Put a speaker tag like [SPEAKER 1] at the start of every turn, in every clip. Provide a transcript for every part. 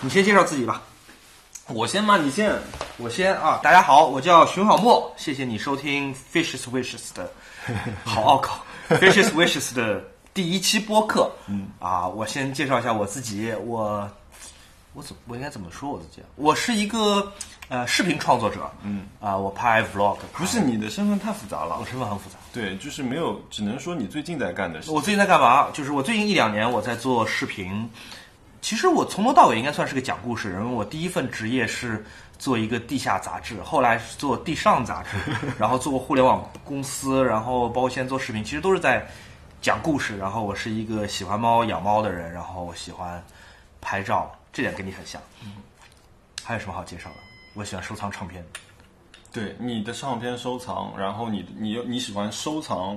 [SPEAKER 1] 你先介绍自己吧。我先吗？你先，我先啊！大家好，我叫熊小莫，谢谢你收听 Fishes Wishes 的， 好拗口 Fishes Wishes 的第一期播客。 嗯啊，我先介绍一下我自己，我我怎我应该怎么说我自己啊？我是一个呃视频创作者，嗯啊，我拍 vlog，
[SPEAKER 2] 不是你的身份太复杂了
[SPEAKER 1] 我，身份很复杂。
[SPEAKER 2] 对，就是没有，只能说你最近在干的事。
[SPEAKER 1] 我最近在干嘛？就是我最近一两年我在做视频。其实我从头到尾应该算是个讲故事人。我第一份职业是做一个地下杂志，后来是做地上杂志，然后做过互联网公司，然后包括现在做视频，其实都是在讲故事。然后我是一个喜欢猫养猫的人，然后我喜欢拍照，这点跟你很像。还有什么好介绍的？我喜欢收藏唱片。
[SPEAKER 2] 对你的唱片收藏，然后你你你喜欢收藏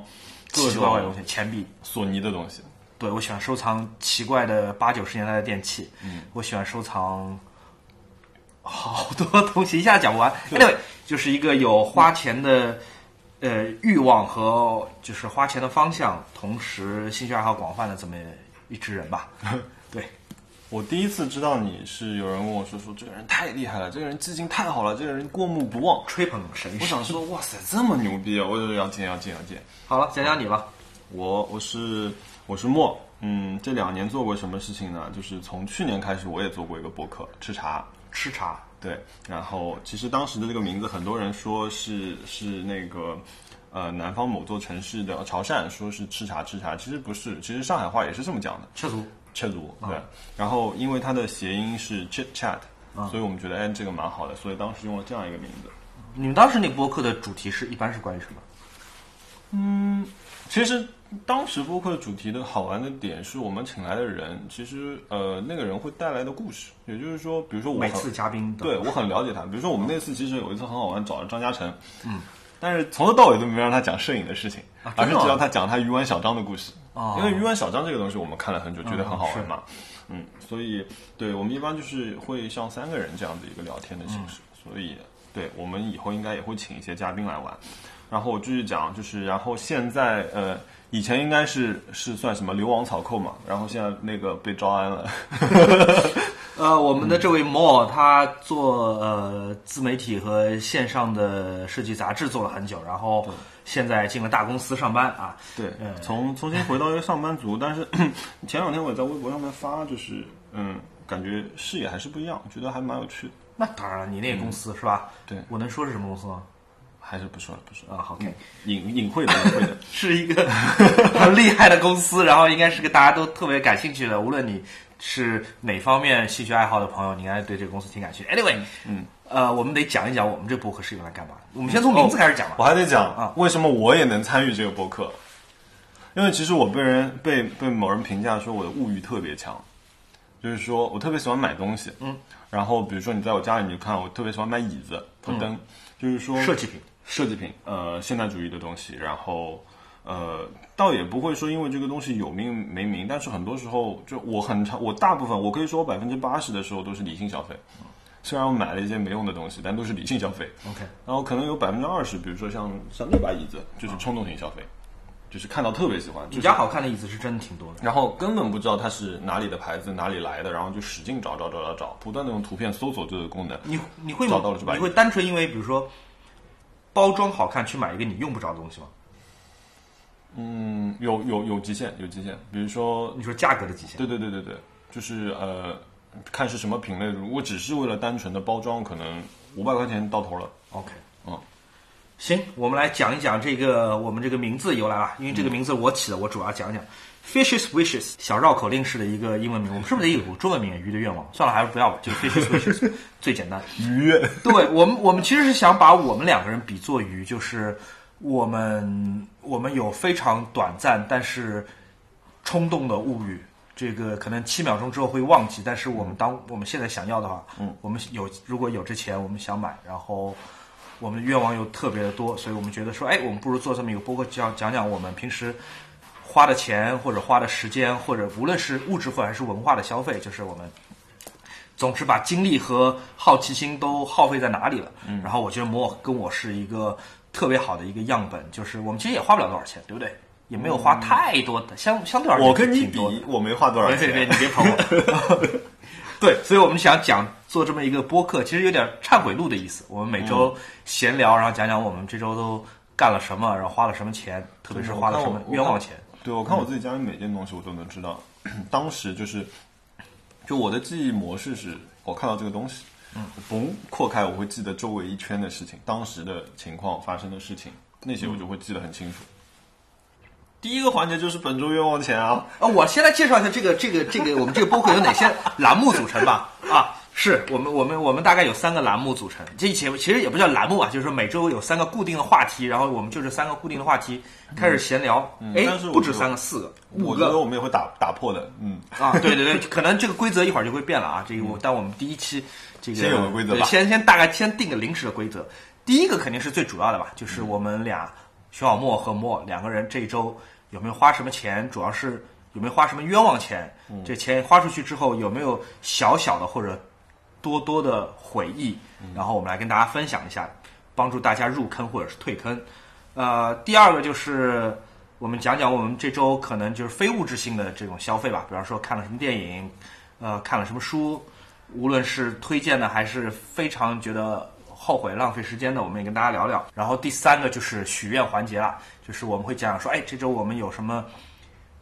[SPEAKER 2] 各
[SPEAKER 1] 奇奇怪怪的东
[SPEAKER 2] 种
[SPEAKER 1] 西，钱币，
[SPEAKER 2] 索尼的东西。
[SPEAKER 1] 对，我喜欢收藏奇怪的八九十年代的电器，嗯，我喜欢收藏好多东西，一下讲不完。Anyway，就是一个有花钱的呃欲望和就是花钱的方向，同时兴趣爱好广泛的这么一支人 吧。对，
[SPEAKER 2] 我第一次知道你是有人问我说说这个人太厉害了，这个人记性太好了，这个人过目不忘。
[SPEAKER 1] 吹捧神
[SPEAKER 2] 我
[SPEAKER 1] 兽。
[SPEAKER 2] 想说，哇塞，这么牛逼啊！我就要见要见要见。
[SPEAKER 1] 好了，讲讲你吧。
[SPEAKER 2] 我我是我是莫，嗯，这两年做过什么事情呢？就是从去年开始，我也做过一个博客，吃茶。
[SPEAKER 1] 吃茶，
[SPEAKER 2] 对，然后其实当时的这个名字，很多人说是是那个呃南方某座城市的潮汕，说是吃茶吃茶，其实不是，其实上海话也是这么讲的，
[SPEAKER 1] 吃足。
[SPEAKER 2] 赤足
[SPEAKER 1] 啊
[SPEAKER 2] 对。然后因为它的谐音是 chit chat，、所以
[SPEAKER 1] 啊
[SPEAKER 2] 我们觉得哎这个蛮好的，所以当时用了这样一个名字。
[SPEAKER 1] 你们当时那播客的主题是一般是关于什么？
[SPEAKER 2] 其实当时播客主题的好玩的点是我们请来的人，其实呃那个人会带来的故事，也就是说，比如说我
[SPEAKER 1] 每
[SPEAKER 2] 很
[SPEAKER 1] 次嘉宾的
[SPEAKER 2] 对我很了解他。比如说我们那次其实有一次很好玩，找了张嘉诚，嗯，但是从头到尾都没让他讲摄影的事情，
[SPEAKER 1] 啊真
[SPEAKER 2] 而
[SPEAKER 1] 的
[SPEAKER 2] 是
[SPEAKER 1] 吗
[SPEAKER 2] 只让他讲他鱼丸小张的故事。
[SPEAKER 1] 哦
[SPEAKER 2] 因为鱼丸小张这个东西我们看了很久，觉得很好玩嘛，嗯，所以对我们一般就是会像三个人这样的一个聊天的形式，
[SPEAKER 1] 嗯
[SPEAKER 2] 所以对我们以后应该也会请一些嘉宾来玩。然后我继续讲，就是然后现在呃，以前应该是是算什么流亡草寇嘛，然后现在那个被招安了，
[SPEAKER 1] 呃，我们的这位 Mo，他做呃自媒体和线上的设计杂志做了很久，然后现在进了大公司上班啊。
[SPEAKER 2] 对
[SPEAKER 1] 嗯，
[SPEAKER 2] 从重新回到一个上班族，但是前两天我也在微博上面发，就是嗯，感觉视野还是不一样，觉得还蛮有趣的，
[SPEAKER 1] 那嗯当然了，你那个公司、是吧？
[SPEAKER 2] 对
[SPEAKER 1] 我能说是什么公司吗？
[SPEAKER 2] 还是不说了不说了，
[SPEAKER 1] 啊，好，OK，
[SPEAKER 2] 隐隐晦的隐晦的，
[SPEAKER 1] 是一个很厉害的公司，然后应该是个大家都特别感兴趣的，无论你是哪方面兴趣爱好的朋友，你应该对这个公司挺感兴趣。Anyway，嗯，哦呃，我们得讲一讲我们这博客是用来干嘛的。我们 先从名字开始讲吧。
[SPEAKER 2] 哦我还得讲
[SPEAKER 1] 啊
[SPEAKER 2] 为什么我也能参与这个播客，因为其实我被人被被某人评价说我的物欲特别强，就是说我特别喜欢买东西，嗯，然后比如说你在我家里，你就看我特别喜欢买椅子和灯，
[SPEAKER 1] 嗯
[SPEAKER 2] 就是说
[SPEAKER 1] 设计品，
[SPEAKER 2] 设计品，呃，现代主义的东西，然后。呃，倒也不会说因为这个东西有名没名，但是很多时候就我很常，我大部分我可以说我百分之八十的时候都是理性消费，虽然我买了一些没用的东西，但都是理性消费。
[SPEAKER 1] OK，
[SPEAKER 2] 然后可能有百分之二十，比如说像像那把椅子，就是冲动型消费，就是看到特别喜欢，就
[SPEAKER 1] 比
[SPEAKER 2] 是
[SPEAKER 1] 较好看的椅子是真的挺多的。
[SPEAKER 2] 然后根本不知道它是哪里的牌子，哪里来的，然后就使劲找找找找找，不断的用图片搜索这个功能。
[SPEAKER 1] 你你会
[SPEAKER 2] 找到了这把椅
[SPEAKER 1] 你
[SPEAKER 2] 子
[SPEAKER 1] 会单纯因为比如说包装好看去买一个你用不着的东西吗？
[SPEAKER 2] 嗯，有有有极限，有极限。比如说，
[SPEAKER 1] 你说价格的极限？
[SPEAKER 2] 对对对对对，就是呃，看是什么品类。如果只是为了单纯的包装，可能五百块钱到头了。
[SPEAKER 1] OK，
[SPEAKER 2] 嗯，
[SPEAKER 1] 行，我们来讲一讲这个我们这个名字由来吧，因为这
[SPEAKER 2] 嗯
[SPEAKER 1] 个名字我起的，我主要讲一讲。Fishes wishes，小绕口令式的一个英文名，我们是不是得有个中文名？鱼的愿望？算了，还是不要吧，就 Fishes wishes 最简单。
[SPEAKER 2] 愉 悦，
[SPEAKER 1] 对我们，我们其实是想把我们两个人比作鱼，就是我们我们有非常短暂但是冲动的物欲，这个可能七秒钟之后会忘记，但是我们当我们现在想要的话，嗯，我们有如果有这钱，我们想买，然后我们愿望又特别的多，所以我们觉得说，哎，我们不如做这么一个播客，讲讲讲我们平时。花的钱或者花的时间，或者无论是物质或者还是文化的消费，就是我们总之把精力和好奇心都耗费在哪里了。
[SPEAKER 2] 嗯
[SPEAKER 1] 然后我觉得摩尔跟我是一个特别好的一个样本，就是我们其实也花不了多少钱，对不对？也没有花太多的，相相对而言
[SPEAKER 2] 嗯我跟你
[SPEAKER 1] 挺
[SPEAKER 2] 比
[SPEAKER 1] 多的，
[SPEAKER 2] 我没花多少
[SPEAKER 1] 别别别，
[SPEAKER 2] 钱
[SPEAKER 1] 你。别捧我。 对，所以我们想讲做这么一个播客，其实有点忏悔录的意思。我们每
[SPEAKER 2] 嗯
[SPEAKER 1] 周闲聊，然后讲讲我们这周都干了什么，然后花了什么钱，特别是花了什么冤枉钱。
[SPEAKER 2] 对，我
[SPEAKER 1] 嗯
[SPEAKER 2] 看我自己家里每件东西，我都能知道。当时就是，就我的记忆模式是，我看到这个东西，嗯，嘣扩开，我会记得周围一圈的事情，当时的情况发生的事情，那
[SPEAKER 1] 嗯
[SPEAKER 2] 些我就会记得很清楚。第一个环节就是本周冤枉钱啊，
[SPEAKER 1] 啊，我先来介绍一下这个这个这个我们这个播客有哪些栏目组成吧。啊，是我们我们我们大概有三个栏目组成，这前其实也不叫栏目啊，就是说每周有三个固定的话题，然后我们就这三个固定的话题开始闲聊。哎、
[SPEAKER 2] 嗯但是我
[SPEAKER 1] 不止
[SPEAKER 2] 觉得
[SPEAKER 1] 三个，四个，五
[SPEAKER 2] 我觉得
[SPEAKER 1] 个
[SPEAKER 2] 我们也会打打破的，嗯，
[SPEAKER 1] 啊，对对对，可能这个规则一会儿就会变了啊。这个我但我们第一期这个
[SPEAKER 2] 先有个规则吧
[SPEAKER 1] 对先先大概先定个临时的规则。第一个肯定是最主要的吧，就是
[SPEAKER 2] 嗯
[SPEAKER 1] 我们俩徐小沫和莫两个人这一周有没有花什么钱，主要是有没有花什么冤枉钱，
[SPEAKER 2] 嗯
[SPEAKER 1] 这钱花出去之后有没有小小的或者多多的回忆，然后我们来跟大家分享一下，帮助大家入坑或者是退坑。呃，第二个就是我们讲讲我们这周可能就是非物质性的这种消费吧，比方说看了什么电影，呃，看了什么书，无论是推荐的还是非常觉得后悔浪费时间的，我们也跟大家聊聊。然后第三个就是许愿环节啦，就是我们会讲讲说，哎，这周我们有什么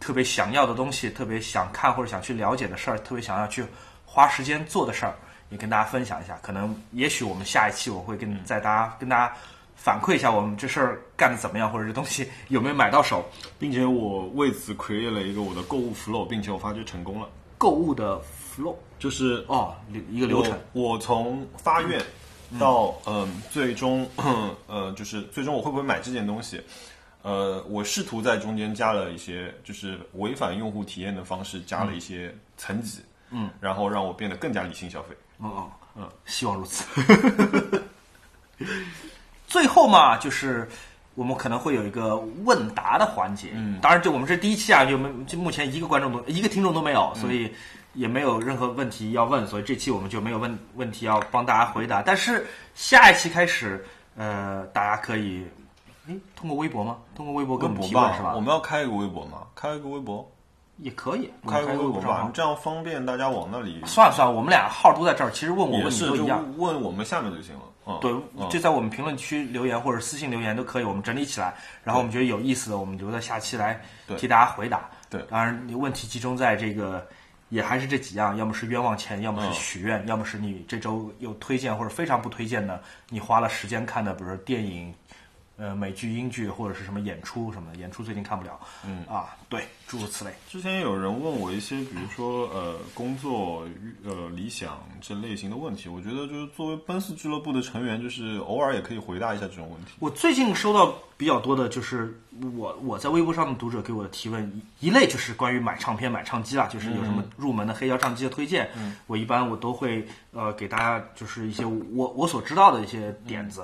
[SPEAKER 1] 特别想要的东西，特别想看或者想去了解的事儿，特别想要去花时间做的事儿，也跟大家分享一下。可能也许我们下一期我会跟在大家跟大家反馈一下我们这事儿干的怎么样，或者这东西有没有买到手。
[SPEAKER 2] 并且我为此 create 了一个我的购物 flow，并且我发觉成功了，
[SPEAKER 1] 购物的 flow
[SPEAKER 2] 就是
[SPEAKER 1] 哦，流一个流程。
[SPEAKER 2] 我我从发愿到嗯、最终 呃，就是最终我会不会买这件东西？呃，我试图在中间加了一些，就是违反用户体验的方式，加了一些层级，嗯，然后让我变得更加理性消费。
[SPEAKER 1] 嗯嗯嗯，希望如此。 最后嘛，就是我们可能会有一个问答的环节。嗯，当然，就我们这第一期啊，就没就目前一个观众都一个听众都没
[SPEAKER 2] 嗯
[SPEAKER 1] 有，所以也没有任何问题要问，所以这期我们就没有问问题要帮大家回答。但是下一期开始，呃，大家可以。诶通过微博吗？通过微博跟
[SPEAKER 2] 微
[SPEAKER 1] 我们
[SPEAKER 2] 博
[SPEAKER 1] 提问是
[SPEAKER 2] 吧，
[SPEAKER 1] 吧
[SPEAKER 2] 啊我？们要开一个微博嘛，开一个微博，
[SPEAKER 1] 也可以，
[SPEAKER 2] 开
[SPEAKER 1] 一
[SPEAKER 2] 一个微博
[SPEAKER 1] 账号
[SPEAKER 2] 吧，这样方便大家往那里。
[SPEAKER 1] 算了算了，我们俩号都在这儿，其实问我
[SPEAKER 2] 也
[SPEAKER 1] 问你
[SPEAKER 2] 是，
[SPEAKER 1] 都
[SPEAKER 2] 就
[SPEAKER 1] 一样。
[SPEAKER 2] 问我们下面就行了。嗯，
[SPEAKER 1] 对
[SPEAKER 2] 嗯，
[SPEAKER 1] 就在我们评论区留言或者私信留言都可以，我们整理起来，然后我们觉得有意思的，我们留在下期来
[SPEAKER 2] 对
[SPEAKER 1] 替大家回答。
[SPEAKER 2] 对
[SPEAKER 1] 当然你问题集中在这个，也还是这几样，要么是冤枉钱，要么是
[SPEAKER 2] 嗯
[SPEAKER 1] 许愿，要么是你这周又推荐或者非常不推荐的，你花了时间看的，比如说电影、呃美剧、英剧或者是什么演出什么的，演出最近看不了，嗯啊，对，诸如此类。
[SPEAKER 2] 之前有人问我一些，比如说呃工作呃理想这类型的问题，我觉得就是作为奔四俱乐部的成员，就是偶尔也可以回答一下这种问题。
[SPEAKER 1] 我最近收到比较多的就是我我在微博上的读者给我的提问，一一类就是关于买唱片、买唱机啦，啊就是有什么入门的黑胶唱机的推荐，我一般我都会呃给大家就是一些我我所知道的一些点子。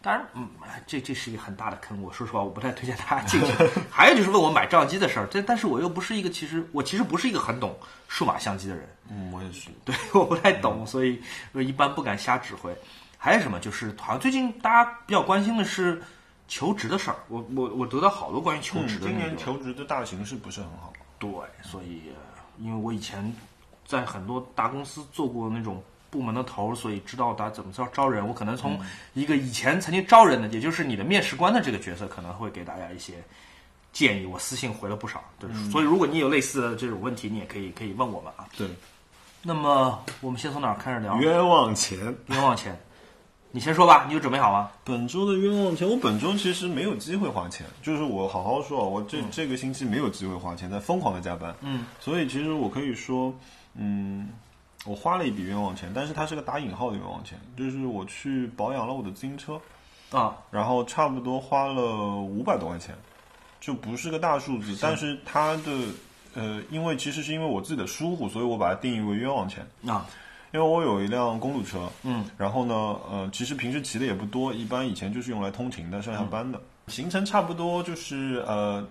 [SPEAKER 1] 当然，嗯，这这是一个很大的坑。我说实话，我不太推荐大家进去。还有就是问我买照相机的事儿，但但是我又不是一个，其实我其实不是一个很懂数码相机的人，
[SPEAKER 2] 嗯，我也是。
[SPEAKER 1] 对，我不太懂，所以我一般不敢瞎指挥。还有什么？就是好像最近大家比较关心的是求职的事儿。我我我得到好多关于求
[SPEAKER 2] 嗯
[SPEAKER 1] 职的
[SPEAKER 2] 今
[SPEAKER 1] 内容。
[SPEAKER 2] 年求职的大形势不是很好。
[SPEAKER 1] 对，所以呃因为我以前在很多大公司做过那种部门的头儿，所以知道大家怎么招招人。我可能
[SPEAKER 2] 嗯
[SPEAKER 1] 从一个以前曾经招人的，也就是你的面试官的这个角色，可能会给大家一些建议。我私信回了不少，对，
[SPEAKER 2] 嗯
[SPEAKER 1] 所以如果你有类似的这种问题，你也可以可以问我们啊。
[SPEAKER 2] 对，
[SPEAKER 1] 那么我们先从哪儿开始聊？
[SPEAKER 2] 冤枉钱。
[SPEAKER 1] 冤枉钱，你先说吧，你有准备好吗？
[SPEAKER 2] 本周的冤枉钱，我本周其实没有机会花钱，就是我好好说啊，我这、这个星期没有机会花钱，在疯狂的加班，嗯，所以其实我可以说，嗯，我花了一笔冤枉钱，但是它是个打引号的冤枉钱，就是我去保养了我的自行车，
[SPEAKER 1] 啊，
[SPEAKER 2] 然后差不多花了五百多块钱，就不是个大数字，但是它的呃，因为其实是因为我自己的疏忽，所以我把它定义为冤枉钱，
[SPEAKER 1] 啊，
[SPEAKER 2] 因为我有一辆公路车，
[SPEAKER 1] 嗯，
[SPEAKER 2] 然后呢，呃，其实平时骑的也不多，一般以前就是用来通勤的、上下班的。
[SPEAKER 1] 嗯
[SPEAKER 2] 行程差不多就是呃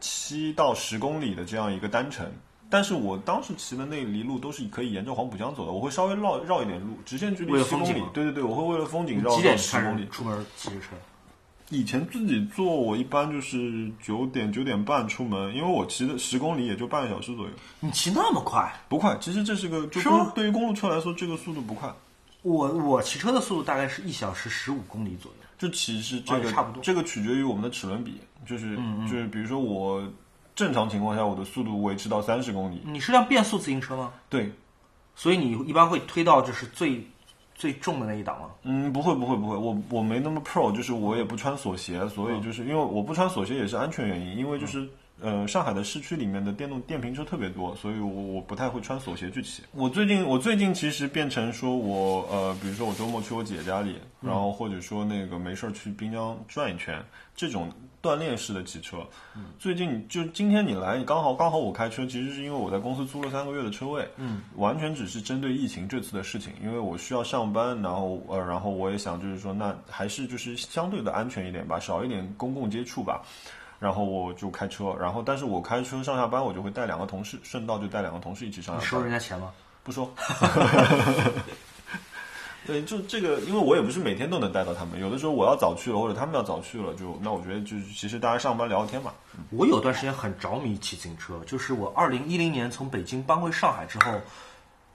[SPEAKER 2] 七到十公里的这样一个单程，但是我当时骑的那一路都是可以沿着黄浦江走的，我会稍微绕绕一点路，直线距
[SPEAKER 1] 为
[SPEAKER 2] 离
[SPEAKER 1] 了
[SPEAKER 2] 七公
[SPEAKER 1] 风景
[SPEAKER 2] 里
[SPEAKER 1] 吗。
[SPEAKER 2] 对对对，我会为了风景绕
[SPEAKER 1] 几
[SPEAKER 2] 绕
[SPEAKER 1] 点
[SPEAKER 2] 十
[SPEAKER 1] 开
[SPEAKER 2] 公
[SPEAKER 1] 始
[SPEAKER 2] 里。
[SPEAKER 1] 出门骑车？
[SPEAKER 2] 以前自己做，我一般就是九点九点半出门，因为我骑的十公里也就半个小时左右，
[SPEAKER 1] 你骑那么快？
[SPEAKER 2] 不快。其实这是个，就是
[SPEAKER 1] 吗
[SPEAKER 2] 对于公路车来说，这个速度不快。
[SPEAKER 1] 我我骑车的速度大概是一小时十五公里左右。
[SPEAKER 2] 就其实这个、
[SPEAKER 1] 啊差不多嗯
[SPEAKER 2] 这个取决于我们的齿轮比，就是、就是比如说我正常情况下我的速度维持到三十公里，
[SPEAKER 1] 你是辆变速自行车吗？
[SPEAKER 2] 对，
[SPEAKER 1] 所以你一般会推到就是最最重的那一档吗？
[SPEAKER 2] 嗯，不会不会不会，我我没那么 pro，就是我也不穿锁鞋，所以就是因为我不穿锁鞋也是安全原因，因为就是。呃，上海的市区里面的电动电瓶车特别多，所以我我不太会穿锁鞋去骑。我最近我最近其实变成说我呃，比如说我周末去我姐家里，然后或者说那个没事儿去滨江转一圈，这种锻炼式的骑车。最近就今天你来，你刚好刚好我开车，其实是因为我在公司租了三个月的车位，嗯，完全只是针对疫情这次的事情，因为我需要上班，然后呃，然后我也想就是说，那还是就是相对的安全一点吧，少一点公共接触吧。然后我就开车，然后但是我开车上下班，我就会带两个同事，顺道就带两个同事一起上
[SPEAKER 1] 你
[SPEAKER 2] 下
[SPEAKER 1] 收
[SPEAKER 2] 班。
[SPEAKER 1] 人家钱吗？
[SPEAKER 2] 不说。 对，就这个，因为我也不是每天都能带到他们，有的时候我要早去了，或者他们要早去了，就那我觉得就是其实大家上班聊聊天嘛，
[SPEAKER 1] 我有段时间很着迷骑自行车，就是我二零一零年从北京搬回上海之后，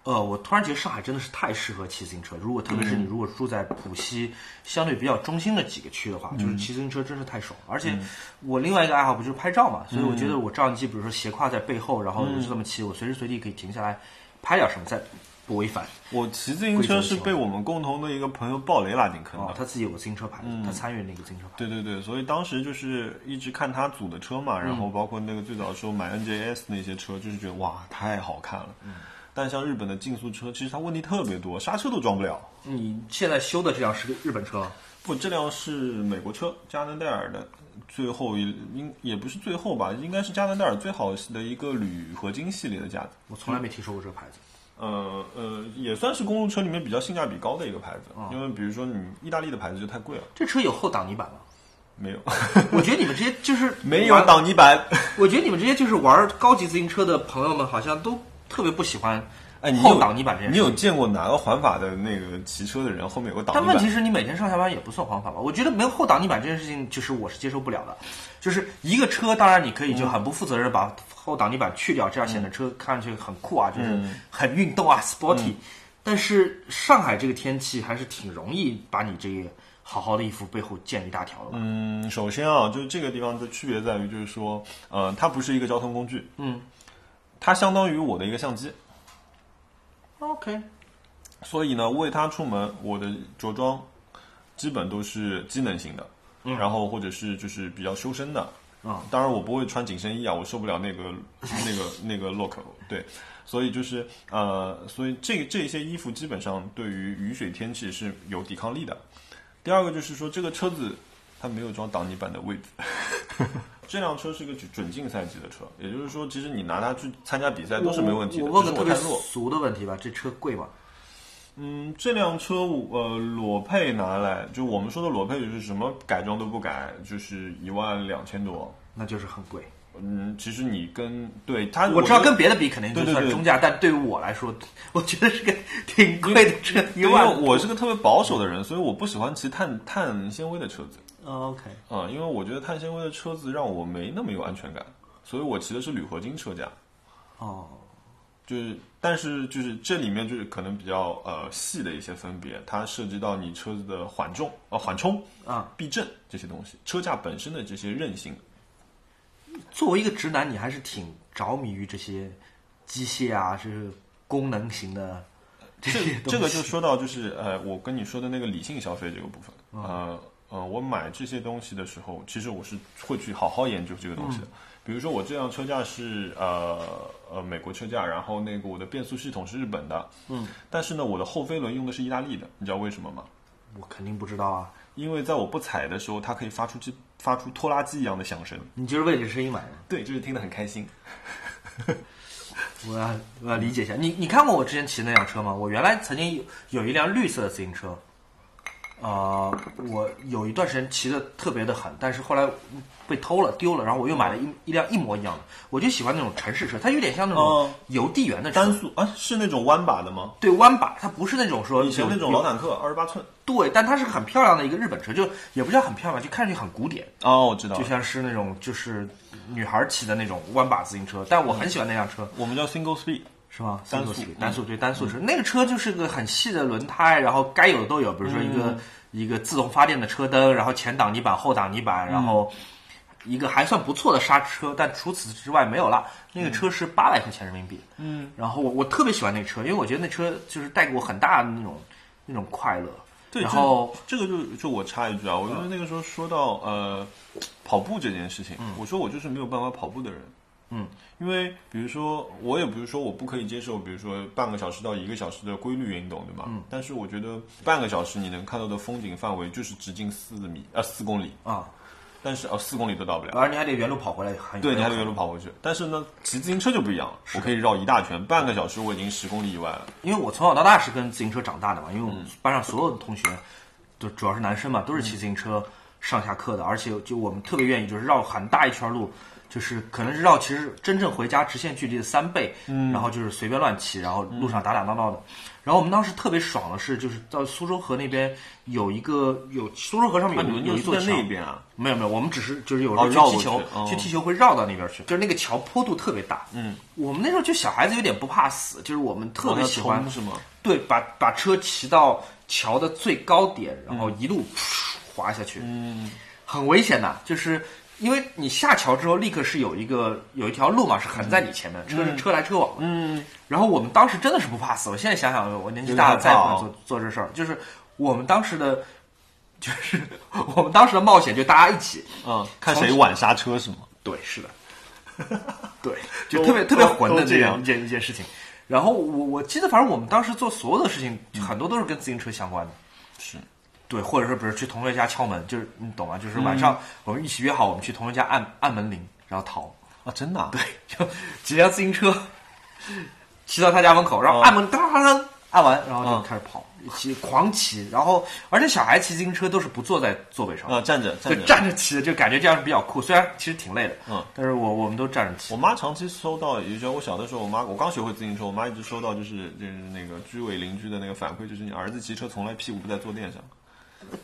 [SPEAKER 1] 呃，我突然觉得上海真的是太适合骑自行车。如果特别是你如果住在浦西相对比较中心的几个区的话，就是骑自行车真是太爽。而且我另外一个爱好不就是拍照嘛，所以我觉得我照相机，比如说斜挎在背后，然后我就这么骑，我随时随地可以停下来拍点什么，再不违反。
[SPEAKER 2] 我骑自行车是被我们共同的一个朋友鲍雷拉进坑
[SPEAKER 1] 哦嗯
[SPEAKER 2] 的，，
[SPEAKER 1] 他自己有个自行车牌，他参与那个自行车牌。
[SPEAKER 2] 对对对，所以当时就是一直看他组的车
[SPEAKER 1] 嗯
[SPEAKER 2] 嘛，然后包括那个最早的时候买 NJS 那些车，就是觉得哇太好看了。
[SPEAKER 1] 嗯
[SPEAKER 2] 但像日本的竞速车，其实它问题特别多，刹车都装不了。
[SPEAKER 1] 你现在修的这辆是个日本车，
[SPEAKER 2] 不，这辆是美国车，加能戴尔的，最后一应也不是最后吧，应该是加能戴尔最好的一个铝合金系列的架子。
[SPEAKER 1] 我从来没听说过这个牌子。
[SPEAKER 2] 呃呃，也算是公路车里面比较性价比高的一个牌子，
[SPEAKER 1] 哦
[SPEAKER 2] 因为比如说你意大利的牌子就太贵了，
[SPEAKER 1] 这车有后挡泥板吗？
[SPEAKER 2] 没有
[SPEAKER 1] 我觉得你们这些就是
[SPEAKER 2] 没有挡泥板。
[SPEAKER 1] 我觉得你们这些就是玩高级自行车的朋友们，好像都特别不喜欢
[SPEAKER 2] 哎，你有
[SPEAKER 1] 后挡泥板这件
[SPEAKER 2] 你
[SPEAKER 1] 事。
[SPEAKER 2] 有见过哪个环法的那个骑车的人后面有个挡
[SPEAKER 1] 但
[SPEAKER 2] 泥
[SPEAKER 1] 问
[SPEAKER 2] 板？
[SPEAKER 1] 题是你每天上下班也不算环法吧？我觉得没有后挡泥板这件事情，就是我是接受不了的。就是一个车，当然你可以
[SPEAKER 2] 嗯
[SPEAKER 1] 就很不负责任地把后挡泥板去掉，这样显得车看上去很酷啊，就是
[SPEAKER 2] 嗯
[SPEAKER 1] 很运动啊，sporty。但是上海这个天气还是挺容易把你这个好好的一幅背后溅一大条的吧？
[SPEAKER 2] 嗯，首先啊，就是这个地方的区别在于，就是说，呃，它不是一个交通工具，
[SPEAKER 1] 嗯
[SPEAKER 2] 它相当于我的一个相机，
[SPEAKER 1] ，OK，
[SPEAKER 2] 所以呢，为它出门，我的着装基本都是机能型的，然后或者是就是比较修身的。
[SPEAKER 1] 嗯
[SPEAKER 2] 当然我不会穿紧身衣啊，我受不了那个 那个那个 look。对，所以就是呃，所以这这些衣服基本上对于雨水天气是有抵抗力的。第二个就是说，这个车子它没有装挡泥板的位置。 这辆车是个准准竞赛级的车，也就是说，其实你拿它去参加比赛都是没问题的。
[SPEAKER 1] 我我问
[SPEAKER 2] 只
[SPEAKER 1] 个
[SPEAKER 2] 是
[SPEAKER 1] 特别
[SPEAKER 2] 太弱。
[SPEAKER 1] 俗的问题吧，这车贵吗？
[SPEAKER 2] 嗯，这辆车我呃裸配拿来，就我们说的裸配就是什么改装都不改，就是一万两千多。
[SPEAKER 1] 那就是很贵。
[SPEAKER 2] 嗯，其实你跟对它，
[SPEAKER 1] 我知
[SPEAKER 2] 觉
[SPEAKER 1] 道
[SPEAKER 2] 得
[SPEAKER 1] 跟别的比肯定就
[SPEAKER 2] 对对
[SPEAKER 1] 算
[SPEAKER 2] 对
[SPEAKER 1] 中价，但对于我来说，我觉得是个挺贵的车，一
[SPEAKER 2] 因为
[SPEAKER 1] 万。
[SPEAKER 2] 我是个特别保守的人，所以我不喜欢骑碳碳纤维的车子
[SPEAKER 1] OK，
[SPEAKER 2] 啊、因为我觉得碳纤维的车子让我没那么有安全感，所以我骑的是铝合金车架。
[SPEAKER 1] 哦，
[SPEAKER 2] 就是，但是就是这里面就是可能比较呃细的一些分别，它涉及到你车子的缓重、呃缓冲
[SPEAKER 1] 啊、
[SPEAKER 2] 避震这些东西，车架本身的这些韧性。
[SPEAKER 1] 作为一个直男，你还是挺着迷于这些机械啊，这是功能型的这
[SPEAKER 2] 这
[SPEAKER 1] 些东西。
[SPEAKER 2] 这个就说到就是呃，我跟你说的那个理性消费这个部分，呃呃，我买这些东西的时候，其实我是会去好好研究这个东西的。比如说我这辆车架是呃呃美国车架，然后那个我的变速系统是日本的，嗯，但是呢，我的后飞轮用的是意大利的，你知道为什么吗？
[SPEAKER 1] 我肯定不知道啊，
[SPEAKER 2] 因为在我不踩的时候，它可以发出机发出拖拉机一样的响声，
[SPEAKER 1] 你就是为这声音买的。
[SPEAKER 2] 对，就是听得很开心。
[SPEAKER 1] 我要我要理解一下，你你看过我之前骑那辆车吗？我原来曾经有有一辆绿色的自行车，呃，我有一段时间骑的特别的狠，但是后来被偷了丢了，然后我又买了一一辆一模一样的。我就喜欢那种城市车，它有点像那种
[SPEAKER 2] 哦
[SPEAKER 1] 邮递员的车，
[SPEAKER 2] 单速啊，是那种弯把的吗？
[SPEAKER 1] 对弯把，它不是那种说
[SPEAKER 2] 以前
[SPEAKER 1] 有
[SPEAKER 2] 那种
[SPEAKER 1] 有
[SPEAKER 2] 老坦克，二十八寸。
[SPEAKER 1] 对，但它是很漂亮的一个日本车，就也不叫很漂亮，就看上去很古典，
[SPEAKER 2] 哦，我知道
[SPEAKER 1] 就
[SPEAKER 2] 了，
[SPEAKER 1] 像是那种就是女孩骑的那种弯把自行车。但我很喜欢那辆车，
[SPEAKER 2] 我们叫 single speed。
[SPEAKER 1] 是吗？
[SPEAKER 2] 单
[SPEAKER 1] 速
[SPEAKER 2] 速嗯
[SPEAKER 1] 骑单速对单速车，那个车就是个很细的轮胎，然后该有的都有，比如说一个、
[SPEAKER 2] 嗯
[SPEAKER 1] 一个自动发电的车灯，然后前挡泥板、后挡泥板，
[SPEAKER 2] 嗯
[SPEAKER 1] 然后一个还算不错的刹车，但除此之外没有了。那个车是八百块钱人民币，
[SPEAKER 2] 嗯，
[SPEAKER 1] 然后我我特别喜欢那个车，因为我觉得那车就是带给我很大的那种那种快乐。
[SPEAKER 2] 对，
[SPEAKER 1] 然
[SPEAKER 2] 这
[SPEAKER 1] 后
[SPEAKER 2] 这个就就我插一句啊，我觉得那个时候说到呃跑步这件事情，我说我就是没有办法跑步的人。
[SPEAKER 1] 嗯，
[SPEAKER 2] 因为比如说，我也不是说我不可以接受，比如说半个小时到一个小时的规律运动，对吧？嗯。但是我觉得半个小时你能看到的风景范围就是直径四米，呃，四公里，
[SPEAKER 1] 啊，
[SPEAKER 2] 但是呃，四公里都到不了。
[SPEAKER 1] 而你还得原路跑回来，很
[SPEAKER 2] 对，你还
[SPEAKER 1] 很
[SPEAKER 2] 得原路跑回去。但是呢，骑自行车就不一样了，我可以绕一大圈，半个小时我已经十公里以外了。
[SPEAKER 1] 因为我从小到大是跟自行车长大的嘛，因为我
[SPEAKER 2] 嗯
[SPEAKER 1] 们班上所有的同学，就主要是男生嘛，都是骑自行车上下课的，而且就我们特别愿意就是绕很大一圈路，就是可能是绕其实真正回家直线距离的三倍，
[SPEAKER 2] 嗯
[SPEAKER 1] 然后就是随便乱骑，然后路上打打闹闹的。然后我们当时特别爽的是，就是到苏州河那边有一个有苏州河上面
[SPEAKER 2] 那你
[SPEAKER 1] 有、
[SPEAKER 2] 们
[SPEAKER 1] 有
[SPEAKER 2] 就
[SPEAKER 1] 一
[SPEAKER 2] 是
[SPEAKER 1] 座
[SPEAKER 2] 在
[SPEAKER 1] 桥
[SPEAKER 2] 那边啊？
[SPEAKER 1] 没有没有，我们只是就是有时候
[SPEAKER 2] 哦绕
[SPEAKER 1] 去踢球
[SPEAKER 2] 过去，哦
[SPEAKER 1] 去踢球会绕到那边去，就是那个桥坡度特别大。嗯，我们那时候就小孩子有点不怕死，就是我们特别喜
[SPEAKER 2] 往
[SPEAKER 1] 欢
[SPEAKER 2] 哦那冲是吗？
[SPEAKER 1] 对，把把车骑到桥的最高点，然后一路噗滑下去，嗯，很危险的，就是因为你下桥之后立刻是有一个有一条路嘛，是横在你前面，车是车来车往的，嗯，然后我们当时真的是不怕死，我现在想想，我年纪大了
[SPEAKER 2] 有点
[SPEAKER 1] 再也
[SPEAKER 2] 害
[SPEAKER 1] 不
[SPEAKER 2] 怕
[SPEAKER 1] 能
[SPEAKER 2] 哦
[SPEAKER 1] 做做这事儿，就是我们当时的。 就是我们当时的冒险，就大家一起，
[SPEAKER 2] 嗯，看谁晚刹车是吗？
[SPEAKER 1] 对，是 的，对，就特别特别混的
[SPEAKER 2] 都这
[SPEAKER 1] 样
[SPEAKER 2] 样
[SPEAKER 1] 一件一件事情。然后我我记得，反正我们当时做所有的事情，很多都是跟自行车相关的。
[SPEAKER 2] 嗯是，
[SPEAKER 1] 对，或者说，比如去同学家敲门，就是你懂吗？就是
[SPEAKER 2] 嗯
[SPEAKER 1] 晚上我们一起约好，我们去同学家按按门铃，然后逃。
[SPEAKER 2] 啊，真的、啊？对，
[SPEAKER 1] 就骑辆自行车骑到他家门口，然后按门当当当按完，然后就
[SPEAKER 2] 哦嗯
[SPEAKER 1] 开始跑，骑狂骑。然后而且小孩骑自行车都是不坐在座位上的，
[SPEAKER 2] 啊，站着，
[SPEAKER 1] 就
[SPEAKER 2] 站着。
[SPEAKER 1] 站着骑，就感觉这样是比较酷。虽然其实挺累的，
[SPEAKER 2] 嗯，
[SPEAKER 1] 但是我我们都站着骑。
[SPEAKER 2] 我妈长期收到，也就是我小的时候，我妈我刚学会自行车，我妈一直收到就是就是那个居委邻居的那个反馈，就是你儿子骑车从来屁股不在坐垫上。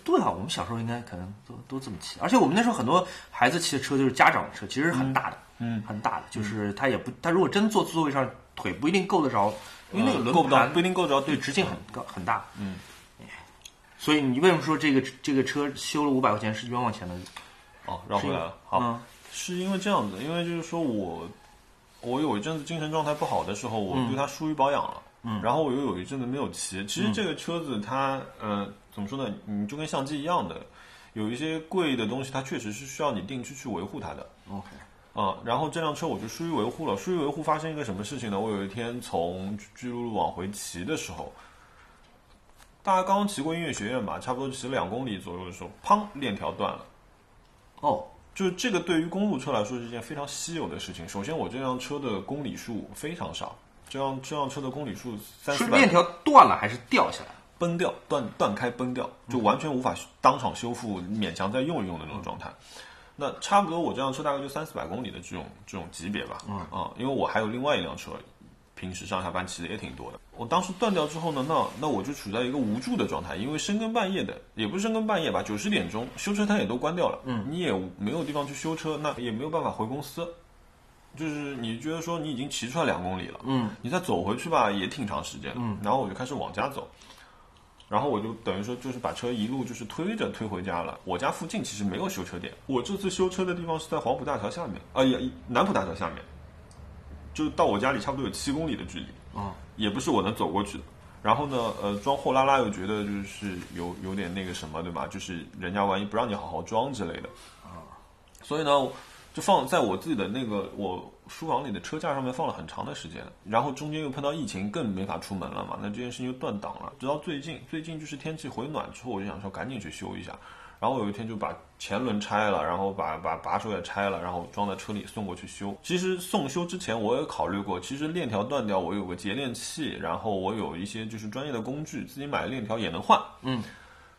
[SPEAKER 1] 对啊，我们小时候应该可能都都这么骑，而且我们那时候很多孩子骑的车就是家长的车，其实是很大的，嗯，很大的，就是他也不，他如果真坐座位上，腿不一定够得着，因为那个轮
[SPEAKER 2] 嗯够不到，
[SPEAKER 1] 盘
[SPEAKER 2] 不一定够着，
[SPEAKER 1] 对
[SPEAKER 2] 对，
[SPEAKER 1] 直径很高很大，嗯。所以你为什么说这个这个车修了五百块钱是冤枉钱呢？
[SPEAKER 2] 哦，绕回来了。好，
[SPEAKER 1] 嗯
[SPEAKER 2] 是因为这样子，因为就是说我我有一阵子精神状态不好的时候，我对它疏于保养了。嗯，然后我又有一阵子没有骑。其实这个车子它，呃，怎么说呢？你就跟相机一样的，有一些贵的东西，它确实是需要你定期去维护它的。
[SPEAKER 1] ，OK，
[SPEAKER 2] 啊、然后这辆车我就疏于维护了。疏于维护发生一个什么事情呢？我有一天从巨鹿路往回骑的时候，大家刚骑过音乐学院吧，差不多骑了两公里左右的时候，砰，链条断了。
[SPEAKER 1] 哦，
[SPEAKER 2] 就是这个对于公路车来说是一件非常稀有的事情。首先，我这辆车的公里数非常少，这辆这辆车的公里数三
[SPEAKER 1] 是
[SPEAKER 2] 四
[SPEAKER 1] 链
[SPEAKER 2] 百，
[SPEAKER 1] 条断了还是掉下来？
[SPEAKER 2] 崩掉、断断开、崩掉，就完全无法当场修复，勉强再用一用的那种状态。那差不多我这辆车大概就三四百公里的这种这种级别吧，嗯啊，因为我还有另外一辆车，平时上下班骑的也挺多的。我当时断掉之后呢，那那我就处在一个无助的状态，因为深更半夜的，也不是深更半夜吧，九十点钟修车摊也都关掉了，嗯，你也没有地方去修车，那也没有办法回公司。就是你觉得说你已经骑出来两公里了，嗯，你再走回去吧也挺长时间，嗯，然后我就开始往家走，然后我就等于说就是把车一路就是推着推回家了。我家附近其实没有修车点，我这次修车的地方是在黄浦大桥下面，啊、也南浦大桥下面，就到我家里差不多有七公里的距离，
[SPEAKER 1] 啊、
[SPEAKER 2] 也不是我能走过去的。然后呢，呃，装货拉拉又觉得就是有有点那个什么，对吧？就是人家万一不让你好好装之类的，所以呢，我就放在我自己的那个我书房里的车架上面放了很长的时间，然后中间又碰到疫情，更没法出门了嘛，那这件事情就断档了。直到最近，最近就是天气回暖之后，我就想说赶紧去修一下。然后有一天就把前轮拆了，然后把把把手也拆了，然后装在车里送过去修。其实送修之前我也考虑过，其实链条断掉，我有个节链器，然后我有一些就是专业的工具，自己买的链条也能换。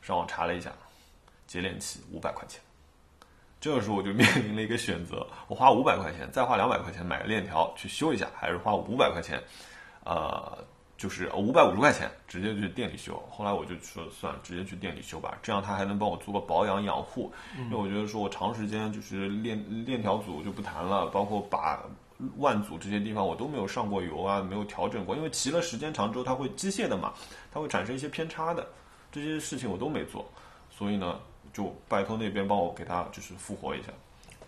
[SPEAKER 2] 上网查了一下，节点器五百块钱。这个时候我就面临了一个选择：我花五百块钱，再花两百块钱买个链条去修一下，还是花五百块钱，呃，就是五百五十块钱直接去店里修。后来我就说算了，直接去店里修吧，这样他还能帮我做个保养养护。因为我觉得说我长时间就是链链条组就不谈了，包括把。万组这些地方我都没有上过油啊，没有调整过，因为骑了时间长之后，它会机械的嘛，它会产生一些偏差的，这些事情我都没做，所以呢，就拜托那边帮我给它就是复活一下。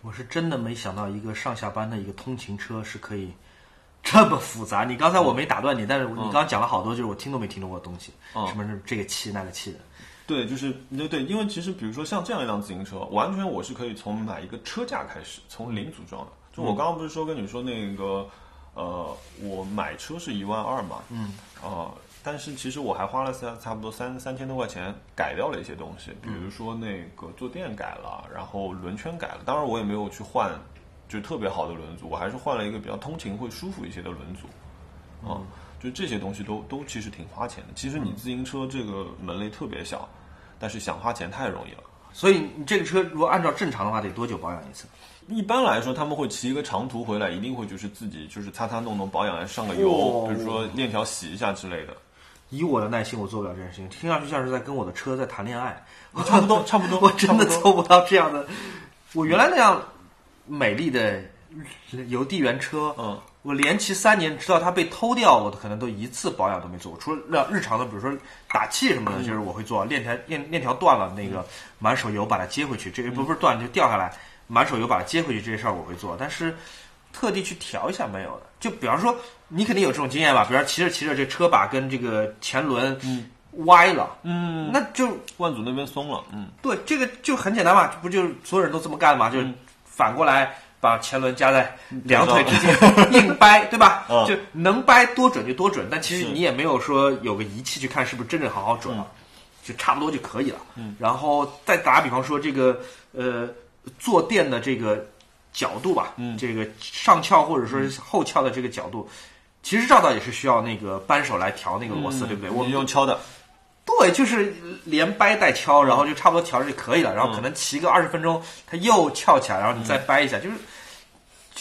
[SPEAKER 1] 我是真的没想到一个上下班的一个通勤车是可以 这么复杂。你刚才我没打断你，但是你刚刚讲了好多就是我听都没听说过的东西，
[SPEAKER 2] 嗯
[SPEAKER 1] 什么是这个气那个气的，
[SPEAKER 2] 对，就是对对，因为其实比如说像这样一辆自行车，完全我是可以从买一个车架开始，从零组装的。就我刚刚不是说跟你说那个，呃，我买车是一万二嘛，嗯，啊、但是其实我还花了三差不多三三千多块钱改掉了一些东西，比如说那个坐垫改了，然后轮圈改了，当然我也没有去换就特别好的轮组，我还是换了一个比较通勤会舒服一些的轮组，啊、就这些东西都都其实挺花钱的。其实你自行车这个门类特别小，但是想花钱太容易了。
[SPEAKER 1] 所以你这个车如果按照正常的话，得多久保养一次？
[SPEAKER 2] 一般来说，他们会骑一个长途回来，一定会就是自己就是擦擦弄弄保养，上个油，
[SPEAKER 1] 哦
[SPEAKER 2] 比如说链条洗一下之类 的，
[SPEAKER 1] 以我的耐心，我做不了这件事情，听上去像是在跟我的车在谈恋爱，我
[SPEAKER 2] 差不多差不多
[SPEAKER 1] 我真的
[SPEAKER 2] 差不
[SPEAKER 1] 做不到这样的。我原来那样美丽的邮递员车，
[SPEAKER 2] 嗯，
[SPEAKER 1] 我连骑三年，直到它被偷掉，我可能都一次保养都没做过。除了日常的，比如说打气什么的，就是我会做，链条链链条断了，那
[SPEAKER 2] 嗯
[SPEAKER 1] 个满手油把它接回去，这个不不是断了就掉下来，满手油把它接回去这些事儿我会做，但是。特地去调一下没有的。就比方说，你肯定有这种经验吧？比方骑着骑着，这车把跟这个前轮歪了，嗯，那就
[SPEAKER 2] 万祖那边松了，嗯，
[SPEAKER 1] 对，这个就很简单嘛，不就是所有人都这么干嘛？就是反过来把前轮夹在两腿之间 硬掰，对吧？
[SPEAKER 2] 嗯
[SPEAKER 1] 就能掰多准就多准，但其实
[SPEAKER 2] 是嗯
[SPEAKER 1] 你也没有说有个仪器去看是不是真正好好准了，就差不多就可以了。然后再打比方说这个呃坐垫的这个角度吧，
[SPEAKER 2] 嗯
[SPEAKER 1] 这个上翘或者说是后翘的这个角度。其实照道也是需要那个扳手来调那个螺
[SPEAKER 2] 嗯
[SPEAKER 1] 丝，对不对？我
[SPEAKER 2] 你用敲的，
[SPEAKER 1] 对，就是连掰带敲，然后就差不多调着就可以了。然后可能骑个二十分钟，它又翘起来，然后你再掰一下，就是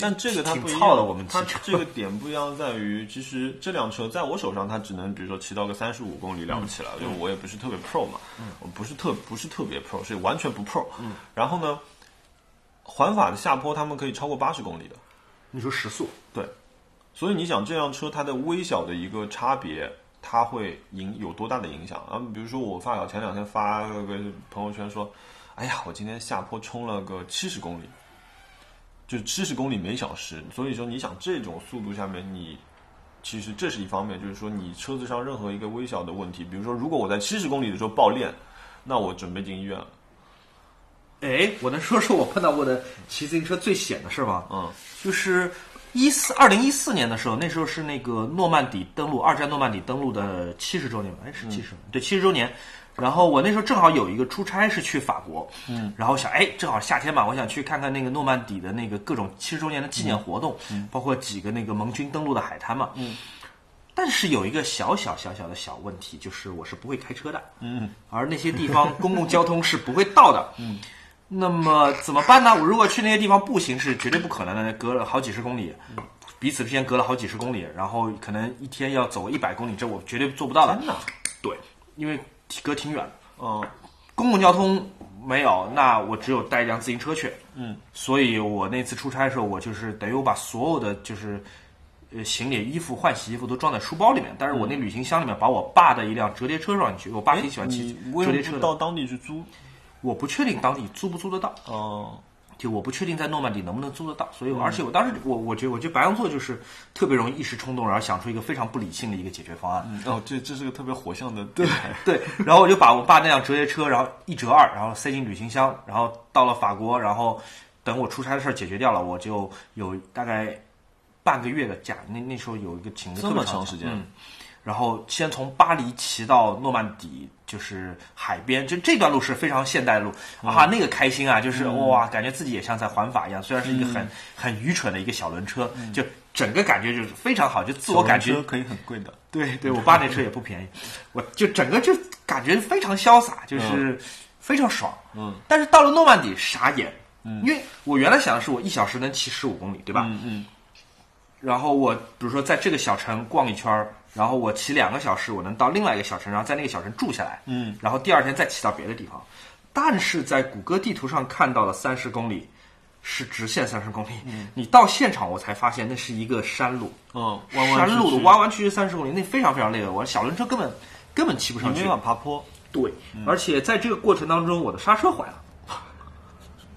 [SPEAKER 2] 但这个它
[SPEAKER 1] 挺
[SPEAKER 2] 不一样，
[SPEAKER 1] 糙的我们骑
[SPEAKER 2] 它
[SPEAKER 1] 车
[SPEAKER 2] 这个点不一样在于，其实这辆车在我手上，它只能比如说骑到个三十五公里了不起了，
[SPEAKER 1] 嗯
[SPEAKER 2] 因为我也不是特别 pro 嘛，我不是特不是特别 pro，是完全不 pro。然
[SPEAKER 1] 嗯
[SPEAKER 2] 后呢，环法的下坡他们可以超过八十公里的，
[SPEAKER 1] 你说时速，
[SPEAKER 2] 对，所以你想这辆车它的微小的一个差别，它会影有多大的影响啊？比如说我发小前两天发了个朋友圈说，哎呀，我今天下坡冲了个七十公里，就是七十公里每小时。所以说你想这种速度下面你。其实这是一方面，就是说你车子上任何一个微小的问题，比如说如果我在七十公里的时候爆裂，那我准备进医院了。
[SPEAKER 1] 哎，我能说说我碰到过的骑自行车最险的事吗？
[SPEAKER 2] 嗯，
[SPEAKER 1] 就是一四二零一四年的时候，那时候是那个诺曼底登陆，二战诺曼底登陆的七十周年吧？哎，是七十、对，七十周年。然后我那时候正好有一个出差是去法国，嗯，然后想，哎，正好夏天嘛，我想去看看那个诺曼底的那个各种七十周年的纪念活动，包括几个那个盟军登陆的海滩嘛，嗯。但是有一个小小小小的小问题，就是我是不会开车的，嗯，而那些地方公共交通是不会到的，嗯，那么怎么办呢？我如果去那些地方步行是绝对不可能的，隔了好几十公里，彼此之间隔了好几十公里，然后可能一天要走一百公里，这我绝对做不到的。
[SPEAKER 2] 天哪！
[SPEAKER 1] 对，因为隔挺远，
[SPEAKER 2] 嗯，
[SPEAKER 1] 公共交通没有，那我只有带一辆自行车去。
[SPEAKER 2] 嗯，
[SPEAKER 1] 所以我那次出差的时候，我就是等于我把所有的就是呃行李、衣服、换洗衣服都装在书包里面，但
[SPEAKER 2] 嗯
[SPEAKER 1] 是我那旅行箱里面把我爸的一辆折叠车装进去，我爸挺喜欢骑
[SPEAKER 2] 你为
[SPEAKER 1] 折叠
[SPEAKER 2] 什
[SPEAKER 1] 车
[SPEAKER 2] 么不
[SPEAKER 1] 的，
[SPEAKER 2] 到当地去租？
[SPEAKER 1] 我不确定当地租不租得到。
[SPEAKER 2] 哦、
[SPEAKER 1] 就我不确定在诺曼底能不能租得到，所以我而且我当时我我觉得我觉得白羊座就是特别容易一时冲动，然后想出一个非常不理性的一个解决方案。
[SPEAKER 2] 哦，这这是个特别火象的对。
[SPEAKER 1] 对，然后我就把我爸那辆折叠车，然后一折二，然后塞进旅行箱，然后到了法国，然后等我出差的事儿解决掉了，我就有大概半个月的假，那那时候有一个请个
[SPEAKER 2] 这
[SPEAKER 1] 特别
[SPEAKER 2] 么
[SPEAKER 1] 长
[SPEAKER 2] 长
[SPEAKER 1] 的假
[SPEAKER 2] 时间
[SPEAKER 1] 嗯然后先从巴黎骑到诺曼底，就是海边，就这段路是非常现代路、
[SPEAKER 2] 嗯
[SPEAKER 1] 啊，那个开心啊，就是哇，感觉自己也像在环法一样，虽然是一个
[SPEAKER 2] 嗯
[SPEAKER 1] 很很愚蠢的一个小轮车，就整个感觉就是非常好，就自我感觉
[SPEAKER 2] 车可以很贵的，
[SPEAKER 1] 对对，我爸那车也不便宜，我就整个就感觉非常潇洒，就是非常爽。
[SPEAKER 2] 嗯
[SPEAKER 1] 但是到了诺曼底傻眼，因为我原来想的是我一小时能骑十五公里，对吧？
[SPEAKER 2] 嗯嗯
[SPEAKER 1] 然后我比如说在这个小城逛一圈儿，然后我骑两个小时，我能到另外一个小城，然后在那个小城住下来，
[SPEAKER 2] 嗯，
[SPEAKER 1] 然后第二天再骑到别的地方。但是在谷歌地图上看到了三十公里是直线三十公里，你到现场我才发现那是一个山路，
[SPEAKER 2] 嗯，弯弯
[SPEAKER 1] 山路
[SPEAKER 2] 曲
[SPEAKER 1] 的
[SPEAKER 2] 曲
[SPEAKER 1] 弯弯曲曲三十公里，那非常非常累的，我小轮车根本根本骑不上
[SPEAKER 2] 你
[SPEAKER 1] 去嗯
[SPEAKER 2] 没。法爬坡，
[SPEAKER 1] 对，而且在这个过程当中，我的刹车坏了。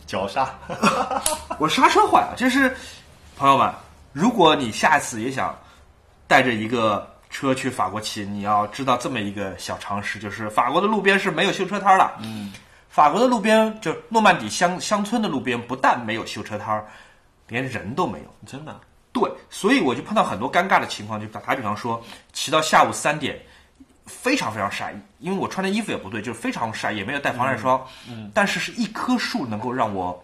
[SPEAKER 2] 绞杀。
[SPEAKER 1] 我刹车坏了。就是朋友们，如果你下次也想带着一个车去法国骑，你要知道这么一个小常识，就是法国的路边是没有修车摊儿的。嗯，法国的路边就诺曼底乡乡村的路边，不但没有修车摊儿，连人都没有。
[SPEAKER 2] 真的，
[SPEAKER 1] 对，所以我就碰到很多尴尬的情况，就打打比方说，骑到下午三点，非常非常晒，因为我穿的衣服也不对，就是非常晒，也没有带防晒霜，嗯，但是是一棵树能够让我。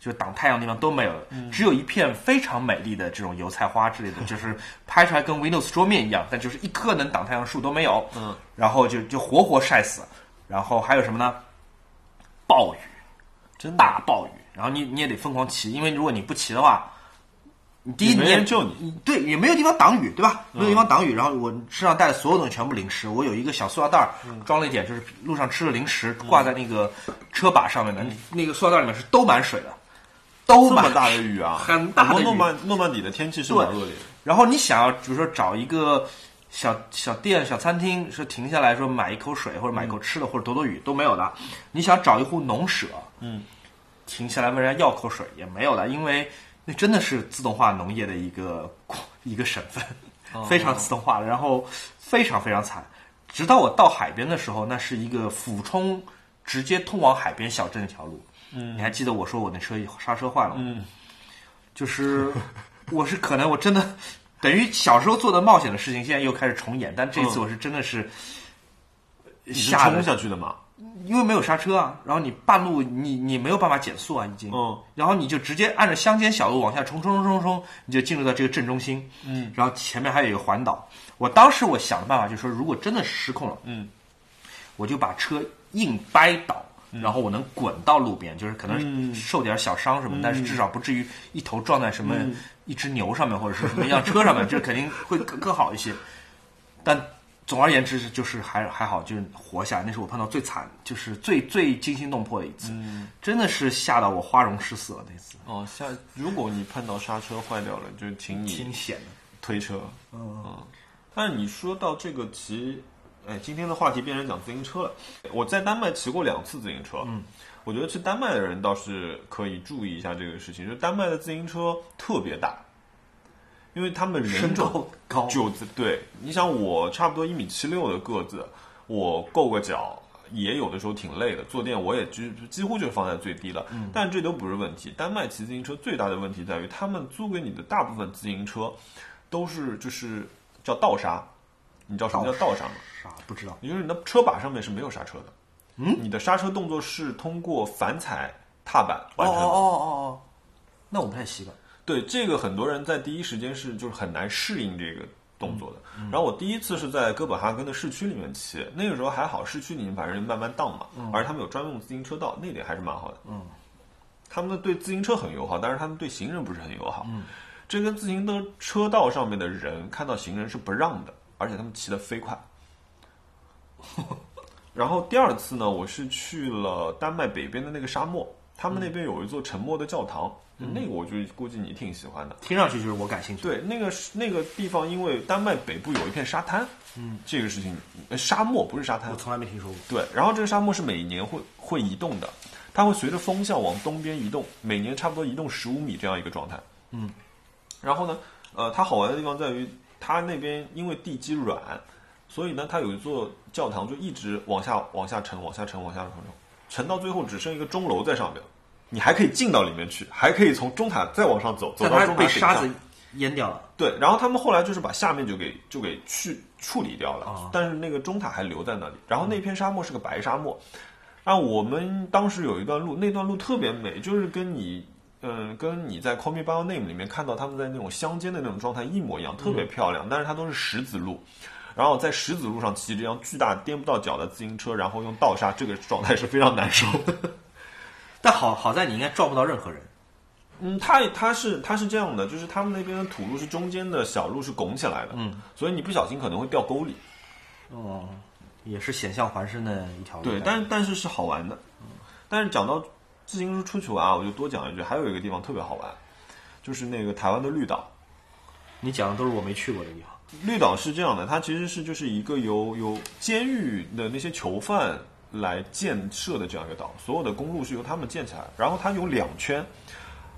[SPEAKER 1] 就挡太阳的地方都没有，只有一片非常美丽的这种油菜花之 类的，就是拍出来跟 Windows 桌面一样，但就是一棵能挡太阳树都没有。
[SPEAKER 2] 嗯，
[SPEAKER 1] 然后就就活活晒死。然后还有什么呢？暴雨，
[SPEAKER 2] 真的，
[SPEAKER 1] 大暴雨，然后你你也得疯狂骑，因为如果你不骑的话，你第一
[SPEAKER 2] 也没
[SPEAKER 1] 你也
[SPEAKER 2] 人救你，嗯
[SPEAKER 1] 对，也没有地方挡雨，对吧？没有地方挡雨，然后我身上带的所有东西全部零食，我有一个小塑料袋儿，
[SPEAKER 2] 嗯
[SPEAKER 1] 装了一点，就是路上吃的零食，挂在那个车把上面的，那个塑料袋里面是都满水的，都
[SPEAKER 2] 这么
[SPEAKER 1] 满
[SPEAKER 2] 大的雨啊，
[SPEAKER 1] 很大的雨
[SPEAKER 2] 我诺曼诺曼底的天气是
[SPEAKER 1] 对
[SPEAKER 2] 蛮恶劣的，
[SPEAKER 1] 然后你想要，比如说找一个小小店、小餐厅，说停下来说买一口水或者买一口吃的或者躲躲雨都没有的。你想找一户农舍，
[SPEAKER 2] 嗯，
[SPEAKER 1] 停下来问人家要口水也没有的，因为那真的是自动化农业的一个一个省份，非常自动化的，然后非常非常惨。直到我到海边的时候，那是一个俯冲直接通往海边小镇的一条路。嗯，你还记得我说我那车刹车坏了吗？
[SPEAKER 2] 嗯，
[SPEAKER 1] 就是我是可能我真的等于小时候做的冒险的事情，现在又开始重演，但这次我是真的是
[SPEAKER 2] 你是
[SPEAKER 1] 吓
[SPEAKER 2] 冲
[SPEAKER 1] 得，
[SPEAKER 2] 下去的嘛？
[SPEAKER 1] 因为没有刹车啊，然后你半路你你没有办法减速啊，已经，
[SPEAKER 2] 嗯，
[SPEAKER 1] 然后你就直接按着乡间小路往下冲冲冲冲冲，你就进入到这个镇中心，
[SPEAKER 2] 嗯，
[SPEAKER 1] 然后前面还有一个环岛，我当时我想的办法就是说，如果真的失控了，
[SPEAKER 2] 嗯，
[SPEAKER 1] 我就把车硬掰倒。
[SPEAKER 2] 嗯
[SPEAKER 1] 然后我能滚到路边，就是可能受点小伤
[SPEAKER 2] 嗯
[SPEAKER 1] 什么，但是至少不至于一头撞在什么一只牛上面或者是什么一辆车 上面，这肯定会更更好一些。但总而言之是，就是还还好，就是活下来。那是我碰到最惨，就是最最惊心动魄的一次，
[SPEAKER 2] 嗯
[SPEAKER 1] 真的是吓到我花容失色了那次，
[SPEAKER 2] 哦，下如果你碰到刹车坏掉了，就请你
[SPEAKER 1] 挺险的。
[SPEAKER 2] 推车。嗯，但是你说到这个骑，哎，今天的话题变成讲自行车了。我在丹麦骑过两次自行车，嗯，我觉得去丹麦的人倒是可以注意一下这个事情，就是丹麦的自行车特别大，因为他们人
[SPEAKER 1] 身
[SPEAKER 2] 种
[SPEAKER 1] 高高
[SPEAKER 2] 就对，你想我差不多一米七六的个子，我够个脚。也有的时候挺累的，坐垫我也几几乎就放在最低了，但这都不是问题。丹麦骑自行车最大的问题在于，他们租给你的大部分自行车都是就是叫倒刹，你知道什么叫倒刹吗？
[SPEAKER 1] 啥不知道？
[SPEAKER 2] 也就是你的车把上面是没有刹车的，嗯，你的刹车动作是通过反踩踏板完成的。
[SPEAKER 1] 哦哦，那我不太习惯。
[SPEAKER 2] 对，这个很多人在第一时间是就是很难适应这个动作的。然后我第一次是在哥本哈根的市区里面骑，那个时候还好，市区里面反正慢慢荡嘛，而他们有专用自行车道，那点还是蛮好的。嗯，他们对自行车很友好，但是他们对行人不是很友好。嗯，这跟自行车车道上面的人看到行人是不让的，而且他们骑得飞快。然后第二次呢，我是去了丹麦北边的那个沙漠，他们那边有一座沉默的教堂，那个我就估计你挺喜欢的。
[SPEAKER 1] 听上去就是我感兴趣。
[SPEAKER 2] 对，那个是那个地方，因为丹麦北部有一片沙滩，嗯，这个事情，呃沙漠不是沙滩
[SPEAKER 1] 我，从来没听说过。
[SPEAKER 2] 对。然后这个沙漠是每年会会移动的，它会随着风向往东边移动，每年差不多移动十五米这样一个状态。
[SPEAKER 1] 嗯，
[SPEAKER 2] 然后呢，呃，它好玩的地方在于，它那边因为地基软，所以呢，它有一座教堂就一直往下往下沉，往下沉，往下沉，沉到最后只剩一个钟楼在上面。你还可以进到里面去，还可以从中塔再往上走，走
[SPEAKER 1] 但
[SPEAKER 2] 到
[SPEAKER 1] 它
[SPEAKER 2] 中塔
[SPEAKER 1] 被
[SPEAKER 2] 顶
[SPEAKER 1] 沙
[SPEAKER 2] 上
[SPEAKER 1] 子淹掉了。
[SPEAKER 2] 对，然后他们后来就是把下面就给就给去处理掉了，但是那个中塔还留在那里。然后那片沙漠是个白沙漠，啊，我们当时有一段路，那段路特别美，就是跟你。嗯，跟你在《Call Me by Your Name》里面看到他们在那种乡间的那种状态一模一样，特别漂亮。但是它都是石子路，然后在石子路上骑这辆巨大颠不到脚的自行车，然后用倒刹，这个状态是非常难受的。
[SPEAKER 1] 但好好在你应该撞不到任何人。
[SPEAKER 2] 嗯，它它是它是这样的，就是他们那边的土路是中间的小路是拱起来的，
[SPEAKER 1] 嗯，
[SPEAKER 2] 所以你不小心可能会掉沟里。
[SPEAKER 1] 哦，也是险象环生的一条路。
[SPEAKER 2] 对，但但是是好玩的。但是讲到自行车出去玩啊，我就多讲一句，还有一个地方特别好玩，就是那个台湾的绿岛。
[SPEAKER 1] 你讲的都是我没去过的地方。
[SPEAKER 2] 绿岛是这样的，它其实是就是一个由由监狱的那些囚犯来建设的这样一个岛，所有的公路是由他们建起来的，然后它有两圈。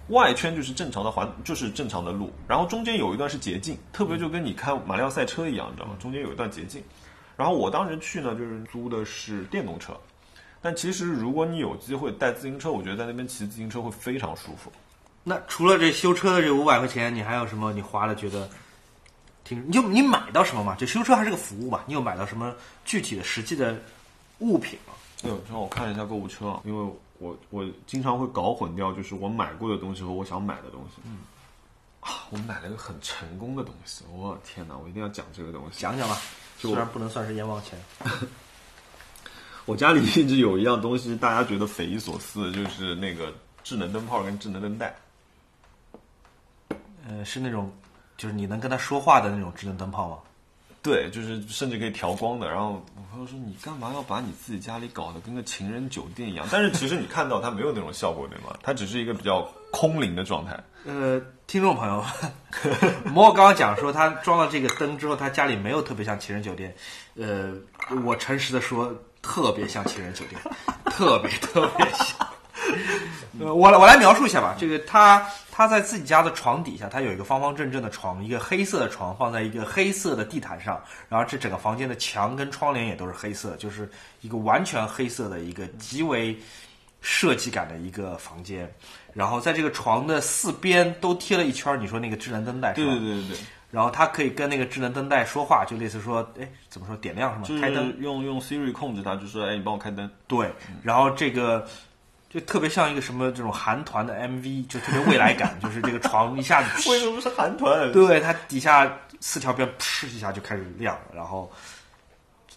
[SPEAKER 2] 外圈就是正常的环，就是正常的路，然后中间有一段是捷径，特别就跟你看马里奥赛车一样，你知道吗？中间有一段捷径。然后我当时去呢，就是租的是电动车，但其实如果你有机会带自行车，我觉得在那边骑自行车会非常舒服。
[SPEAKER 1] 那除了这修车的这五百块钱，你还有什么你花了觉得挺？你就你买到什么嘛？这修车还是个服务吧？你有买到什么具体的实际的物品吗？
[SPEAKER 2] 对，让我看一下购物车，啊，因为我我经常会搞混掉，就是我买过的东西和我想买的东西。嗯，啊，我买了一个很成功的东西，我天哪，我一定要讲这个东西。
[SPEAKER 1] 讲讲吧，
[SPEAKER 2] 就
[SPEAKER 1] 虽然不能算是冤枉钱，
[SPEAKER 2] 我家里一直有一样东西，大家觉得匪夷所思，就是那个智能灯泡跟智能灯带。
[SPEAKER 1] 呃，是那种就是你能跟他说话的那种智能灯泡吗？
[SPEAKER 2] 对，就是甚至可以调光的。然后我朋友说：“你干嘛要把你自己家里搞得跟个情人酒店一样？”但是其实你看到它没有那种效果，对吗？它只是一个比较空灵的状态。
[SPEAKER 1] 呃，听众朋友， 莫刚刚讲说他装了这个灯之后，他家里没有特别像情人酒店。呃，我诚实的说，特别像情人酒店，特别特别像。呃，我来我来描述一下吧。这个他他在自己家的床底下，他有一个方方正正的床，一个黑色的床放在一个黑色的地毯上，然后这整个房间的墙跟窗帘也都是黑色，就是一个完全黑色的一个极为设计感的一个房间。然后在这个床的四边都贴了一圈儿，你说那个智能灯带是
[SPEAKER 2] 对
[SPEAKER 1] 吧？
[SPEAKER 2] 对对对对，
[SPEAKER 1] 然后他可以跟那个智能灯带说话，就类似说，哎，怎么说点亮
[SPEAKER 2] 就
[SPEAKER 1] 什么开灯
[SPEAKER 2] 是？用用 Siri 控制它，就说：“哎，你帮我开灯。
[SPEAKER 1] 对，然后这个就特别像一个什么这种韩团的 MV，就特别未来感，就是这个床一下子”
[SPEAKER 2] 为什么是韩团？
[SPEAKER 1] 对，它底下四条边噗一下就开始亮了，然后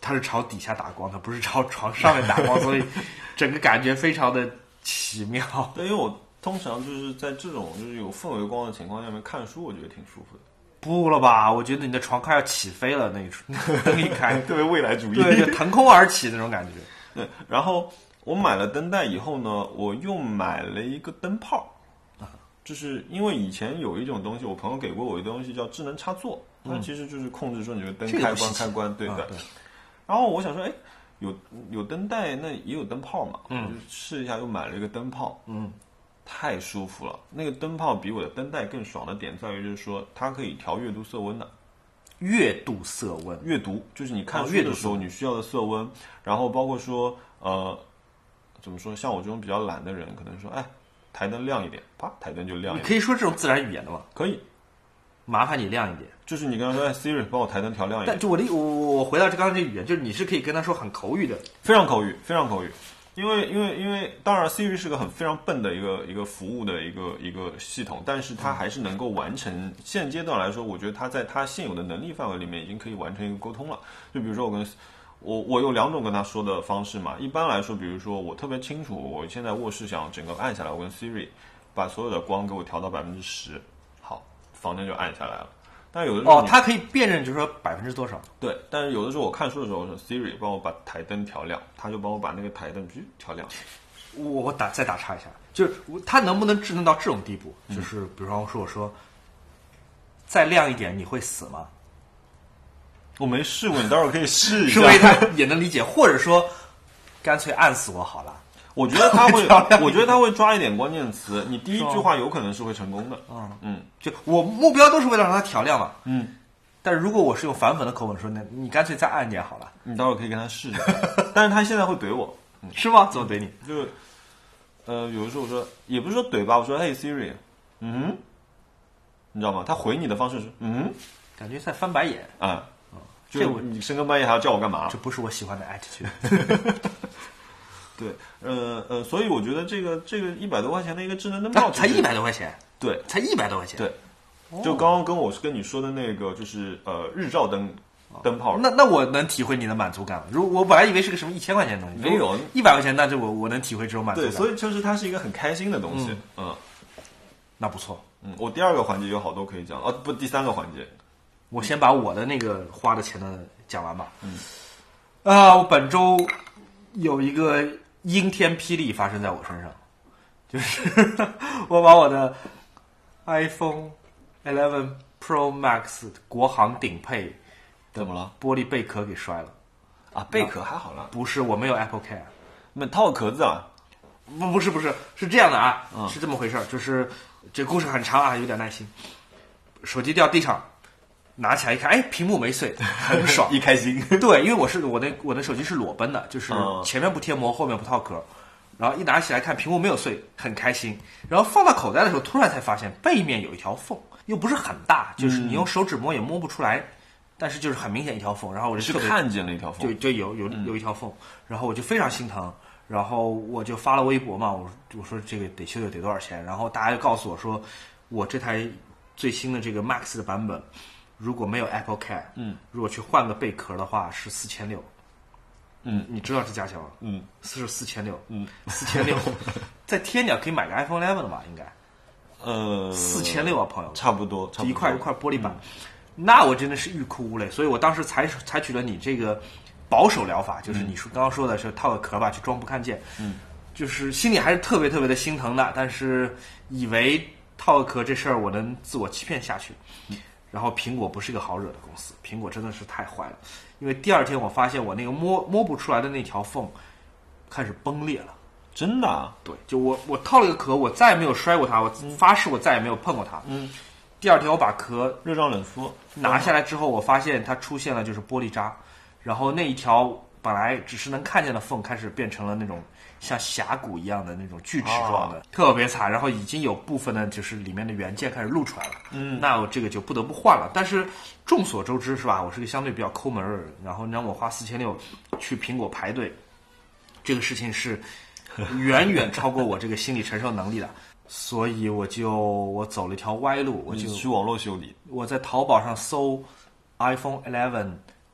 [SPEAKER 1] 它是朝底下打光，它不是朝床上面打光，所以整个感觉非常的奇妙。
[SPEAKER 2] 对，因为我通常就是在这种就是有氛围光的情况下面看书，我觉得挺舒服的，
[SPEAKER 1] 不了吧，我觉得你的床快要起飞了，那一瞬灯一开，
[SPEAKER 2] 特别未来主义。
[SPEAKER 1] 对，就腾空而起那种感觉。
[SPEAKER 2] 对， 然后我买了灯带以后呢，我又买了一个灯泡，
[SPEAKER 1] 啊
[SPEAKER 2] 就是因为以前有一种东西，我朋友给过我一个东西叫智能插座，它其实就是控制说你这个灯
[SPEAKER 1] 嗯这个
[SPEAKER 2] 开
[SPEAKER 1] 不稀
[SPEAKER 2] 关
[SPEAKER 1] 奇
[SPEAKER 2] 开关，对
[SPEAKER 1] 啊
[SPEAKER 2] 的。
[SPEAKER 1] 对
[SPEAKER 2] 然后我想说，哎，有有灯带，那也有灯泡嘛，嗯，试一下，又买了一个灯泡，
[SPEAKER 1] 嗯，
[SPEAKER 2] 太舒服了。那个灯泡比我的灯带更爽的点在于，就是说它可以调阅读色温的。
[SPEAKER 1] 月度色温，
[SPEAKER 2] 阅读，就是你看
[SPEAKER 1] 哦
[SPEAKER 2] 书
[SPEAKER 1] 阅读
[SPEAKER 2] 的时候你需要的色温，然后包括说呃，怎么说，像我这种比较懒的人，可能说哎，台灯亮一点，啪，台灯就亮
[SPEAKER 1] 你
[SPEAKER 2] 一点，
[SPEAKER 1] 可以说这种自然语言的嘛，
[SPEAKER 2] 可以，
[SPEAKER 1] 麻烦你亮一点。
[SPEAKER 2] 就是你跟他说哎 Siri 帮我台灯调亮一
[SPEAKER 1] 但
[SPEAKER 2] 点，
[SPEAKER 1] 就我的我我我回到这刚才这语言，就是你是可以跟他说很口语的，
[SPEAKER 2] 非常口语，非常口语。因为因为因为，当然 Siri 是个很非常笨的一个一个服务的一个一个系统，但是它还是能够完成。现阶段来说，我觉得它在它现有的能力范围里面已经可以完成一个沟通了。就比如说我跟我我有两种跟他说的方式嘛。一般来说，比如说我特别清楚，我现在卧室想整个暗下来，我跟 Siri 把所有的光给我调到百分之十，好，房间就暗下来了。但有的时候
[SPEAKER 1] 哦，
[SPEAKER 2] 你
[SPEAKER 1] 它可以辨认，就是说百分之多少。
[SPEAKER 2] 对，但是有的时候我看书的时候，我说 Siri 帮我把台灯调亮，他就帮我把那个台灯去调亮。
[SPEAKER 1] 我我打再打岔一下，就是我它能不能智能到这种地步？就是比方说我说再亮一点你会死吗？
[SPEAKER 2] 我没试过，你待会儿可以试一
[SPEAKER 1] 是
[SPEAKER 2] 下。
[SPEAKER 1] 为它也能理解，或者说干脆暗死我好了。
[SPEAKER 2] 我觉得他会
[SPEAKER 1] 调亮，
[SPEAKER 2] 我觉得他会抓一点关键词。你第一句话有可能是会成功的。嗯嗯，
[SPEAKER 1] 就我目标都是为了让它调亮嘛。
[SPEAKER 2] 嗯。
[SPEAKER 1] 但如果我是用反讽的口吻说，那你干脆再暗一点好了，
[SPEAKER 2] 你待会儿可以跟他试一下。但是他现在会怼我，
[SPEAKER 1] 是吗？怎么怼你？
[SPEAKER 2] 就呃，有的时候我说也不是说怼吧，我说嘿 Siri，嗯，你知道吗？他回你的方式是嗯
[SPEAKER 1] 感觉在翻白眼。
[SPEAKER 2] 啊、
[SPEAKER 1] 这
[SPEAKER 2] 就
[SPEAKER 1] 我
[SPEAKER 2] 你深更半夜还要叫我干嘛
[SPEAKER 1] 这？不是我喜欢的 attitude。
[SPEAKER 2] 对，呃呃，所以我觉得这个这个一百多块啊钱的一个智能灯泡
[SPEAKER 1] 那才
[SPEAKER 2] 其实
[SPEAKER 1] 一，百多块钱，
[SPEAKER 2] 对
[SPEAKER 1] 才一百多块钱。
[SPEAKER 2] 对，就刚刚跟我跟你说的那个，就是呃日照灯灯泡，
[SPEAKER 1] 哦那那我能体会你的满足感了。如我本来以为是个什么一千块钱的东西，
[SPEAKER 2] 没有
[SPEAKER 1] 一百块钱，那就我我能体会这种满足
[SPEAKER 2] 对，
[SPEAKER 1] 感。
[SPEAKER 2] 所
[SPEAKER 1] 以
[SPEAKER 2] 以就是它是一个很开心的东西，嗯
[SPEAKER 1] 那不错。
[SPEAKER 2] 嗯，我第二个环节有好多可以讲，哦不，第三个环节，
[SPEAKER 1] 我先把我的那个花的钱的讲完吧。嗯，啊，我本周有一个阴天霹雳发生在我身上，就是 我把我的 iPhone 11 Pro Max 国行顶配
[SPEAKER 2] 怎么了？
[SPEAKER 1] 玻璃贝壳给摔了。
[SPEAKER 2] 啊，贝壳还好啦，
[SPEAKER 1] 不是，我没有 Apple Care。
[SPEAKER 2] 那套壳子 啊，。
[SPEAKER 1] 不，不是，不是，是这样的啊，是这么回事儿，就是这故事很长啊，有点耐心。手机掉地上，拿起来一看，哎，屏幕没碎，很爽
[SPEAKER 2] 一开 心，
[SPEAKER 1] 对，因为我是我那我那手机是裸奔的，就是
[SPEAKER 2] 嗯
[SPEAKER 1] 前面不贴膜，后面不套壳，然后一拿起来看屏幕没有碎，很开心。然后放到口袋的时候，突然才发现背面有一条缝，又不是很大，就是
[SPEAKER 2] 嗯
[SPEAKER 1] 你用手指摸也摸不出来，但是就是很明显一条缝。然后我就是特别
[SPEAKER 2] 看见了一条
[SPEAKER 1] 就
[SPEAKER 2] 缝，
[SPEAKER 1] 就有有
[SPEAKER 2] 嗯
[SPEAKER 1] 有一条缝，然后我就非常心疼，然后我就发了微博嘛，我说我说这个得修修得多少钱，然后大家就告诉我说，我这台最新的这个 Max 的版本，如果没有 Apple Care，嗯，如果去换个贝壳的话是四千六，
[SPEAKER 2] 嗯，
[SPEAKER 1] 你知道这价钱吗？
[SPEAKER 2] 嗯，
[SPEAKER 1] 是四千六，
[SPEAKER 2] 嗯，
[SPEAKER 1] 四千 六，在天鸟可以买个 iPhone Eleven 了吧？应该
[SPEAKER 2] 呃，
[SPEAKER 1] 四千六啊，朋友们，
[SPEAKER 2] 差不多，差不多
[SPEAKER 1] 一块一块玻璃板，那我真的是欲哭无泪。所以我当时采采取了你这个保守疗法，就是你说刚刚说的是套个壳吧，去装不看见。嗯，就是心里还是特别特别的心疼的，但是以为套个壳这事儿我能自我欺骗下去。然后苹果不是一个好惹的公司，苹果真的是太坏了。因为第二天我发现我那个摸摸不出来的那条缝开始崩裂了。
[SPEAKER 2] 真的啊，
[SPEAKER 1] 对，就我我套了一个壳，我再也没有摔过它，我发誓我再也没有碰过它。嗯，第二天我把壳
[SPEAKER 2] 热胀冷缩，
[SPEAKER 1] 拿下来之后，我发现它出现了就是玻璃渣，然后那一条本来只是能看见的缝，开始变成了那种像峡谷一样的那种锯齿状的，特别惨。然后已经有部分的就是里面的元件开始露出来了，嗯，那我这个就不得不换了。但是众所周知是吧？我是个相对比较抠门儿的人，然后你让我花四千六去苹果排队，这个事情是远远超过我这个心理承受能力的。所以我就我走了一条歪路，我
[SPEAKER 2] 你
[SPEAKER 1] 就
[SPEAKER 2] 去网络修理，
[SPEAKER 1] 我在淘宝上搜 iPhone 11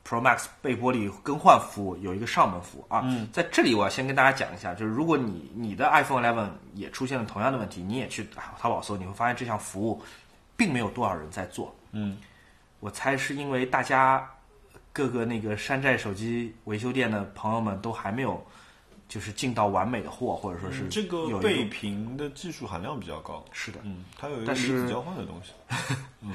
[SPEAKER 1] Pro Max 背玻璃更换服务，有一个上门服务啊。
[SPEAKER 2] 嗯
[SPEAKER 1] 在这里我要先跟大家讲一下，就是如果你你的 iPhone 11也出现了同样的问题，你也去啊淘宝搜，你会发现这项服务并没有多少人在做。
[SPEAKER 2] 嗯，
[SPEAKER 1] 我猜是因为大家各个那个山寨手机维修店的朋友们都还没有。就是进到完美的货，或者说是
[SPEAKER 2] 这嗯个
[SPEAKER 1] 有一
[SPEAKER 2] 倍频的技术含量比较高，
[SPEAKER 1] 是的，
[SPEAKER 2] 嗯，它有一个
[SPEAKER 1] 但
[SPEAKER 2] 离
[SPEAKER 1] 是
[SPEAKER 2] 子交换的东西，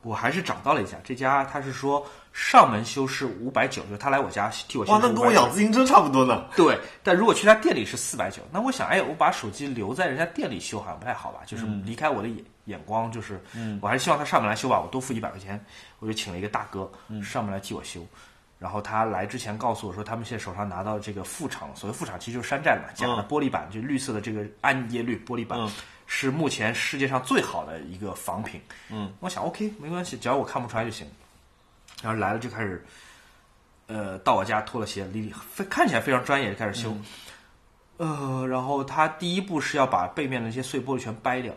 [SPEAKER 1] 我还是找到了一家，这家他是说上门修是五百九，就是他来我家替我修。590
[SPEAKER 2] 自行车差不多呢。
[SPEAKER 1] 对，但如果去他店里是四百九，那我想，哎，我把手机留在人家店里修好像不太好吧？就是离开我的眼眼光，就是，我还是希望他上门来修吧，我多付一百块钱，我就请了一个大哥上门来替我修。然后他来之前告诉我说，他们现在手上拿到这个副厂，所谓副厂其实就是山寨嘛，假的玻璃板，就绿色的这个暗叶绿玻璃板，
[SPEAKER 2] 嗯
[SPEAKER 1] 是目前世界上最好的一个仿品。嗯，我想 OK 没关系，只要我看不出来就行。然后来了就开始，呃，到我家脱了鞋，理理非看起来非常专业，就开始修。呃，然后他第一步是要把背面的那些碎玻璃全掰掉，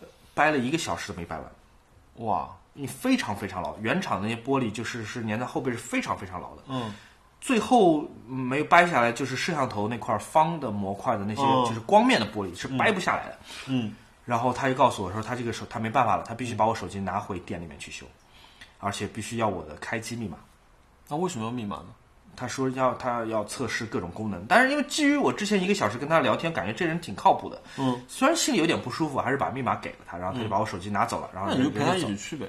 [SPEAKER 1] 呃掰了一个小时都没掰完，
[SPEAKER 2] 哇，
[SPEAKER 1] 你非常非常牢。原厂的那些玻璃就是是粘在后背是非常非常牢的，
[SPEAKER 2] 嗯，
[SPEAKER 1] 最后没掰下来，就是摄像头那块方的模块的那些，
[SPEAKER 2] 哦
[SPEAKER 1] 就是光面的玻璃是掰不下来的。
[SPEAKER 2] 嗯，
[SPEAKER 1] 然后他就告诉我说，他这个手他没办法了，他必须把我手机拿回店里面去修，而且必须要我的开机密码。
[SPEAKER 2] 那为什么要密码呢？
[SPEAKER 1] 他说要他要测试各种功能，但是因为基于我之前一个小时跟他聊天，感觉这人挺靠谱的，
[SPEAKER 2] 嗯，
[SPEAKER 1] 虽然心里有点不舒服，还是把密码给了他，然后他就把我手机拿走了，然后
[SPEAKER 2] 那你就陪他
[SPEAKER 1] 人
[SPEAKER 2] 一
[SPEAKER 1] 走
[SPEAKER 2] 起去呗。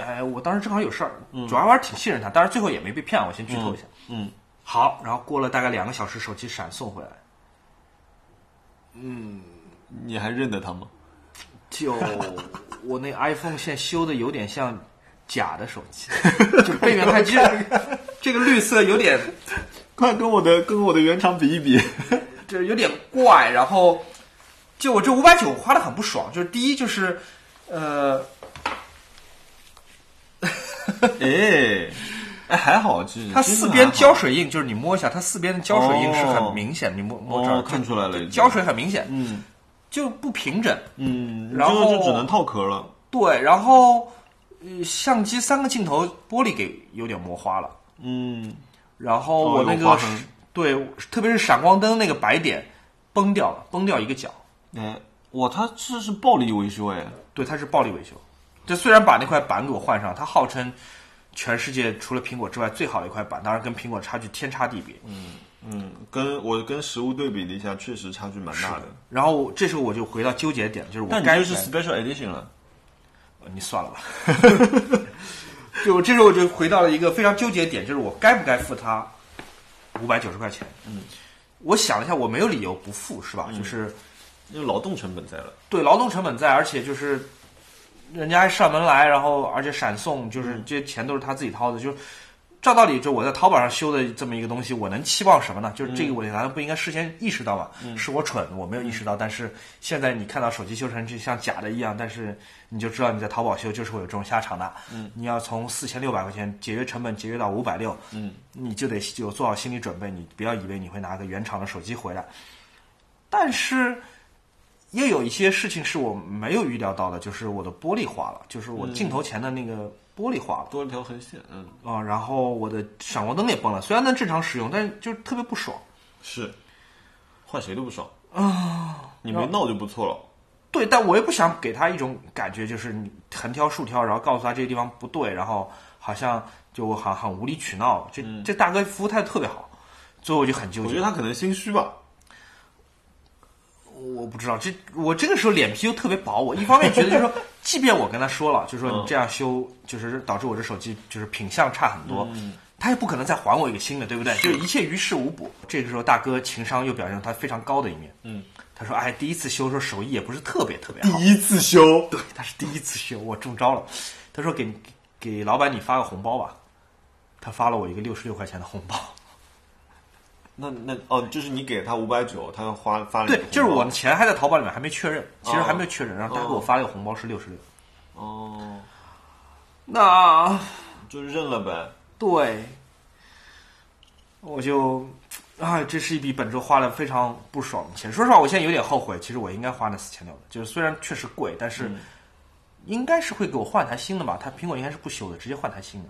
[SPEAKER 1] 哎，我当时正好有事儿，主要我还是挺信任他，但是最后也没被骗，我先剧透一下。
[SPEAKER 2] 嗯，
[SPEAKER 1] 好，然后过了大概两个小时，手机闪送回来，
[SPEAKER 2] 你还认得他吗？
[SPEAKER 1] 就我那 iPhone 现在修的有点像假的手 机，就背面看机，这个绿色有点
[SPEAKER 2] 快跟我的跟我的原厂比一比。
[SPEAKER 1] 这有点怪，然后就我这五百九花的很不爽，就是第一就是呃，
[SPEAKER 2] 哎，哎，还好，这
[SPEAKER 1] 它四边胶水印就是你摸一下，它四边的胶水印是很明显，你摸摸这儿
[SPEAKER 2] 哦看出来了已经
[SPEAKER 1] 胶水很明显，
[SPEAKER 2] 嗯
[SPEAKER 1] 就不平整。
[SPEAKER 2] 嗯，
[SPEAKER 1] 然后
[SPEAKER 2] 这个就只能套壳了。
[SPEAKER 1] 对，然后呃，相机三个镜头玻璃给有点磨花了，
[SPEAKER 2] 嗯，
[SPEAKER 1] 然后
[SPEAKER 2] 哦
[SPEAKER 1] 我
[SPEAKER 2] 有
[SPEAKER 1] 那
[SPEAKER 2] 划
[SPEAKER 1] 个
[SPEAKER 2] 痕
[SPEAKER 1] 是对，特别是闪光灯那个白点崩掉了，崩掉一个角，
[SPEAKER 2] 哎，哇，它这是暴力维修哎，
[SPEAKER 1] 对，它是暴力维修。这虽然把那块板给我换上，它号称全世界除了苹果之外最好的一块板，当然跟苹果差距天差地别。
[SPEAKER 2] 嗯，跟我跟实物对比了一下，确实差距蛮大的。
[SPEAKER 1] 然后这时候我就回到纠结点，就是我
[SPEAKER 2] 但你
[SPEAKER 1] 该
[SPEAKER 2] 这
[SPEAKER 1] 不
[SPEAKER 2] 是
[SPEAKER 1] 该呃
[SPEAKER 2] special edition 了，
[SPEAKER 1] 你算了吧。 就这时候我就回到了一个非常纠结的点，就是我该不该付他五百九十块钱？嗯，我想了一下，我没有理由不付，是
[SPEAKER 2] 嗯
[SPEAKER 1] 吧？就是
[SPEAKER 2] 因为劳动成本在了。
[SPEAKER 1] 对劳动成本在，而且就是人家还上门来，然后而且闪送，就是这些钱都是他自己掏的，就是。照道理，就我在淘宝上修的这么一个东西，我能期望什么呢？就是这个，我难道不应该事先意识到吗？是我蠢，我没有意识到。但是现在你看到手机修成就像假的一样，但是你就知道你在淘宝修就是会有这种下场的。嗯，你要从四千六百块钱节约成本节约到五百六，
[SPEAKER 2] 嗯，
[SPEAKER 1] 你就得有做好心理准备，你不要以为你会拿个原厂的手机回来。但是也有一些事情是我没有预料到的，就是我的玻璃花了，就是我镜头前的那个玻璃花了。
[SPEAKER 2] 多了条横线，嗯，
[SPEAKER 1] 啊、然后我的闪光灯也崩了，虽然能正常使用，但是就是特别不爽。
[SPEAKER 2] 是，换谁都不爽啊！你没闹就不错了。
[SPEAKER 1] 对，但我也不想给他一种感觉，就是你横挑竖挑，然后告诉他这个地方不对，然后好像就我好像很无理取闹。这、这大哥服务态度特别好，所以我就很纠
[SPEAKER 2] 我觉
[SPEAKER 1] 结
[SPEAKER 2] 得。他可能心虚吧，
[SPEAKER 1] 我不知道，这我这个时候脸皮又特别薄，我一方面觉得就是 说，即便我跟他说了，就是说你这样修，就是导致我这手机就是品相差很多，他也不可能再还我一个新的，对不对？嗯就是一切于事无补。这个时候，大哥情商又表现出他非常高的一面，嗯，他说：“哎，第一次修说手艺也不是特别特别好，
[SPEAKER 2] 一次修，
[SPEAKER 1] 对，他是第一次修，我中招了。”他说给：“给老板你发个红包吧。”他发了我一个六十六块钱的红 包，
[SPEAKER 2] 那那哦，就是你给他五百九，他又花发了你
[SPEAKER 1] 对
[SPEAKER 2] 红，包
[SPEAKER 1] 就是我的钱还在淘宝里面还没确认，其实还没有确认，然后他给我发了一个红包是六十六。
[SPEAKER 2] 哦，
[SPEAKER 1] 那
[SPEAKER 2] 就认了呗。
[SPEAKER 1] 对，我就啊，这是一笔本周花了非常不爽的钱。说实话，我现在有点后悔，其实我应该花那四千六的，就是虽然确实贵，但是应该是会给我换台新的吧？它苹果应该是不修的，直接换台新的。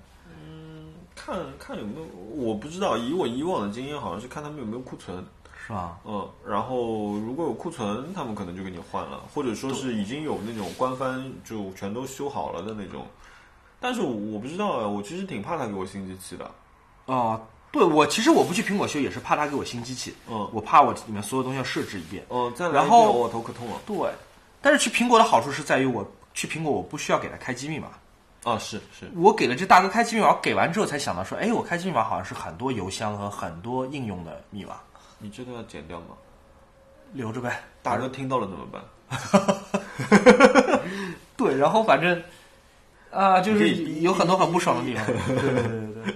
[SPEAKER 2] 看看有没有，我不知道。以我以往的经验，好像是看他们有没有库存。
[SPEAKER 1] 是吧？
[SPEAKER 2] 嗯，然后如果有库存，他们可能就给你换了，或者说是已经有那种官方就全都修好了的那种。但是我不知道啊，我其实挺怕他给我新机器的。
[SPEAKER 1] 啊、对我其实我不去苹果修，也是怕它给我新机器，
[SPEAKER 2] 嗯
[SPEAKER 1] 我怕我里面所有东西要设置一遍。
[SPEAKER 2] 哦，再来一
[SPEAKER 1] 然
[SPEAKER 2] 遍
[SPEAKER 1] 后
[SPEAKER 2] 我头可痛了。
[SPEAKER 1] 对，但是去苹果的好处是在于我去苹果我不需要给它开机密码，
[SPEAKER 2] 啊，是是，
[SPEAKER 1] 我给了这大哥开机密码，我给完之后才想到说，哎，我开机密码好像是很多邮箱和很多应用的密码，
[SPEAKER 2] 你这段要剪掉吗？
[SPEAKER 1] 留着呗。
[SPEAKER 2] 大哥听到了怎么办？
[SPEAKER 1] 对，然后反正啊、就是
[SPEAKER 2] 你可以
[SPEAKER 1] 有很多很不爽的 地方。对对对对对，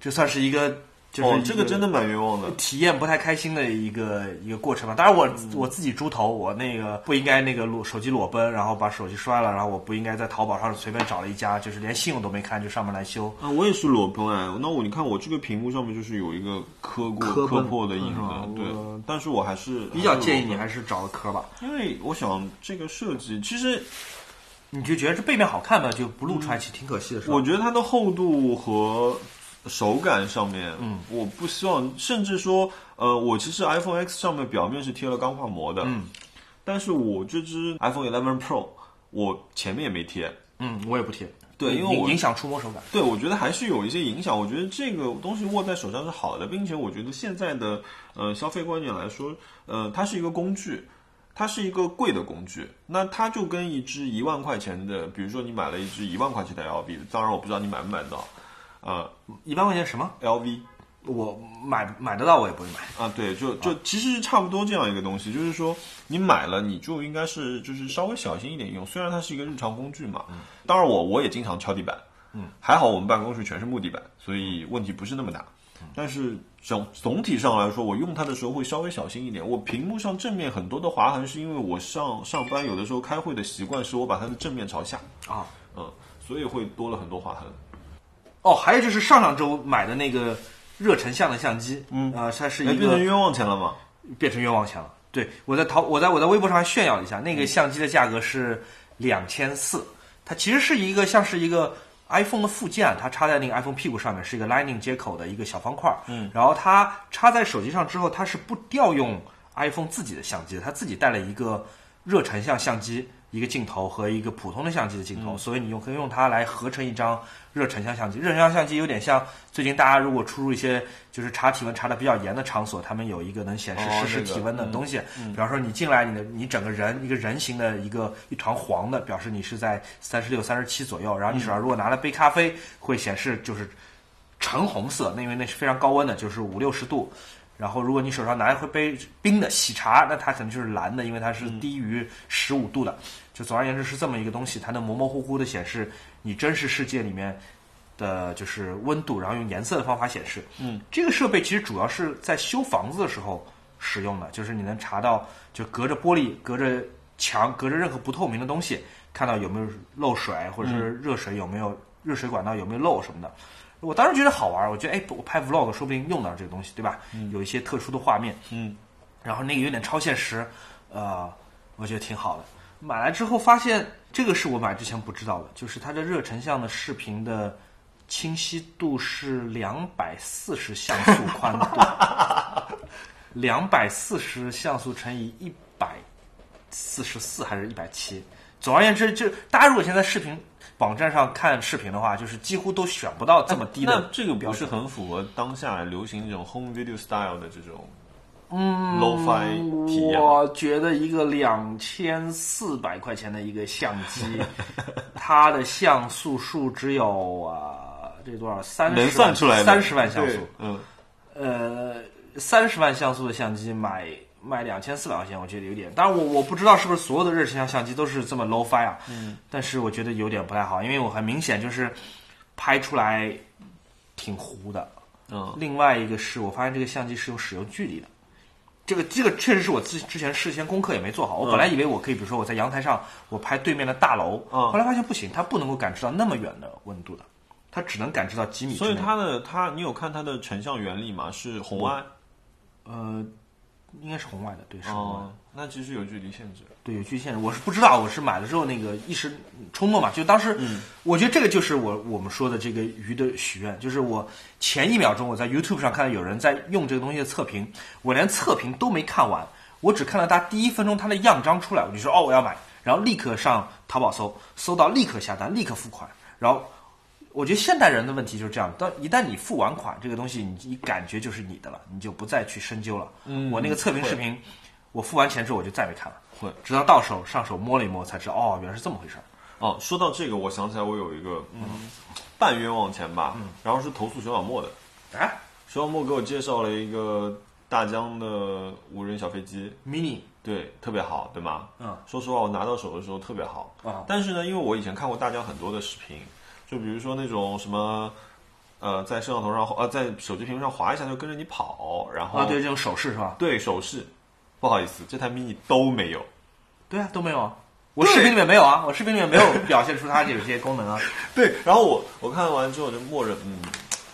[SPEAKER 1] 这算是一个就是、
[SPEAKER 2] 哦，这个真的蛮冤枉的。
[SPEAKER 1] 体验不太开心的一个一个过程吧。当然我，我、自己猪头，我那个不应该那个裸手机裸奔，然后把手机摔了，然后我不应该在淘宝上随便找了一家，就是连信用都没看就上门来修。
[SPEAKER 2] 啊，我也是裸奔哎，那我你看我这个屏幕上面就是有一个磕过
[SPEAKER 1] 磕
[SPEAKER 2] 磕
[SPEAKER 1] 碰
[SPEAKER 2] 破的印
[SPEAKER 1] 嗯
[SPEAKER 2] 子
[SPEAKER 1] 啊，
[SPEAKER 2] 对
[SPEAKER 1] 我，
[SPEAKER 2] 但是我还是
[SPEAKER 1] 比较建议你还
[SPEAKER 2] 是
[SPEAKER 1] 是找个壳吧，
[SPEAKER 2] 裸奔，因为我想这个设计，其实
[SPEAKER 1] 你就觉得这背面好看吧，就不露出来，其实挺可惜的是吧？
[SPEAKER 2] 我觉得它的厚度和手感上面，嗯，我不希望，甚至说，呃，我其实 iPhone X 上面表面是贴了钢化膜的，嗯，但是我这只 iPhone 11 Pro，我前面也没贴，
[SPEAKER 1] 嗯，我也不贴。
[SPEAKER 2] 对因为
[SPEAKER 1] 影
[SPEAKER 2] 我
[SPEAKER 1] 影响触摸手感。
[SPEAKER 2] 对，我觉得还是有一些影响。我觉得这个东西握在手上是好的，并且我觉得现在的呃消费观念来说，呃，它是一个工具，它是一个贵的工具。那它就跟一只一万块钱的，比如说你买了一只一万块钱的 LV，当然我不知道你买不买得到，呃
[SPEAKER 1] 一般块钱什么？
[SPEAKER 2] ，LV
[SPEAKER 1] 我买买得到，我也不会买。
[SPEAKER 2] 啊，对，就就其实是差不多这样一个东西，就是说你买了，你就应该是就是稍微小心一点用，虽然它是一个日常工具嘛。当然我我也经常敲地板，嗯，还好我们办公室全是木地板，所以问题不是那么大。但是总总体上来说，我用它的时候会稍微小心一点。我屏幕上正面很多的划痕，是因为我上上班有的时候开会的习惯是我把它的正面朝下，
[SPEAKER 1] 啊，
[SPEAKER 2] 嗯，所以会多了很多划痕。
[SPEAKER 1] 哦，还有就是上上周买的那个热成像的相机，嗯啊、呃，它是一个
[SPEAKER 2] 哎变成冤枉钱了吗？
[SPEAKER 1] 变成冤枉钱了。对我在淘，我在我在微博上还炫耀了一下，那个相机的价格是两千四，它其实是一个像是一个 iPhone 的附件，它插在那个 iPhone 屁股上面，是一个 Lightning 接口的一个小方块。嗯，然后它插在手机上之后，它是不调用 iPhone 自己的相机的，它自己带了一个热成像相机。一个镜头和一个普通的相机的镜头，
[SPEAKER 2] 嗯
[SPEAKER 1] 所以你用可以用它来合成一张热成像相机。热成像相机有点像最近大家如果出入一些就是查体温查的比较严的场所，他们有一个能显示
[SPEAKER 2] 哦
[SPEAKER 1] 实时
[SPEAKER 2] 这个
[SPEAKER 1] 体温的
[SPEAKER 2] 嗯
[SPEAKER 1] 东西。比方说你进来，你的你整个人一个人形的一个一团黄的，表示你是在三十六、三十七左右。然后你手上如果拿了杯咖啡，会显示就是橙红色，那因为那是非常高温的，就是五六十度。然后，如果你手上拿一杯冰的喜茶，那它可能就是蓝的，因为它是低于十五度的。就总而言之是这么一个东西，它能模模糊糊的显示你真实世界里面的就是温度，然后用颜色的方法显示。
[SPEAKER 2] 嗯，
[SPEAKER 1] 这个设备其实主要是在修房子的时候使用的，就是你能查到，就隔着玻璃、隔着墙、隔着任何不透明的东西，看到有没有漏水，或者是热水有没有、热水管道有没有漏什么的。我当时觉得好玩，我觉得哎，我拍 vlog 说不定用到这个东西，对吧？有一些特殊的画面，
[SPEAKER 2] 嗯，
[SPEAKER 1] 然后那个有点超现实，呃，我觉得挺好的。买来之后发现，这个是我买之前不知道的，就是它的热成像的视频的清晰度是两百四十像素宽度， 两百四十像素乘以一百四十四还是一百七。总而言之，就大家如果现在视频网站上看视频的话，就是几乎都选不到这么低的。
[SPEAKER 2] 啊那这个不是很符合当下流行这种 home video style 的这种嗯 lofi 体验吗？
[SPEAKER 1] 我觉得一个两千四百块钱的一个相 机，它的像素数只有啊，这多少三
[SPEAKER 2] 能算出来的
[SPEAKER 1] 三十万像素
[SPEAKER 2] 对，嗯，
[SPEAKER 1] 呃，三十万像素的相机买卖两千四百块钱，我觉得有点。当然我，我不知道是不是所有的热成像相机都是这么 low fi 啊，嗯，但是我觉得有点不太好，因为我很明显就是拍出来挺糊的，
[SPEAKER 2] 嗯，
[SPEAKER 1] 另外一个是我发现这个相机是有使用距离的，这个这个确实是我之之前事先功课也没做好。我本来以为我可以，比如说我在阳台上我拍对面的大楼，
[SPEAKER 2] 嗯
[SPEAKER 1] 后来发现不行，它不能够感知到那么远的温度的，它只能感知到几米之内。
[SPEAKER 2] 所以它的它，你有看它的成像原理吗？是红外
[SPEAKER 1] 呃应该是红外的，对，是红外的。
[SPEAKER 2] 哦，那其实有距离限制。
[SPEAKER 1] 对，有局限制。我是不知道，我是买了之后那个一时冲动嘛，就当时，
[SPEAKER 2] 嗯
[SPEAKER 1] 我觉得这个就是我我们说的这个鱼的许愿，就是我前一秒钟我在 YouTube 上看到有人在用这个东西的测评，我连测评都没看完，我只看到它第一分钟它的样张出来，我就说哦我要买，然后立刻上淘宝搜，搜到立刻下单，立刻付款，然后。我觉得现代人的问题就是这样，当一旦你付完款，这个东西你你感觉就是你的了，你就不再去深究了。
[SPEAKER 2] 嗯
[SPEAKER 1] 我那个测评
[SPEAKER 2] 会
[SPEAKER 1] 视频，我付完钱之后我就再没看了。
[SPEAKER 2] 会
[SPEAKER 1] 直到到手上手摸了一摸，才知道哦，原来是这么回事儿。
[SPEAKER 2] 哦，说到这个，我想起来我有一个嗯半冤枉钱吧，
[SPEAKER 1] 嗯
[SPEAKER 2] 然后是投诉熊小莫的。
[SPEAKER 1] 哎
[SPEAKER 2] 熊小莫给我介绍了一个大疆的无人小飞机，
[SPEAKER 1] ，mini
[SPEAKER 2] 对，特别好，对吗？
[SPEAKER 1] 嗯，
[SPEAKER 2] 说实话，我拿到手的时候特别好。
[SPEAKER 1] 啊
[SPEAKER 2] 但是呢，因为我以前看过大疆很多的视频，就比如说那种什么，呃，在摄像头上呃，在手机屏幕上滑一下就跟着你跑，然后
[SPEAKER 1] 啊，对，这种手势是吧？
[SPEAKER 2] 对手势，不好意思，这台 mini 都没有。
[SPEAKER 1] 对啊，都没有啊。我视频里面没有啊，我视频里面没有表现出它有这些功 能啊。
[SPEAKER 2] 对，然后我我看完之后就默认，嗯，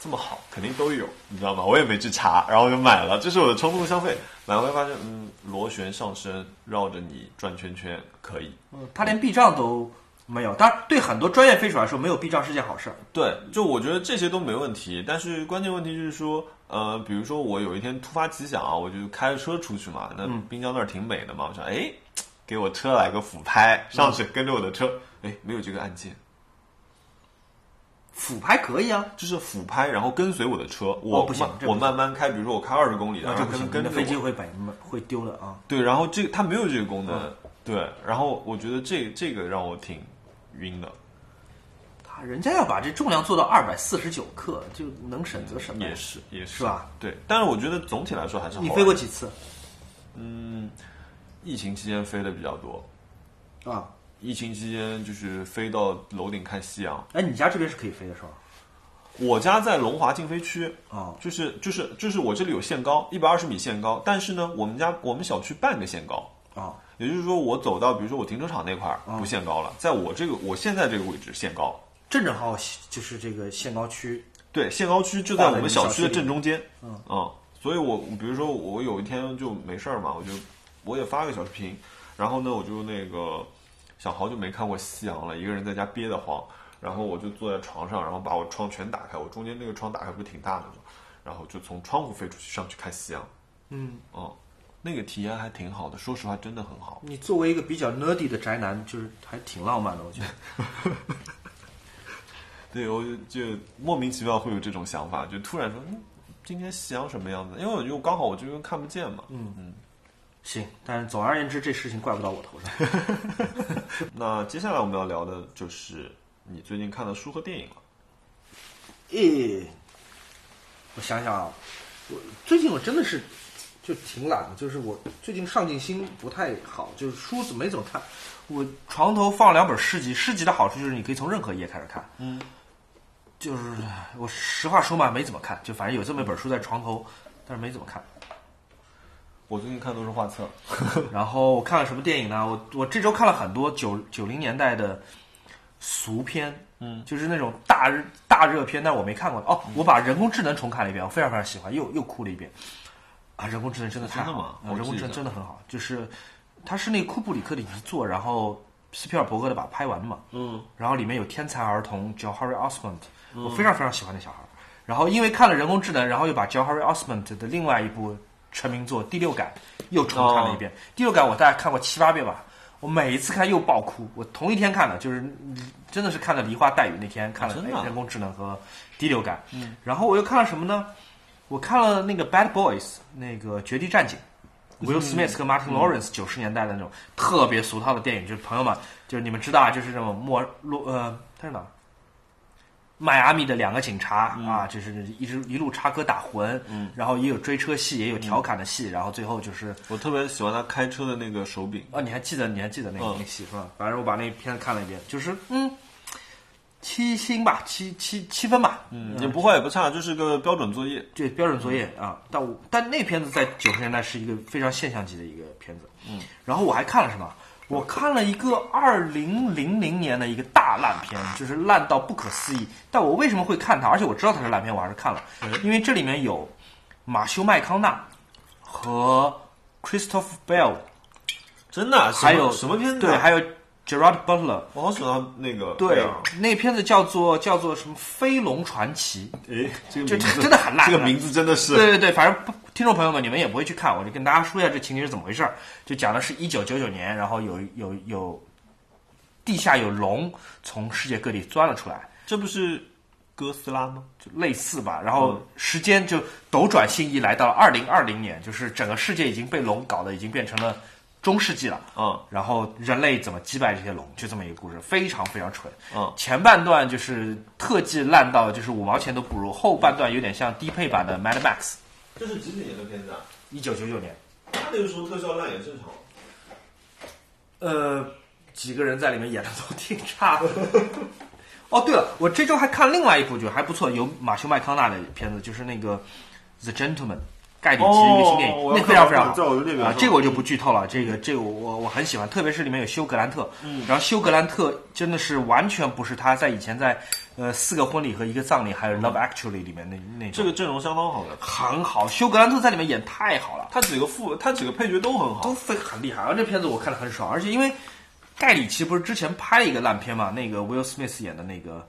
[SPEAKER 2] 这么好，肯定都有，你知道吗？我也没去查，然后就买了，这是我的冲动消费。买回来发现，嗯，螺旋上升，绕着你转圈圈，可以。
[SPEAKER 1] 呃它连避障都没有，当然对很多专业飞手来说，没有避障是件好事儿。
[SPEAKER 2] 对，就我觉得这些都没问题，但是关键问题就是说，呃，比如说我有一天突发奇想啊，我就开着车出去嘛，那
[SPEAKER 1] 嗯
[SPEAKER 2] 滨江那儿挺美的嘛，我想，哎，给我车来个俯拍，
[SPEAKER 1] 嗯
[SPEAKER 2] 上去跟着我的车，哎，没有这个按键，
[SPEAKER 1] 俯拍可以啊，
[SPEAKER 2] 就是俯拍，然后跟随我的车，我、
[SPEAKER 1] 哦不行
[SPEAKER 2] 慢
[SPEAKER 1] 这
[SPEAKER 2] 我
[SPEAKER 1] 不行
[SPEAKER 2] 慢慢开，比如说我开二十公里，然
[SPEAKER 1] 那
[SPEAKER 2] 后
[SPEAKER 1] 这啊不行，
[SPEAKER 2] 跟
[SPEAKER 1] 你
[SPEAKER 2] 跟
[SPEAKER 1] 的
[SPEAKER 2] 着
[SPEAKER 1] 飞机
[SPEAKER 2] 我
[SPEAKER 1] 会被会丢的啊。
[SPEAKER 2] 对，然后这个它没有这个功能，
[SPEAKER 1] 嗯
[SPEAKER 2] 对，然后我觉得这这个让我挺晕的，
[SPEAKER 1] 它人家要把这重量做到二百四十九克，就能省则省呗
[SPEAKER 2] 也。是也是
[SPEAKER 1] 是吧？
[SPEAKER 2] 对，但是我觉得总体来说还是好
[SPEAKER 1] 你
[SPEAKER 2] 玩
[SPEAKER 1] 飞过
[SPEAKER 2] 的
[SPEAKER 1] 几次
[SPEAKER 2] 疫情期间飞的比较多。
[SPEAKER 1] 啊？
[SPEAKER 2] 疫情期间就是飞到楼顶看夕阳。
[SPEAKER 1] 哎，你家这边是可以飞的是吧？
[SPEAKER 2] 我家在龙华禁飞区，
[SPEAKER 1] 哦
[SPEAKER 2] 就是就是就是我这里有限高，一百二十米限高，但是呢，我们家我们小区半个限高，
[SPEAKER 1] 啊，
[SPEAKER 2] 也就是说我走到比如说我停车场那块儿不限高了，在我这个我现在这个位置限高，
[SPEAKER 1] 正正好就是这个限高区，
[SPEAKER 2] 对，限高区就在我们小区的正中间，
[SPEAKER 1] 嗯
[SPEAKER 2] 所以我我比如说我有一天就没事儿嘛，我就我也发个小视频，然后呢，我就那个想好久没看过夕阳了，一个人在家憋得慌，然后我就坐在床上，然后把我窗全打开，我中间那个窗打开不是挺大的嘛，然后就从窗户飞出去上去看夕阳，
[SPEAKER 1] 嗯，
[SPEAKER 2] 嗯，那个体验还挺好的，说实话真的很好，
[SPEAKER 1] 你作为一个比较 nerdy 的宅男，就是还挺浪漫的，我觉得。
[SPEAKER 2] 对，我就就莫名其妙会有这种想法，就突然说。嗯今天夕阳什么样子？因为我就刚好我这边看不见嘛，嗯嗯，
[SPEAKER 1] 行，但是总而言之，这事情怪不到我头上。
[SPEAKER 2] 那接下来我们要聊的就是你最近看的书和电影了。
[SPEAKER 1] 诶，我想想啊，我最近我真的是就挺懒的，就是我最近上进心不太好，就是书没怎么看。我床头放了两本诗集，诗集的好处就是你可以从任何一页开始看。
[SPEAKER 2] 嗯，
[SPEAKER 1] 就是我实话说嘛，没怎么看，就反正有这么一本书在床头，但是没怎么看。
[SPEAKER 2] 我最近看都是画册，
[SPEAKER 1] 然后我看了什么电影呢？我我这周看了很多九九零年代的俗片，
[SPEAKER 2] 嗯，
[SPEAKER 1] 就是那种大热大热片，但我没看过的。哦，我把人工智能重看了一遍，我非常非常喜欢，又又哭了一遍。啊，人工智能真的太好
[SPEAKER 2] 真的
[SPEAKER 1] 了
[SPEAKER 2] 吗，
[SPEAKER 1] 啊
[SPEAKER 2] 我
[SPEAKER 1] 人工
[SPEAKER 2] 记
[SPEAKER 1] 智能
[SPEAKER 2] 得
[SPEAKER 1] 真的很好，就是它是那个库布里克的遗作，然后斯皮尔伯格的把它拍完嘛，
[SPEAKER 2] 嗯，
[SPEAKER 1] 然后里面有天才儿童 j o Harry Osmond，我非常非常喜欢那小孩儿。然后因为看了人工智能，然后又把 j o Harry Osmond 的另外一部成名作《第六感》又重看了一遍。第六感》我大概看过七八遍吧，我每一次看又爆哭。我同一天看的，就是嗯真的是看的梨花带雨那天看了、
[SPEAKER 2] 真的啊嗯
[SPEAKER 1] 哎人工智能和《第六感》然后我又看了什么呢？我看了那个《Bad Boys》，那个《绝地战警》，Will
[SPEAKER 2] 嗯
[SPEAKER 1] Smith 和 Martin Lawrence 九十年代的那种特别俗套的电影，就是朋友们，就是你们知道啊，就是那种莫洛呃，他是哪儿？迈阿密的两个警察、啊，就是一直一路插科打诨，
[SPEAKER 2] 嗯
[SPEAKER 1] 然后也有追车戏，也有调侃的戏，然后最后就是
[SPEAKER 2] 我特别喜欢他开车的那个手柄，
[SPEAKER 1] 啊，你还记得你还记得那个、
[SPEAKER 2] 嗯
[SPEAKER 1] 那戏是吧？反正我把那片看了一遍，就是嗯，七星吧，七七七分吧，嗯
[SPEAKER 2] 也不坏也不差，就是个标准作业。
[SPEAKER 1] 这标准作业啊，但我但那片子在九十年代是一个非常现象级的一个片子。嗯，然后我还看了什么？我看了一个二零零零年的一个大烂片，就是烂到不可思议。但我为什么会看它？而且我知道它是烂片，我还是看了，因为这里面有马修麦康纳和 Christoph Bell，
[SPEAKER 2] 真的啊，什么
[SPEAKER 1] 还有
[SPEAKER 2] 什么片子啊？
[SPEAKER 1] 对，还有 Gerard Butler。
[SPEAKER 2] 我好喜欢那个。
[SPEAKER 1] 对，
[SPEAKER 2] 啊
[SPEAKER 1] 那片子叫做叫做什么《飞龙传奇》。
[SPEAKER 2] 哎，这个
[SPEAKER 1] 这
[SPEAKER 2] 名字
[SPEAKER 1] 真的很烂
[SPEAKER 2] 这个名字真的是。
[SPEAKER 1] 对对对，反正不听众朋友们，你们也不会去看，我就跟大家说一下这情节是怎么回事儿。就讲的是一九九九年，然后有有有地下有龙从世界各地钻了出来，
[SPEAKER 2] 这不是哥斯拉吗？
[SPEAKER 1] 就类似吧。然后时间就斗转星移，来到了二零二零年，就是整个世界已经被龙搞得已经变成了中世纪了。
[SPEAKER 2] 嗯
[SPEAKER 1] 然后人类怎么击败这些龙，就这么一个故事，非常非常蠢。
[SPEAKER 2] 嗯
[SPEAKER 1] 前半段就是特技烂到就是五毛钱都不如，后半段有点像低配版的 Mad Max。
[SPEAKER 2] 这是几几年的片子啊？
[SPEAKER 1] 一九九九年。
[SPEAKER 2] 他那个时候特效烂也正常。
[SPEAKER 1] 呃，几个人在里面演的都挺差的。 哦，对了，我这周还看另外一部剧，还不错，有马修麦康纳的片子，就是那个《The Gentleman》。盖里奇的一个新电影，
[SPEAKER 2] 哦我要
[SPEAKER 1] 那
[SPEAKER 2] 看
[SPEAKER 1] 非常
[SPEAKER 2] 我
[SPEAKER 1] 非常
[SPEAKER 2] 看在
[SPEAKER 1] 好
[SPEAKER 2] 我的列表
[SPEAKER 1] 啊！
[SPEAKER 2] 上
[SPEAKER 1] 这个我就不剧透了。这个这个我我我很喜欢，特别是里面有休格兰特，嗯，然后休格兰特真的是完全不是他在以前在呃《四个婚礼和一个葬礼》还有《Love Actually》里面那那
[SPEAKER 2] 这
[SPEAKER 1] 种
[SPEAKER 2] 个阵容相当好的，
[SPEAKER 1] 很好。休格兰特在里面演太好了，
[SPEAKER 2] 他几个副，他几个配角都很好
[SPEAKER 1] 都。非很厉害。而这片子我看的很爽，而且因为盖里奇不是之前拍了一个烂片嘛，那个 Will Smith 演的那个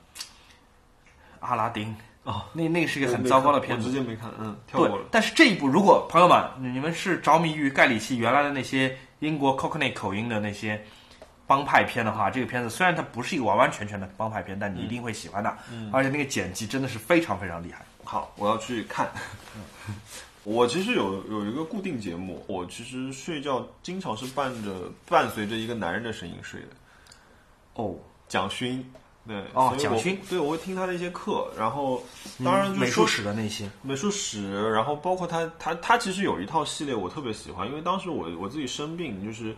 [SPEAKER 1] 阿拉丁，
[SPEAKER 2] 啊，
[SPEAKER 1] 那那是一个很糟糕的片
[SPEAKER 2] 我直
[SPEAKER 1] 子。
[SPEAKER 2] 接没看，嗯，跳
[SPEAKER 1] 对
[SPEAKER 2] 过了，。
[SPEAKER 1] 但是这一部如果朋友们你们是着迷于盖里奇原来的那些英国 Cockney 口音的那些帮派片的话，这个片子虽然它不是一个完完全全的帮派片，但你一定会喜欢的。
[SPEAKER 2] 嗯
[SPEAKER 1] 而且那个剪辑真的是非常非常厉害。
[SPEAKER 2] 好，我要去看。 我其实有有一个固定节目，我其实睡觉经常是伴着伴随着一个男人的声音睡的，
[SPEAKER 1] 哦，
[SPEAKER 2] 蒋勋。对，
[SPEAKER 1] 哦
[SPEAKER 2] 所以我
[SPEAKER 1] 蒋勋，嗯
[SPEAKER 2] 对我会听他的一些课，然后当然就是
[SPEAKER 1] 美术
[SPEAKER 2] 说
[SPEAKER 1] 史的那些，
[SPEAKER 2] 美术史，然后包括他他他其实有一套系列我特别喜欢，因为当时我我自己生病，就是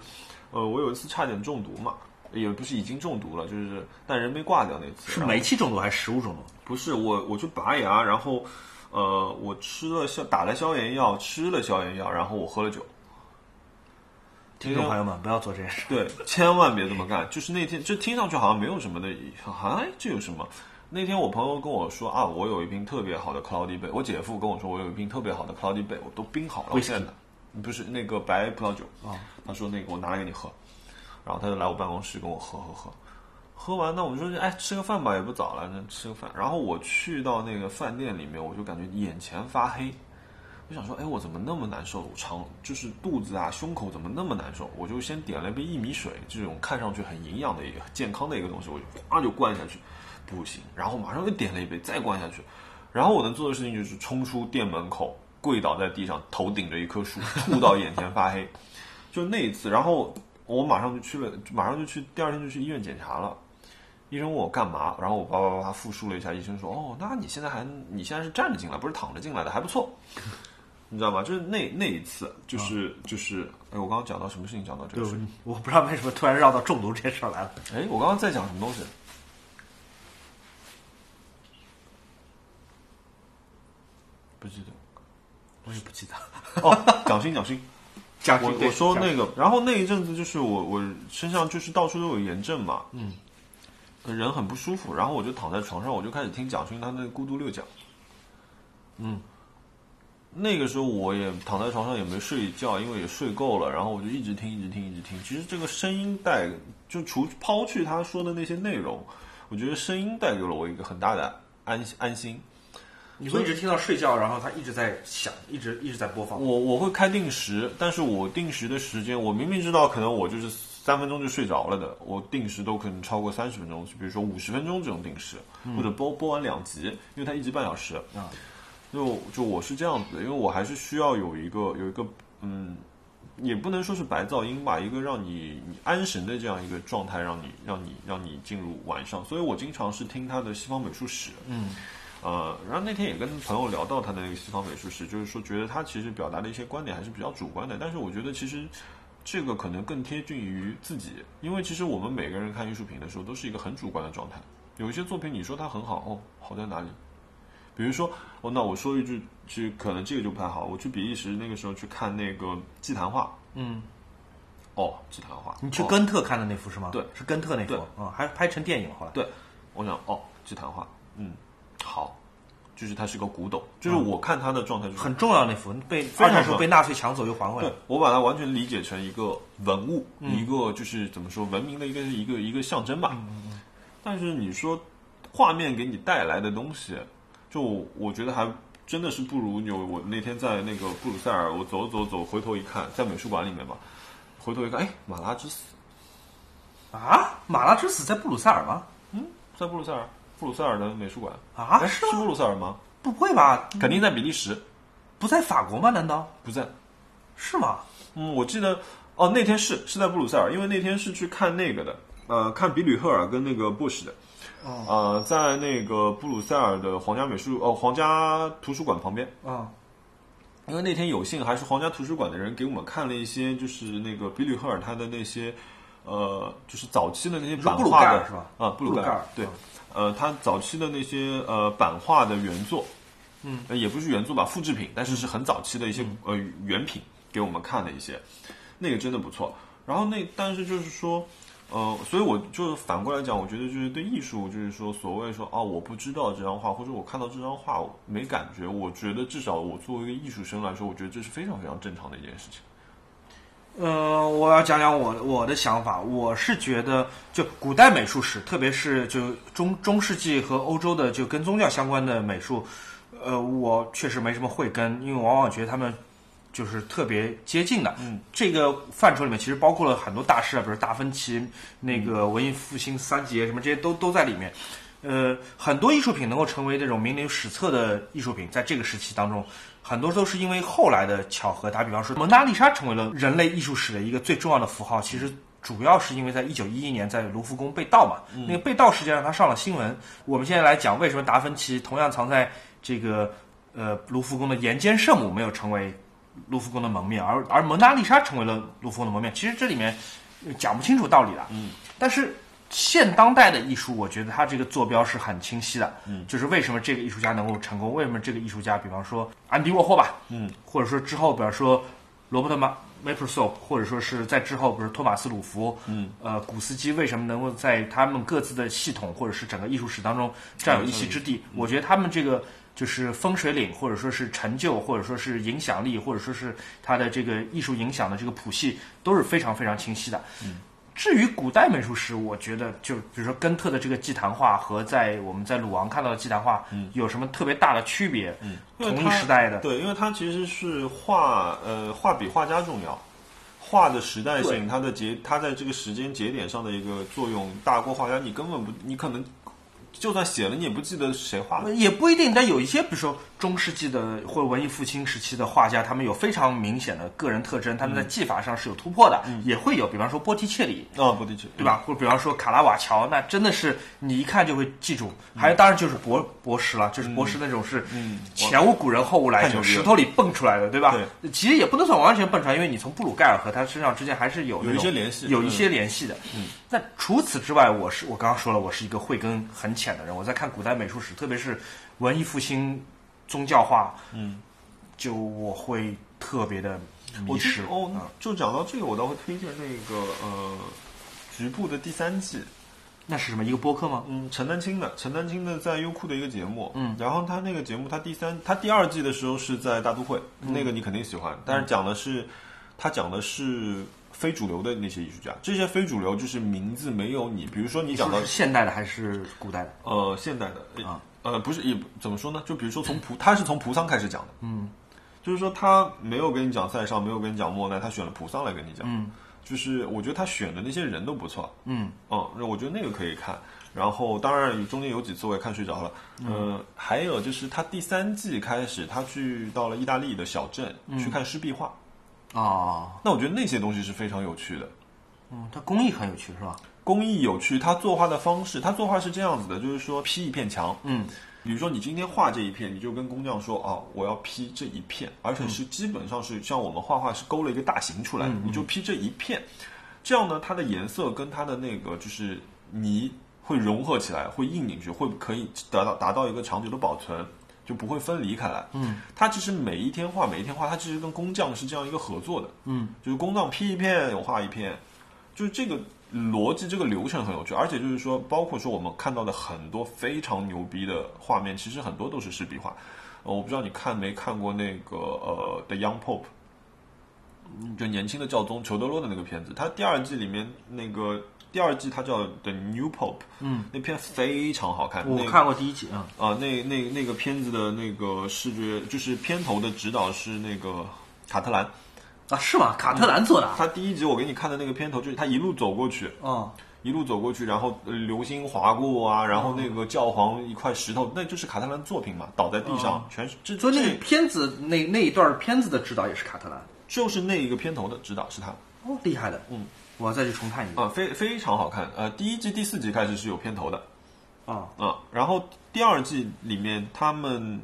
[SPEAKER 2] 呃我有一次差点中毒嘛，也不是已经中毒了，就是但人没挂掉那次，
[SPEAKER 1] 是
[SPEAKER 2] 然后
[SPEAKER 1] 煤气中毒还是食物中毒？
[SPEAKER 2] 不是我，我去拔牙，然后，呃，我吃了消打了消炎药，吃了消炎药，然后我喝了酒。
[SPEAKER 1] 听众朋友们不要做这件事。
[SPEAKER 2] 对，千万别这么干。就是那天，就听上去好像没有什么的，好像哎这有什么？那天我朋友跟我说啊，我有一瓶特别好的 Cloudy Bay，我姐夫跟我说我有一瓶特别好的 Cloudy Bay，我都冰好了，我现在不是那个白葡萄酒啊，他说那个我拿来给你喝，然后他就来我办公室跟我喝喝喝。喝完，那我们说，哎，吃个饭吧，也不早了，那吃个饭。然后我去到那个饭店里面，我就感觉眼前发黑，我想说，哎，我怎么那么难受？我肠就是肚子啊，胸口怎么那么难受？我就先点了一杯薏米水，这种看上去很营养的一个健康的一个东西，我就哗就灌下去，不行。然后马上又点了一杯，再灌下去。然后我能做的事情就是冲出店门口，跪倒在地上，头顶着一棵树， 吐到眼前发黑。就那一次，然后我马上就去了，马上就去，第二天就去医院检查了。医生问我干嘛，然后我叭叭叭叭复述了一下，医生说：“哦，那你现在还你现在是站着进来，不是躺着进来的，还不错，你知道吗？就是那那一次，就是、就是，哎，我刚刚讲到什么事情？讲到这
[SPEAKER 1] 对
[SPEAKER 2] 个事，，
[SPEAKER 1] 我不知道为什么突然绕到中毒这件事儿来了。
[SPEAKER 2] 哎，我刚刚在讲什么东西？不记得
[SPEAKER 1] 我也不记得。
[SPEAKER 2] 哦，蒋欣，蒋欣，
[SPEAKER 1] 讲
[SPEAKER 2] 我我说那个，然后那一阵子就是我我身上就是到处都有炎症嘛，嗯，人很不舒服，然后我就躺在床上，我就开始听蒋勋他那个《孤独六讲》，嗯，那个时候我也躺在床上也没睡觉，因为也睡够了，然后我就一直听一直听一直听。其实这个声音带就除抛去他说的那些内容，我觉得声音带给了我一个很大的安安心。
[SPEAKER 1] 你会一直听到睡觉，然后它一直在响，一直一直在播放。
[SPEAKER 2] 我我会开定时，但是我定时的时间，我明明知道可能我就是三分钟就睡着了的，我定时都可能超过三十分钟，就比如说五十分钟这种定时，或者播播完两集，因为它一集半小时
[SPEAKER 1] 啊。
[SPEAKER 2] 就就我是这样子的，因为我还是需要有一个有一个嗯，也不能说是白噪音吧，一个让你你安神的这样一个状态，让你让你让你进入晚上，所以我经常是听他的西方美术史，呃，然后那天也跟朋友聊到他的那个西方美术史，就是说觉得他其实表达的一些观点还是比较主观的，但是我觉得其实这个可能更贴近于自己，因为其实我们每个人看艺术品的时候都是一个很主观的状态，有一些作品你说它很好，哦，好在哪里？比如说，哦，那我说一句，其实可能这个就不太好。我去比利时那个时候去看那个祭坛画，
[SPEAKER 1] 嗯，
[SPEAKER 2] 哦，祭坛画，
[SPEAKER 1] 你去
[SPEAKER 2] 哦
[SPEAKER 1] 根特看的那幅是吗？
[SPEAKER 2] 对
[SPEAKER 1] 是根特那幅
[SPEAKER 2] 对
[SPEAKER 1] 啊、还拍成电影后来。
[SPEAKER 2] 对，我想哦，祭坛画，嗯，好，就是它是个古董，
[SPEAKER 1] 嗯
[SPEAKER 2] 就是我看它的状态就是
[SPEAKER 1] 很重要那幅被
[SPEAKER 2] 非常
[SPEAKER 1] 二战时
[SPEAKER 2] 重
[SPEAKER 1] 候
[SPEAKER 2] 要
[SPEAKER 1] 被纳粹抢走又还回来
[SPEAKER 2] 对。 我把它完全理解成一个文物，
[SPEAKER 1] 嗯
[SPEAKER 2] 一个就是怎么说文明的一个一个一个象征吧。
[SPEAKER 1] 嗯
[SPEAKER 2] 但是你说画面给你带来的东西，就我我觉得还真的是不如有我那天在那个布鲁塞尔，我走走走，回头一看，在美术馆里面吧，回头一看，哎，马拉之死，
[SPEAKER 1] 啊，马拉之死在布鲁塞尔吗？
[SPEAKER 2] 嗯，在布鲁塞尔，布鲁塞尔的美术馆
[SPEAKER 1] 啊，
[SPEAKER 2] 哎
[SPEAKER 1] 是
[SPEAKER 2] 是
[SPEAKER 1] 吗？嗯
[SPEAKER 2] 布鲁塞尔吗？
[SPEAKER 1] 不会吧？
[SPEAKER 2] 肯定在比利时，
[SPEAKER 1] 不在法国吗？难道
[SPEAKER 2] 不在。
[SPEAKER 1] 是吗？
[SPEAKER 2] 嗯，我记得哦，那天是是在布鲁塞尔，因为那天是去看那个的，呃，看比吕赫尔跟那个布什的。呃，在那个布鲁塞尔的皇家美术哦，皇家图书馆旁边。
[SPEAKER 1] 啊、
[SPEAKER 2] 因为那天有幸还是皇家图书馆的人给我们看了一些，就是那个比吕赫尔他的那些，呃，就是早期的那些
[SPEAKER 1] 说
[SPEAKER 2] 版
[SPEAKER 1] 布鲁
[SPEAKER 2] 画
[SPEAKER 1] 盖尔
[SPEAKER 2] 的
[SPEAKER 1] 是吧
[SPEAKER 2] 啊，布鲁
[SPEAKER 1] 布鲁
[SPEAKER 2] 盖
[SPEAKER 1] 盖尔
[SPEAKER 2] 尔对
[SPEAKER 1] 嗯，
[SPEAKER 2] 呃，他早期的那些呃版画的原作，嗯、也不是原作吧，复制品，但是是很早期的一些、
[SPEAKER 1] 嗯
[SPEAKER 2] 呃原品给我们看了一些，那个真的不错。然后那但是就是说，呃，所以我就是反过来讲，我觉得就是对艺术，就是说所谓说哦，我不知道这张画，或者我看到这张画我没感觉，我觉得至少我作为一个艺术生来说，我觉得这是非常非常正常的一件事情。
[SPEAKER 1] 呃，我要讲讲我我的想法。我是觉得，就古代美术史，特别是就中中世纪和欧洲的，就跟宗教相关的美术，呃，我确实没什么慧根，因为往往觉得他们就是特别接近的。嗯，这个范畴里面其实包括了很多大师啊，比如达芬奇、那个文艺复兴三杰什么这些都都在里面。呃，很多艺术品能够成为这种名留史册的艺术品，在这个时期当中，很多都是因为后来的巧合。打比方说，蒙娜丽莎成为了人类艺术史的一个最重要的符号，其实主要是因为在一九一一年在卢浮宫被盗嘛，那个被盗事件让它上了新闻。我们现在来讲，为什么达芬奇同样藏在这个呃卢浮宫的岩间圣母没有成为卢浮宫的蒙面，而而蒙娜丽莎成为了卢浮宫的蒙面。其实这里面呃讲不清楚道理的，嗯，但是现当代的艺术，我觉得它这个坐标是很清晰的，嗯，就是为什么这个艺术家能够成功，为什么这个艺术家，比方说安迪沃霍吧，嗯，或者说之后，比方说。罗伯特马 Maplesoft 或者说是在之后，比如托马斯鲁弗，
[SPEAKER 2] 嗯，
[SPEAKER 1] 呃，古斯基为什么能够在他们各自的系统或者是整个艺术史当中占有一席之地？我觉得他们这个就是风水岭，或者说是成就，或者说是影响力，或者说是它的这个艺术影响的这个谱系都是非常非常清晰的。至于古代美术史，我觉得就比如说根特的这个祭坛画和在我们在鲁昂看到的祭坛画有什么特别大的区别？嗯，
[SPEAKER 2] 因为
[SPEAKER 1] 同一
[SPEAKER 2] 它
[SPEAKER 1] 时代的，
[SPEAKER 2] 对，因为它其实是画，呃，画比画家重要，画的时代
[SPEAKER 1] 对
[SPEAKER 2] 性，它的节，它在这个时间节点上的一个作用大过画家，你根本不，你可能就算写了，你也不记得谁画的。
[SPEAKER 1] 啊也不一定，但有一些，比如说中世纪的或者文艺复兴时期的画家，他们有非常明显的个人特征，他们在技法上是有突破的，也会有，比方说波提切里，
[SPEAKER 2] 啊，不对，
[SPEAKER 1] 对吧？或者比方说卡拉瓦乔，那真的是你一看就会记住。还有当然就是博博士了，就是博士那种是
[SPEAKER 2] 嗯
[SPEAKER 1] 前无古人后无来
[SPEAKER 2] 太牛
[SPEAKER 1] 者，
[SPEAKER 2] 逼了
[SPEAKER 1] 石头里蹦出来的，对吧？其实也不能算完全蹦出来，因为你从布鲁盖尔和他身上之间还是有那种
[SPEAKER 2] 有一些联系嗯
[SPEAKER 1] 有一些联系的。那除此之外，我是我刚刚说了，我是一个慧根很浅的人。我在看古代美术史，特别是文艺复兴、宗教画，
[SPEAKER 2] 嗯，
[SPEAKER 1] 就我会特别的迷
[SPEAKER 2] 我
[SPEAKER 1] 失
[SPEAKER 2] 是。哦
[SPEAKER 1] 嗯，
[SPEAKER 2] 就讲到这个，我倒会推荐那个呃，局部的第三季，
[SPEAKER 1] 那是什么？一个播客吗？
[SPEAKER 2] 嗯，陈丹青的，陈丹青的在优酷的一个节目，
[SPEAKER 1] 嗯
[SPEAKER 2] 然后他那个节目，他第三，他第二季的时候是在大都会，
[SPEAKER 1] 嗯
[SPEAKER 2] 那个你肯定喜欢，但是讲的是，他讲的是非主流的那些艺术家，这些非主流就是名字没有你，比如说你
[SPEAKER 1] 你
[SPEAKER 2] 讲
[SPEAKER 1] 说
[SPEAKER 2] 到
[SPEAKER 1] 是现代的还是古代的？
[SPEAKER 2] 呃现代的
[SPEAKER 1] 啊
[SPEAKER 2] 呃不是也怎么说呢？就比如说从蒲， 他是从蒲桑开始讲的，嗯，就是说他没有跟你讲塞尚，没有跟你讲莫奈，他选了蒲桑来跟你讲，
[SPEAKER 1] 嗯
[SPEAKER 2] 就是我觉得他选的那些人都不错，
[SPEAKER 1] 嗯。
[SPEAKER 2] 嗯，那我觉得那个可以看。然后，当然中间有几次我也看睡着了。嗯、还有就是他第三季开始，他去到了意大利的小镇、
[SPEAKER 1] 嗯
[SPEAKER 2] 去看湿壁画。
[SPEAKER 1] 哦，
[SPEAKER 2] 那我觉得那些东西是非常有趣的，
[SPEAKER 1] 嗯，它工艺很有趣，是吧？
[SPEAKER 2] 工艺有趣。他作画的方式，他作画是这样子的，就是说劈一片墙。
[SPEAKER 1] 嗯，
[SPEAKER 2] 比如说你今天画这一片，你就跟工匠说啊，我要劈这一片，而且是基本上是像我们画画是勾了一个大型出来，你就劈这一片。这样呢，它的颜色跟它的那个就是泥会融合起来，会印进去，会可以达到达到一个长久的保存，就不会分离开来。嗯，它其实每一天画，每一天画，它其实跟工匠是这样一个合作的。
[SPEAKER 1] 嗯，
[SPEAKER 2] 就是工匠劈一片，我画一片，就是这个逻辑，这个流程很有趣。而且就是说，包括说我们看到的很多非常牛逼的画面，其实很多都是湿壁画。呃，我不知道你看没看过那个呃《The Young Pope》。就年轻的教宗裘德洛的那个片子，他第二季里面那个第二季他叫《The New Pope》，
[SPEAKER 1] 嗯，
[SPEAKER 2] 那片非常好看。
[SPEAKER 1] 我
[SPEAKER 2] 那
[SPEAKER 1] 看过第一集啊，
[SPEAKER 2] 啊，那那那个片子的那个视觉，就是片头的指导是那个卡特兰。
[SPEAKER 1] 啊是吗？卡特兰做的啊？
[SPEAKER 2] 他第一集我给你看的那个片头，就是他一路走过去，
[SPEAKER 1] 哦，
[SPEAKER 2] 一路走过去，然后呃流星划过啊，然后那个教皇一块石头，那就是卡特兰作品嘛，倒在地上，全是这
[SPEAKER 1] 哦所以那
[SPEAKER 2] 这
[SPEAKER 1] 个片子那那一段片子的指导也是卡特兰，
[SPEAKER 2] 就是那一个片头的指导是他。
[SPEAKER 1] 哦，厉害的，
[SPEAKER 2] 嗯，
[SPEAKER 1] 我要再去重看一遍
[SPEAKER 2] 啊，非非常好看。呃，第一季第四集开始是有片头的，
[SPEAKER 1] 啊，
[SPEAKER 2] 啊，然后第二季里面他们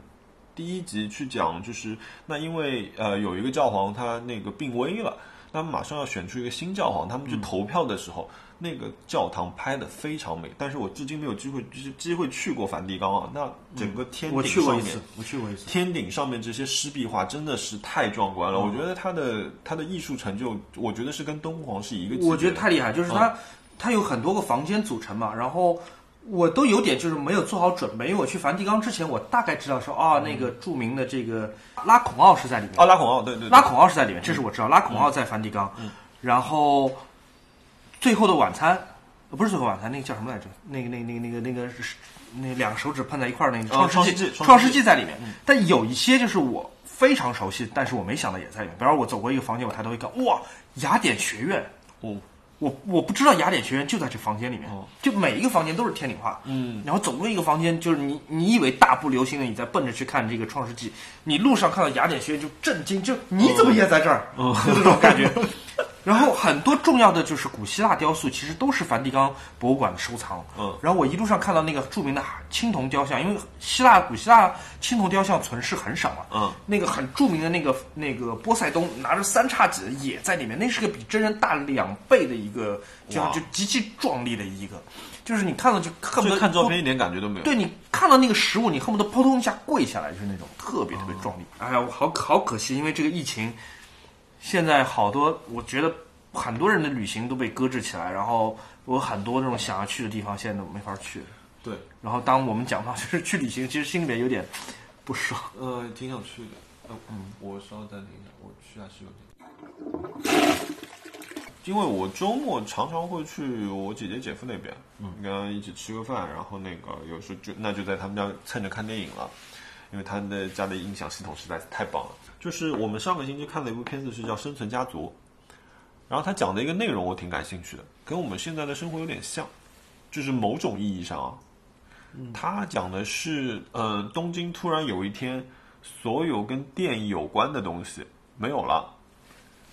[SPEAKER 2] 第一集去讲，就是那因为呃有一个教皇他那个病危了，那马上要选出一个新教皇，他们去投票的时候，那个教堂拍的非常美，但是我至今没有机会就是机会去过梵蒂冈啊，那整个天
[SPEAKER 1] 我
[SPEAKER 2] 顶
[SPEAKER 1] 去
[SPEAKER 2] 上
[SPEAKER 1] 过一
[SPEAKER 2] 面。
[SPEAKER 1] 次，我去过一次，
[SPEAKER 2] 天顶上面这些湿壁画真的是太壮观了，
[SPEAKER 1] 嗯
[SPEAKER 2] 我觉得他的他的艺术成就，我觉得是跟敦煌是一个级别的。
[SPEAKER 1] 我觉得太厉害，就是它它有很多个房间组成嘛，然后。我都有点就是没有做好准备，因为我去梵蒂冈之前，我大概知道说啊，那个著名的这个拉孔奥是在里面，
[SPEAKER 2] 啊，拉孔奥，对对对，
[SPEAKER 1] 拉孔奥是在里面，这是我知道。拉孔奥在梵蒂冈，然后最后的晚餐呃不是最后晚餐，那个叫什么来着？那个、那个、那个、那个、那个是那两个手指碰在一块儿，那个
[SPEAKER 2] 哦
[SPEAKER 1] 创世
[SPEAKER 2] 创世纪
[SPEAKER 1] 创世
[SPEAKER 2] 创世
[SPEAKER 1] 纪在嗯里面。但有一些就是我非常熟悉，但是我没想到也在里面。比方说我走过一个房间，我抬头一看，哇，雅典学院。
[SPEAKER 2] 哦，
[SPEAKER 1] 我我不知道雅典学院就在这房间里面，
[SPEAKER 2] 哦
[SPEAKER 1] 就每一个房间都是天顶画，
[SPEAKER 2] 嗯，
[SPEAKER 1] 然后走过一个房间，就是你你以为大步流星的你在奔着去看这个《创世纪》，你路上看到雅典学院就震惊，就你怎么也在这儿，
[SPEAKER 2] 哦
[SPEAKER 1] 就这种感觉。 然后很多重要的就是古希腊雕塑，其实都是梵蒂冈博物馆的收藏。
[SPEAKER 2] 嗯
[SPEAKER 1] 然后我一路上看到那个著名的青铜雕像，因为希腊古希腊青铜雕像存世很少嘛，
[SPEAKER 2] 嗯
[SPEAKER 1] 那个很著名的那个那个波塞冬拿着三叉戟也在里面，那是个比真人大两倍的一个，就
[SPEAKER 2] 哇
[SPEAKER 1] 就极其壮丽的一个，就是你看到就恨不
[SPEAKER 2] 就
[SPEAKER 1] 得
[SPEAKER 2] 看照片一点感觉都没有。
[SPEAKER 1] 对你看到那个食物，你恨不得扑
[SPEAKER 2] 哦
[SPEAKER 1] 通一下跪下来，就是那种特别特别壮丽。哎呀，我好好可惜，因为这个疫情，现在好多，我觉得很多人的旅行都被搁置起来，然后我很多那种想要去的地方现在都没法去。
[SPEAKER 2] 对，
[SPEAKER 1] 然后当我们讲到就是去旅行，其实心里面有点不爽。
[SPEAKER 2] 呃，挺想去的。呃，嗯，我稍等一下，我去还是有点。因为我周末常常会去我姐姐姐夫那边，嗯，跟他一起吃个饭，然后那个有时候就那就在他们家蹭着看电影了，因为他们的家的音响系统实在是太棒了。就是我们上个星期看了一部片子，是叫《生存家族》，然后他讲的一个内容我挺感兴趣的，跟我们现在的生活有点像，就是某种意义上啊，他讲的是，呃，东京突然有一天，所有跟电有关的东西没有了，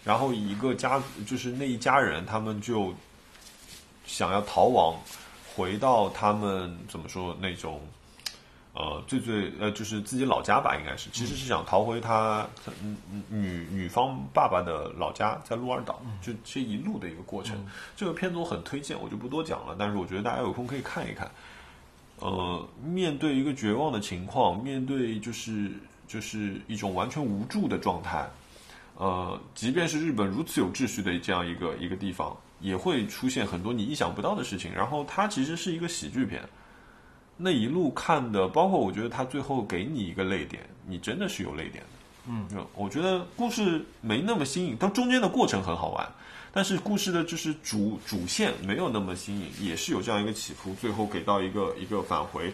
[SPEAKER 2] 然后一个家就是那一家人，他们就想要逃亡，回到他们怎么说那种，呃，最最呃，就是自己老家吧，应该是，其实是想逃回他他嗯嗯女女方爸爸的老家，在鹿儿岛，就这一路的一个过程。这个片子我很推荐，我就不多讲了，但是我觉得大家有空可以看一看。呃，面对一个绝望的情况，面对就是就是一种完全无助的状态，呃，即便是日本如此有秩序的这样一个一个地方，也会出现很多你意想不到的事情。然后它其实是一个喜剧片，那一路看的，包括我觉得它最后给你一个泪点，你真的是有泪点的。嗯，我觉得故事没那么新颖，但中间的过程很好玩。但是故事的就是主主线没有那么新颖，也是有这样一个起伏，最后给到一个一个返回。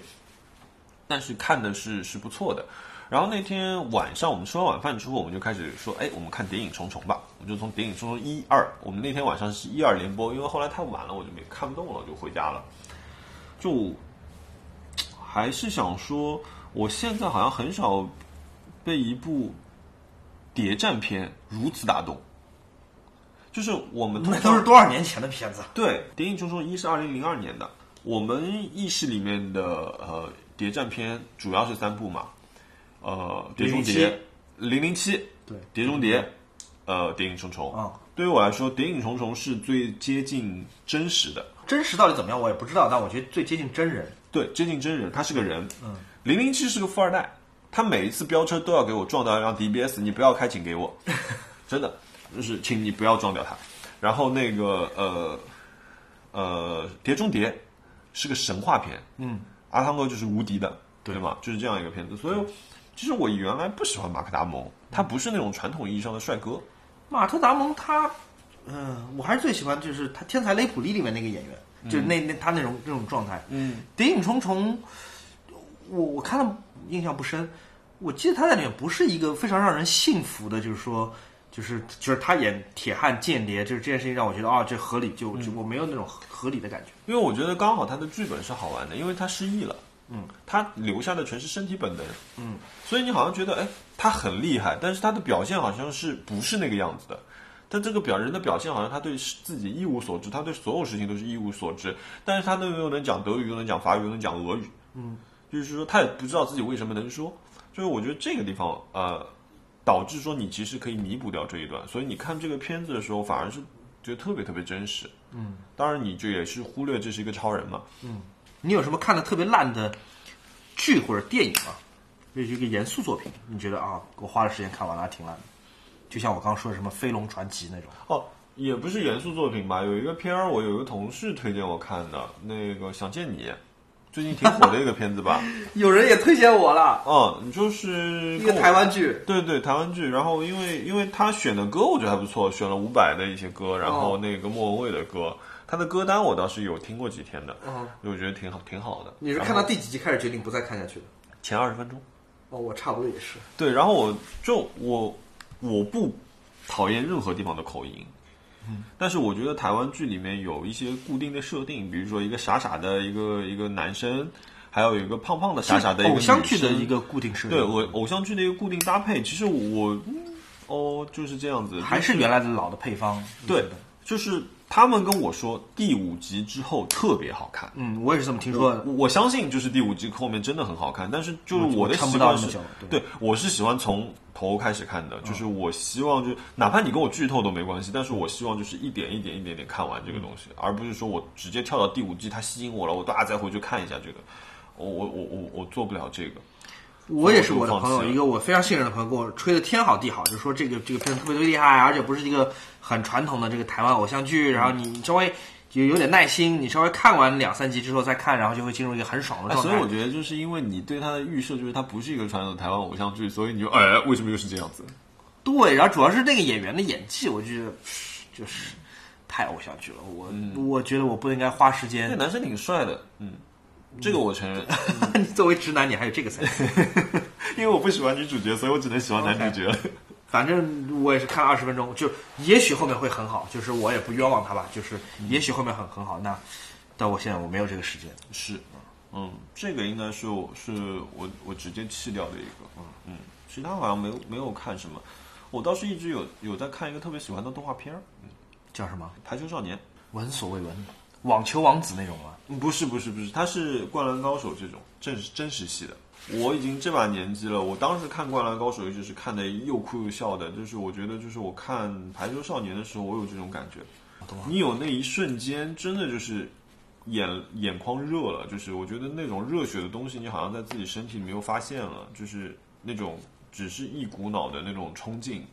[SPEAKER 2] 但是看的是是不错的。然后那天晚上我们吃完晚饭之后，我们就开始说，哎，我们看《谍影重重》吧。我就从《谍影重重》一二，我们那天晚上是一二连播，因为后来太晚了，我就没看不动了，我就回家了。就还是想说，我现在好像很少被一部谍战片如此打动。就是我们通
[SPEAKER 1] 那
[SPEAKER 2] 常
[SPEAKER 1] 都是多少年前的片子？
[SPEAKER 2] 对，《谍影重重一》是二零零二年的。我们意识里面的呃谍战片主要是三部嘛，呃，《碟中谍》、《零零七》、《
[SPEAKER 1] 对
[SPEAKER 2] 碟中谍》、呃，《谍影重重》
[SPEAKER 1] 啊
[SPEAKER 2] 对于我来说，《谍影重重》是最接近真实的，
[SPEAKER 1] 真实到底怎么样我也不知道，但我觉得最接近真人。
[SPEAKER 2] 对，接近真人，他是个人。嗯，零零七是个富二代，他每一次飙车都要给我撞到一辆 DBS，你不要开，请给 我，真的，就是请你不要撞掉他。然后那个呃呃，《碟中谍》是个神话片，嗯，阿汤哥就是无敌的，对吗？就是这样一个片子，所以其实我原来不喜欢马克达蒙，他不是那种传统意义上的帅哥，
[SPEAKER 1] 马特·达蒙他，嗯、我还是最喜欢就是他《天才雷普利》里面那个演员，就是那那他那种那种状态。
[SPEAKER 2] 嗯，
[SPEAKER 1] 《谍影重重》，我我看了印象不深，我记得他在里面不是一个非常让人信服的，就是说。就是就是他演铁汉间谍，就是这件事情让我觉得啊、这合理，就就我没有那种合合理的感觉。
[SPEAKER 2] 因为我觉得刚好他的剧本是好玩的，因为他失忆了，嗯，他留下的全是身体本能，嗯，所以你好像觉得，哎，他很厉害，但是他的表现好像是不是那个样子的。但这个表人的表现好像他对自己一无所知，他对所有事情都是一无所知，但是他那又能讲德语，又能讲法语，又能讲俄语，嗯，就是说他也不知道自己为什么能说，就是我觉得这个地方呃，导致说你其实可以弥补掉这一段，所以你看这个片子的时候反而是觉得特别特别真实，当然，你这也是忽略这是一个超人嘛。
[SPEAKER 1] 你有什么看的特别烂的剧或者电影吗？这是一个严肃作品，你觉得啊，我花了时间看完了，还挺烂的。就像我刚刚说的什么《飞龙传奇》那种，
[SPEAKER 2] 哦，也不是严肃作品吧？有一个片儿，我有一个同事推荐我看的，那个《想见你》，最近挺火的一个片 子吧？
[SPEAKER 1] 有人也推荐我了，
[SPEAKER 2] 嗯，就是
[SPEAKER 1] 一
[SPEAKER 2] 跟
[SPEAKER 1] 个
[SPEAKER 2] 我
[SPEAKER 1] 台湾剧。
[SPEAKER 2] 对对，台湾剧。然后因为因为他选的歌我觉得还不错，选了伍佰的一些歌，然
[SPEAKER 1] 哦
[SPEAKER 2] 后那个莫文蔚的歌，他的歌单我倒是有听过几天的，
[SPEAKER 1] 哦
[SPEAKER 2] 我觉得挺好，挺好的。
[SPEAKER 1] 你是
[SPEAKER 2] 然
[SPEAKER 1] 看
[SPEAKER 2] 后
[SPEAKER 1] 到第几集开始决定不再看下去的？
[SPEAKER 2] 前二十分钟？
[SPEAKER 1] 哦，我差不多也是。
[SPEAKER 2] 对，然后我就我我不讨厌任何地方的口音，
[SPEAKER 1] 嗯
[SPEAKER 2] 但是我觉得台湾剧里面有一些固定的设定，比如说一个傻傻的一个一个男生，还有一个胖胖的傻傻的一个
[SPEAKER 1] 偶像
[SPEAKER 2] 女
[SPEAKER 1] 剧的
[SPEAKER 2] 生
[SPEAKER 1] 一个固定设定，
[SPEAKER 2] 对我偶像剧的一个固定搭配。其实我嗯哦就是这样子，
[SPEAKER 1] 还是原来的老的配方。
[SPEAKER 2] 对，就是他们跟我说第五集之后特别好看。
[SPEAKER 1] 嗯，我也是这么听说的。
[SPEAKER 2] 我我相信就是第五季后面真的很好看，但是就是
[SPEAKER 1] 我
[SPEAKER 2] 的
[SPEAKER 1] 撑
[SPEAKER 2] 习
[SPEAKER 1] 不到
[SPEAKER 2] 惯
[SPEAKER 1] 那
[SPEAKER 2] 是
[SPEAKER 1] 么久，对
[SPEAKER 2] 对嗯我是喜欢从头开始看的，就是我希望就哪怕你跟我剧透都没关系，但是我希望就是一点一点一点点看完这个东西，而不是说我直接跳啊到第五季它吸引我了，我大再回去看一下这个，我我我我我做不了这个，
[SPEAKER 1] 我也是我的朋友，一个我非常信任的朋友，给我吹的天好地好，就说这个这个片特别特别厉害，啊而且不是一个很传统的这个台湾偶像剧，然后
[SPEAKER 2] 嗯
[SPEAKER 1] 你稍微有有点耐心，你稍微看完两三集之后再看，然后就会进入一个很爽的状态。
[SPEAKER 2] 哎所以我觉得就是因为你对它的预设就是它不是一个传统台湾偶像剧，所以你就哎为什么又是这样子？
[SPEAKER 1] 对，然后主要是那个演员的演技，我觉得就是太偶像剧了。我、
[SPEAKER 2] 嗯
[SPEAKER 1] 我觉得我不应该花时间。
[SPEAKER 2] 那男生挺帅的，嗯，这个我承认，
[SPEAKER 1] 你 作为直男，你还有这个才思。
[SPEAKER 2] 因为我不喜欢女主角，所以我只能喜欢男主角。
[SPEAKER 1] 反正我也是看了二十分钟，就也许后面会很好，就是我也不冤枉他吧，就是
[SPEAKER 2] 嗯
[SPEAKER 1] 也许后面很很好。那但我现在我没有这个时间。
[SPEAKER 2] 是，嗯，这个应该是我是我我直接弃掉的一个，嗯嗯，其他好像没有没有看什么，我倒是一直有有在看一个特别喜欢的动画片儿，
[SPEAKER 1] 叫什么？
[SPEAKER 2] 《排球少年》
[SPEAKER 1] 闻所未闻，网球王子那种吗？
[SPEAKER 2] 嗯。不是不是不是，他是《灌篮高手》这种真实真实系的。我已经这把年纪了，我当时看《灌篮高手》一直是看的又哭又笑的，就是我觉得就是我看《排球少年》的时候，我有这种感觉。你有那一瞬间，真的就是眼眼眶热了，就是我觉得那种热血的东西，你好像在自己身体里没有发现了，就是那种只是一股脑的那种冲劲。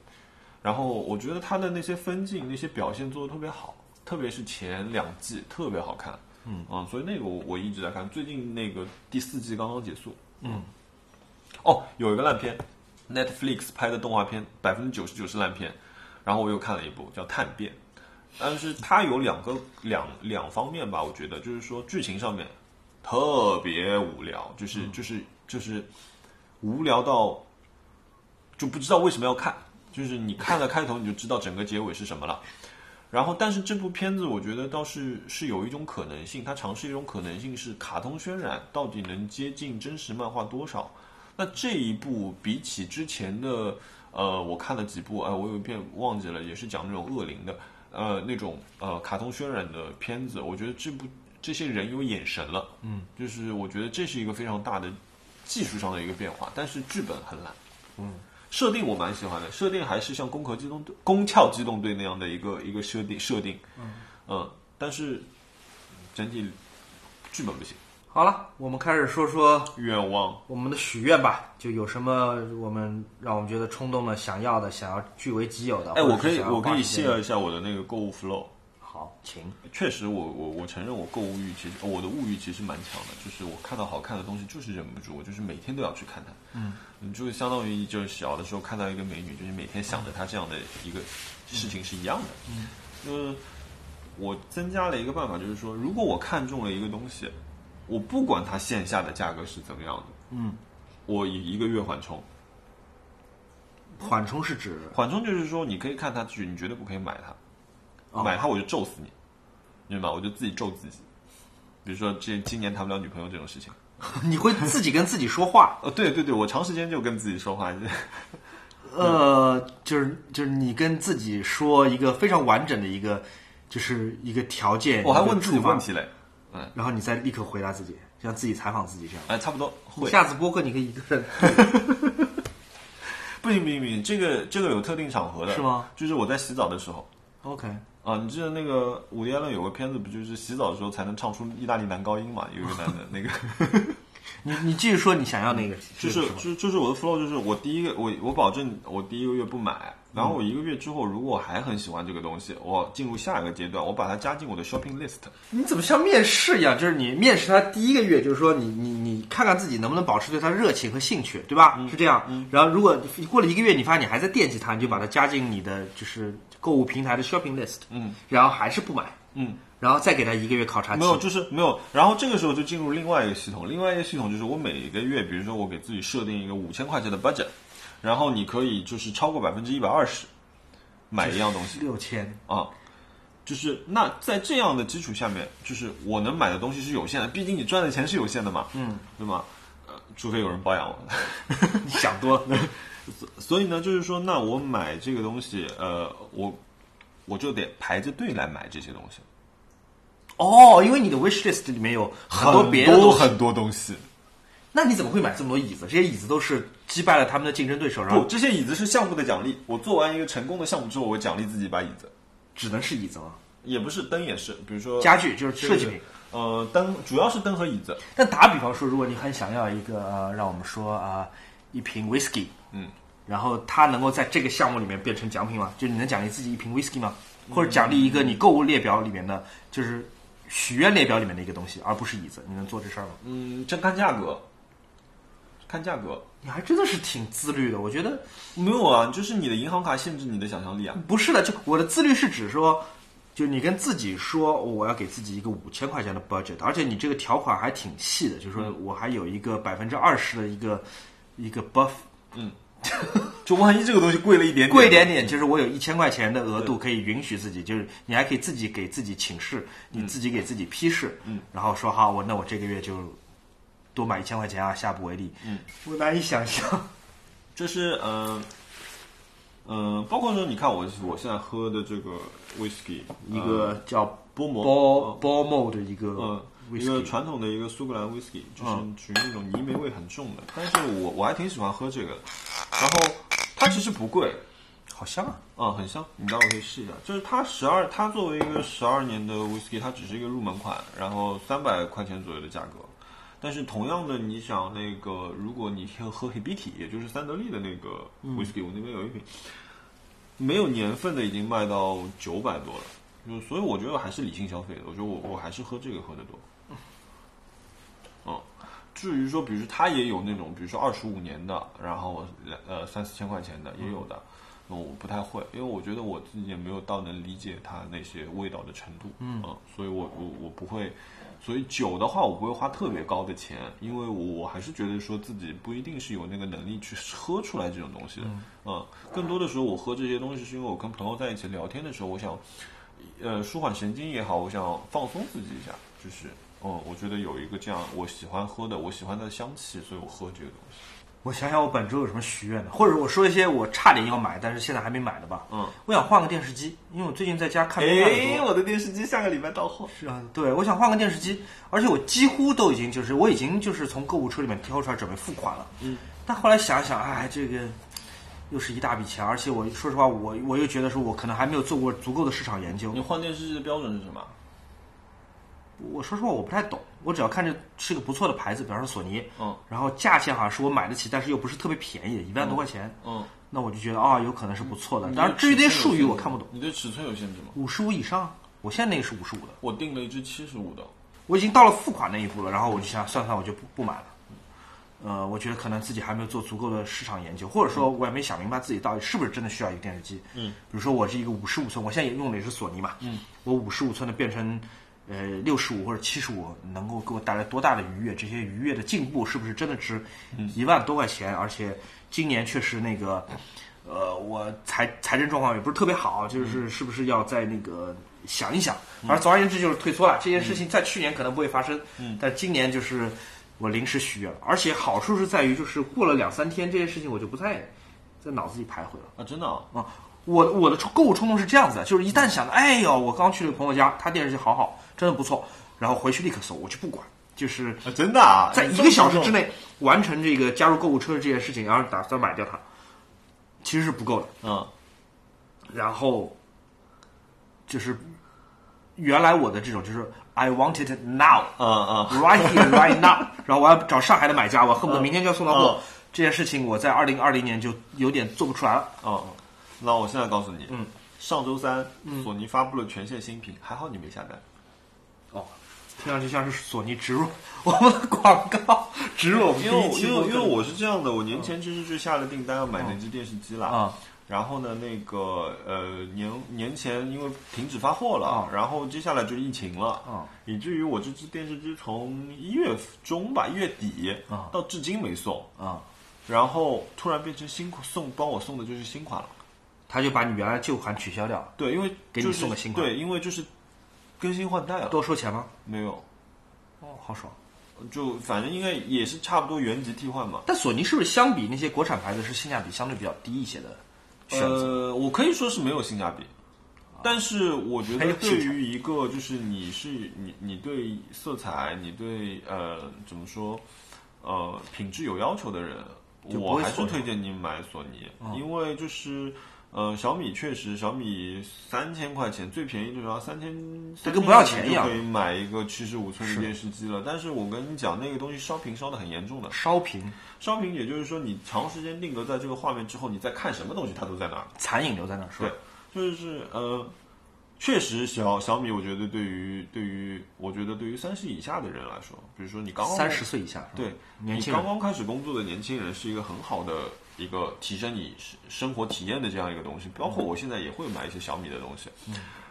[SPEAKER 2] 然后我觉得他的那些分镜、那些表现做的特别好，特别是前两季特别好看。
[SPEAKER 1] 嗯
[SPEAKER 2] 啊，所以那个我我一直在看，最近那个第四季刚刚结束。
[SPEAKER 1] 嗯，
[SPEAKER 2] 哦，有一个烂片，Netflix 拍的动画片，百分之九十九是烂片。然后我又看了一部叫《探变》，但是它有两个两两方面吧，我觉得就是说剧情上面特别无聊，就是就是就是无聊到就不知道为什么要看，就是你看了开头你就知道整个结尾是什么了。然后，但是这部片子我觉得倒是是有一种可能性，它尝试一种可能性是卡通渲染到底能接近真实漫画多少。那这一部比起之前的呃，我看了几部，哎，我有一遍忘记了，也是讲那种恶灵的呃那种呃卡通渲染的片子，我觉得这部这些人有眼神了，
[SPEAKER 1] 嗯，
[SPEAKER 2] 就是我觉得这是一个非常大的技术上的一个变化，但是剧本很烂。设定我蛮喜欢的，设定还是像《攻壳机动队》《宫壳机动队》那样的一个一个设定设定，嗯但是整体剧本不行。
[SPEAKER 1] 好了，我们开始说说
[SPEAKER 2] 愿望
[SPEAKER 1] 我们的许愿吧，就有什么我们让我们觉得冲动的、想要的、想要据为己有的。
[SPEAKER 2] 哎，
[SPEAKER 1] 或者
[SPEAKER 2] 我可以
[SPEAKER 1] 是想要
[SPEAKER 2] 我可以
[SPEAKER 1] 花时间
[SPEAKER 2] share 一下我的那个购物 flow。
[SPEAKER 1] 好，请
[SPEAKER 2] 确实我，我我承认我购物欲其实我的物欲其实蛮强的，就是我看到好看的东西就是忍不住，我就是每天都要去看它。嗯，你就相当于就是小的时候看到一个美女，就是每天想着她这样的一个事情是一样的。嗯，就是我增加了一个办法，就是说，如果我看中了一个东西，我不管它线下的价格是怎么样的，
[SPEAKER 1] 嗯，
[SPEAKER 2] 我以一个月缓冲。
[SPEAKER 1] 缓冲是指
[SPEAKER 2] 缓冲就是说，你可以看它剧，你绝对不可以买它。
[SPEAKER 1] 哦
[SPEAKER 2] 买它我就咒死你，你知道吗？我就自己咒自己。比如说这今年谈不了女朋友这种事情，
[SPEAKER 1] 你会自己跟自己说话，
[SPEAKER 2] 呃、对对对，我长时间就跟自己 说话，嗯
[SPEAKER 1] 呃，就是就是你跟自己说一个非常完整的一个，就是一个条件，
[SPEAKER 2] 我还
[SPEAKER 1] 一个
[SPEAKER 2] 问自己
[SPEAKER 1] 出发
[SPEAKER 2] 问，题嘞，嗯，
[SPEAKER 1] 然后你再立刻回答自己，像自己采访自己这样。
[SPEAKER 2] 哎，差不多会。
[SPEAKER 1] 下次播客你可以一个人，
[SPEAKER 2] 不行不行不行，这个这个有特定场合的，
[SPEAKER 1] 是吗？
[SPEAKER 2] 就是我在洗澡的时候
[SPEAKER 1] OK，
[SPEAKER 2] 啊，你记得那个伍迪·艾伦有个片子，不就是洗澡的时候才能唱出意大利男高音嘛？有一个男的，那个
[SPEAKER 1] 你你继续说你想要那个，
[SPEAKER 2] 就是
[SPEAKER 1] 什么
[SPEAKER 2] 就是就是我的 flow，就是我第一个我我保证我第一个月不买，然后我一个月之后如果我还很喜欢这个东西，我进入下一个阶段，我把它加进我的 shopping list。
[SPEAKER 1] 你怎么像面试一样？就是你面试他第一个月，就是说你你你看看自己能不能保持对他热情和兴趣，对
[SPEAKER 2] 嗯
[SPEAKER 1] 吧？是这样。然后如果过了一个月，你发现你还在惦记他，你就把它加进你的就是购物平台的 shopping list，
[SPEAKER 2] 嗯，
[SPEAKER 1] 然后还是不买，
[SPEAKER 2] 嗯，
[SPEAKER 1] 然后再给他一个月考察期。
[SPEAKER 2] 没有，就是没有。然后这个时候就进入另外一个系统，另外一个系统就是我每个月，比如说我给自己设定一个五千块钱的 budget，然后你可以就是超过百分之一百二十买一样东西
[SPEAKER 1] 六 千，
[SPEAKER 2] 啊。就是那在这样的基础下面，就是我能买的东西是有限的，毕竟你赚的钱是有限的嘛，嗯，对吗？呃，除非有人包养我。
[SPEAKER 1] 你想多了。
[SPEAKER 2] 所以呢，就是说，那我买这个东西，呃，我我就得排着队来买这些东西，
[SPEAKER 1] 哦，因为你的 wish list 里面有很多别的
[SPEAKER 2] 很
[SPEAKER 1] 东
[SPEAKER 2] 多
[SPEAKER 1] 西，
[SPEAKER 2] 很多东西。
[SPEAKER 1] 那你怎么会买这么多椅子？这些椅子都是击败了他们的竞争对手，然
[SPEAKER 2] 不，
[SPEAKER 1] 后
[SPEAKER 2] 这些椅子是项目的奖励。我做完一个成功的项目之后，我奖励自己一把椅子。
[SPEAKER 1] 只能是椅子吗？
[SPEAKER 2] 也不是灯也是，比如说
[SPEAKER 1] 家具就是设计品。
[SPEAKER 2] 呃，灯主要是灯和椅子。
[SPEAKER 1] 但打比方说，如果你很想要一个，呃、让我们说啊、呃，一瓶 whisky，
[SPEAKER 2] 嗯，
[SPEAKER 1] 然后它能够在这个项目里面变成奖品吗？就你能奖励自己一瓶 whisky 吗？
[SPEAKER 2] 嗯
[SPEAKER 1] 或者奖励一个你购物列表里面的，就是许愿列表里面的一个东西，而不是椅子，你能做这事儿吗？
[SPEAKER 2] 嗯，这看价格，看价格。
[SPEAKER 1] 你还真的是挺自律的，我觉得
[SPEAKER 2] 没有啊，就是你的银行卡限制你的想象力啊。
[SPEAKER 1] 不是的，就我的自律是指说。就你跟自己说，我要给自己一个五千块钱的 budget，而且你这个条款还挺细的，就是
[SPEAKER 2] 嗯
[SPEAKER 1] 说我还有一个百分之二十的一个一个 buff，
[SPEAKER 2] 嗯，就万一这个东西贵了一点 点，
[SPEAKER 1] 贵一点点，就是我有一千块钱的额度可以允许自己，就是你还可以自己给自己请示，你自己给自己批示，
[SPEAKER 2] 嗯，
[SPEAKER 1] 然后说好，我那我这个月就多买一千块钱啊，下不为例，
[SPEAKER 2] 嗯，
[SPEAKER 1] 我难以想象，
[SPEAKER 2] 这是嗯。呃嗯，包括说，你看我我现在喝的这个 whisky，
[SPEAKER 1] 一个叫
[SPEAKER 2] 波摩
[SPEAKER 1] 呃波波莫的一个
[SPEAKER 2] 嗯，一
[SPEAKER 1] whisky，嗯
[SPEAKER 2] 个传统的一个苏格兰 whisky，就是属于那种泥煤味很重的，但是我我还挺喜欢喝这个的。然后它其实不贵，
[SPEAKER 1] 好香啊！
[SPEAKER 2] 嗯，很香，你待会儿可以试一下。就是它十二，它作为一个十二年的 whisky，它只是一个入门款，然后三百块钱左右的价格。但是同样的，你想那个，如果你要喝 Hibiki，也就是三得利的那个 whisky，、我那边有一瓶，没有年份的已经卖到九百多了。就是所以我觉得还是理性消费的，我觉得我我还是喝这个喝的多。嗯，至于说，比如说它也有那种，比如说二十五年的，然后两呃三四千块钱的也有的，那我不太会，因为我觉得我自己也没有到能理解它那些味道的程度，嗯，所以我我我不会，所以酒的话我不会花特别高的钱，因为我我还是觉得说自己不一定是有那个能力去喝出来这种东西的，嗯，更多的时候我喝这些东西是因为我跟朋友在一起聊天的时候，我想。呃，舒缓神经也好，我想放松自己一下，就是，嗯，我觉得有一个这样我喜欢喝的，我喜欢它的香气，所以我喝这个东西。
[SPEAKER 1] 我想想，我本周有什么许愿的，或者我说一些我差点要买，但是现在还没买的吧。
[SPEAKER 2] 嗯，哎
[SPEAKER 1] 我想换个电视机，因为我最近在家看动画的多。
[SPEAKER 2] 我的电视机下个礼拜到货。
[SPEAKER 1] 是啊，对，我想换个电视机，而且我几乎都已经就是我已经就是从购物车里面挑出来准备付款了。
[SPEAKER 2] 嗯，
[SPEAKER 1] 但后来想想，哎，这个又是一大笔钱，而且我说实话，我我又觉得说我可能还没有做过足够的市场研究
[SPEAKER 2] 你。换电视机的标准是什么？
[SPEAKER 1] 我说实话，我不太懂，我只要看这是个不错的牌子，比方说索尼，
[SPEAKER 2] 嗯
[SPEAKER 1] 然后价钱好像是我买得起，但是又不是特别便宜，一万多块钱，
[SPEAKER 2] 嗯，
[SPEAKER 1] 那我就觉得啊、有可能是不错的。当然，至于这些术语我看不懂，
[SPEAKER 2] 你对尺寸有限制吗？
[SPEAKER 1] 五十五以上，我现在那个是五十五的，
[SPEAKER 2] 我订了一只七十五的，
[SPEAKER 1] 我已经到了付款那一步了，然后我就想算算，我就不不买了。呃，我觉得可能自己还没有做足够的市场研究，或者说我也没想明白自己到底是不是真的需要一个电视机。
[SPEAKER 2] 嗯，
[SPEAKER 1] 比如说我是一个五十五寸，我现在也用的也是索尼嘛。嗯，我五十五寸的变成呃六十五或者七十五，能够给我带来多大的愉悦？这些愉悦的进步是不是真的值
[SPEAKER 2] 嗯
[SPEAKER 1] 一万多块钱？而且今年确实那个呃，我财财政状况也不是特别好，
[SPEAKER 2] 嗯
[SPEAKER 1] 就是是不是要在那个想一想？反正总而言之就是退缩了。这件事情在去年可能不会发生，
[SPEAKER 2] 嗯
[SPEAKER 1] 但今年就是我临时许愿了，而且好处是在于就是过了两三天这件事情我就不再在脑子里徘徊了。
[SPEAKER 2] 啊，真的、啊，
[SPEAKER 1] 啊，我我的购物冲动是这样子的，就是一旦想到，哎呦，我刚去了朋友家，他电视机好好，真的不错，然后回去立刻搜，我就不管，就是
[SPEAKER 2] 啊真的啊，
[SPEAKER 1] 在
[SPEAKER 2] 你
[SPEAKER 1] 一
[SPEAKER 2] 这
[SPEAKER 1] 个
[SPEAKER 2] 么
[SPEAKER 1] 小时
[SPEAKER 2] 冲
[SPEAKER 1] 之内完成这个加入购物车这件事情，然后打算买掉它，其实是不够的。
[SPEAKER 2] 动，嗯，
[SPEAKER 1] 然后就是原来我的这种就是 I want it now。
[SPEAKER 2] 嗯嗯，
[SPEAKER 1] right here, right now。然后 我要找上海的买家，我恨不得明天就要送到货。
[SPEAKER 2] 嗯
[SPEAKER 1] 这件事情我在二零二零年就有点做不出来了。
[SPEAKER 2] 哦，那我现在告诉你，
[SPEAKER 1] 嗯，
[SPEAKER 2] 上周三，索尼发布了全线新品，还好你没下单。
[SPEAKER 1] 哦，听上去像是索尼植入 我们的广告，植入哦我们第
[SPEAKER 2] 因为
[SPEAKER 1] 一
[SPEAKER 2] 我
[SPEAKER 1] 期哦
[SPEAKER 2] 因为因为
[SPEAKER 1] 播客
[SPEAKER 2] 我是这样的，我年前其实就下了订单要买那只电视机了。
[SPEAKER 1] 啊
[SPEAKER 2] 然后呢，那个呃年年前因为停止发货了，
[SPEAKER 1] 啊
[SPEAKER 2] 然后接下来就疫情了，
[SPEAKER 1] 啊
[SPEAKER 2] 以至于我这只电视机从一月中吧一月底、
[SPEAKER 1] 啊
[SPEAKER 2] 到至今没送，
[SPEAKER 1] 啊，
[SPEAKER 2] 然后突然变成新款送帮我送的就是新款了。
[SPEAKER 1] 他就把你原来旧款取消掉了，
[SPEAKER 2] 对，因为、就是、
[SPEAKER 1] 给你送个新款
[SPEAKER 2] 对，因为就是更新换代了，
[SPEAKER 1] 多收钱吗？
[SPEAKER 2] 没有，
[SPEAKER 1] 哦，好爽。
[SPEAKER 2] 就反正应该也是差不多原级替换嘛。
[SPEAKER 1] 但索尼是不是相比那些国产牌子是性价比相对比较低一些的选择？
[SPEAKER 2] 呃，我可以说是没有性价比，但是我觉
[SPEAKER 1] 还
[SPEAKER 2] 得
[SPEAKER 1] 有
[SPEAKER 2] 对
[SPEAKER 1] 性价
[SPEAKER 2] 于一个就是你是你你对色彩，你对呃怎么说呃品质有要求的人，
[SPEAKER 1] 就不
[SPEAKER 2] 我
[SPEAKER 1] 会
[SPEAKER 2] 还是
[SPEAKER 1] 索尼嗯
[SPEAKER 2] 推荐你买索尼，因为就是。呃，小米确实，小米三千块钱最便宜就要三千，
[SPEAKER 1] 这跟不要钱一样
[SPEAKER 2] 就可以买一个七十五寸的电视机了。但是我跟你讲，那个东西烧屏烧的很严重的，
[SPEAKER 1] 烧屏
[SPEAKER 2] 烧屏也就是说你长时间定格在这个画面之后，你在看什么东西它都在那儿。
[SPEAKER 1] 残影留在那儿是吧
[SPEAKER 2] 对？，就是呃，确实小小米，我觉得对于对于我觉得对于三十以下的人来说，比如说你刚刚
[SPEAKER 1] 三十岁以下是吧
[SPEAKER 2] 对
[SPEAKER 1] 年轻人
[SPEAKER 2] 你刚刚开始工作的年轻人是一个很好的一个提升你生生活体验的这样一个东西。包
[SPEAKER 1] 嗯
[SPEAKER 2] 括我现在也会买一些小米的东西，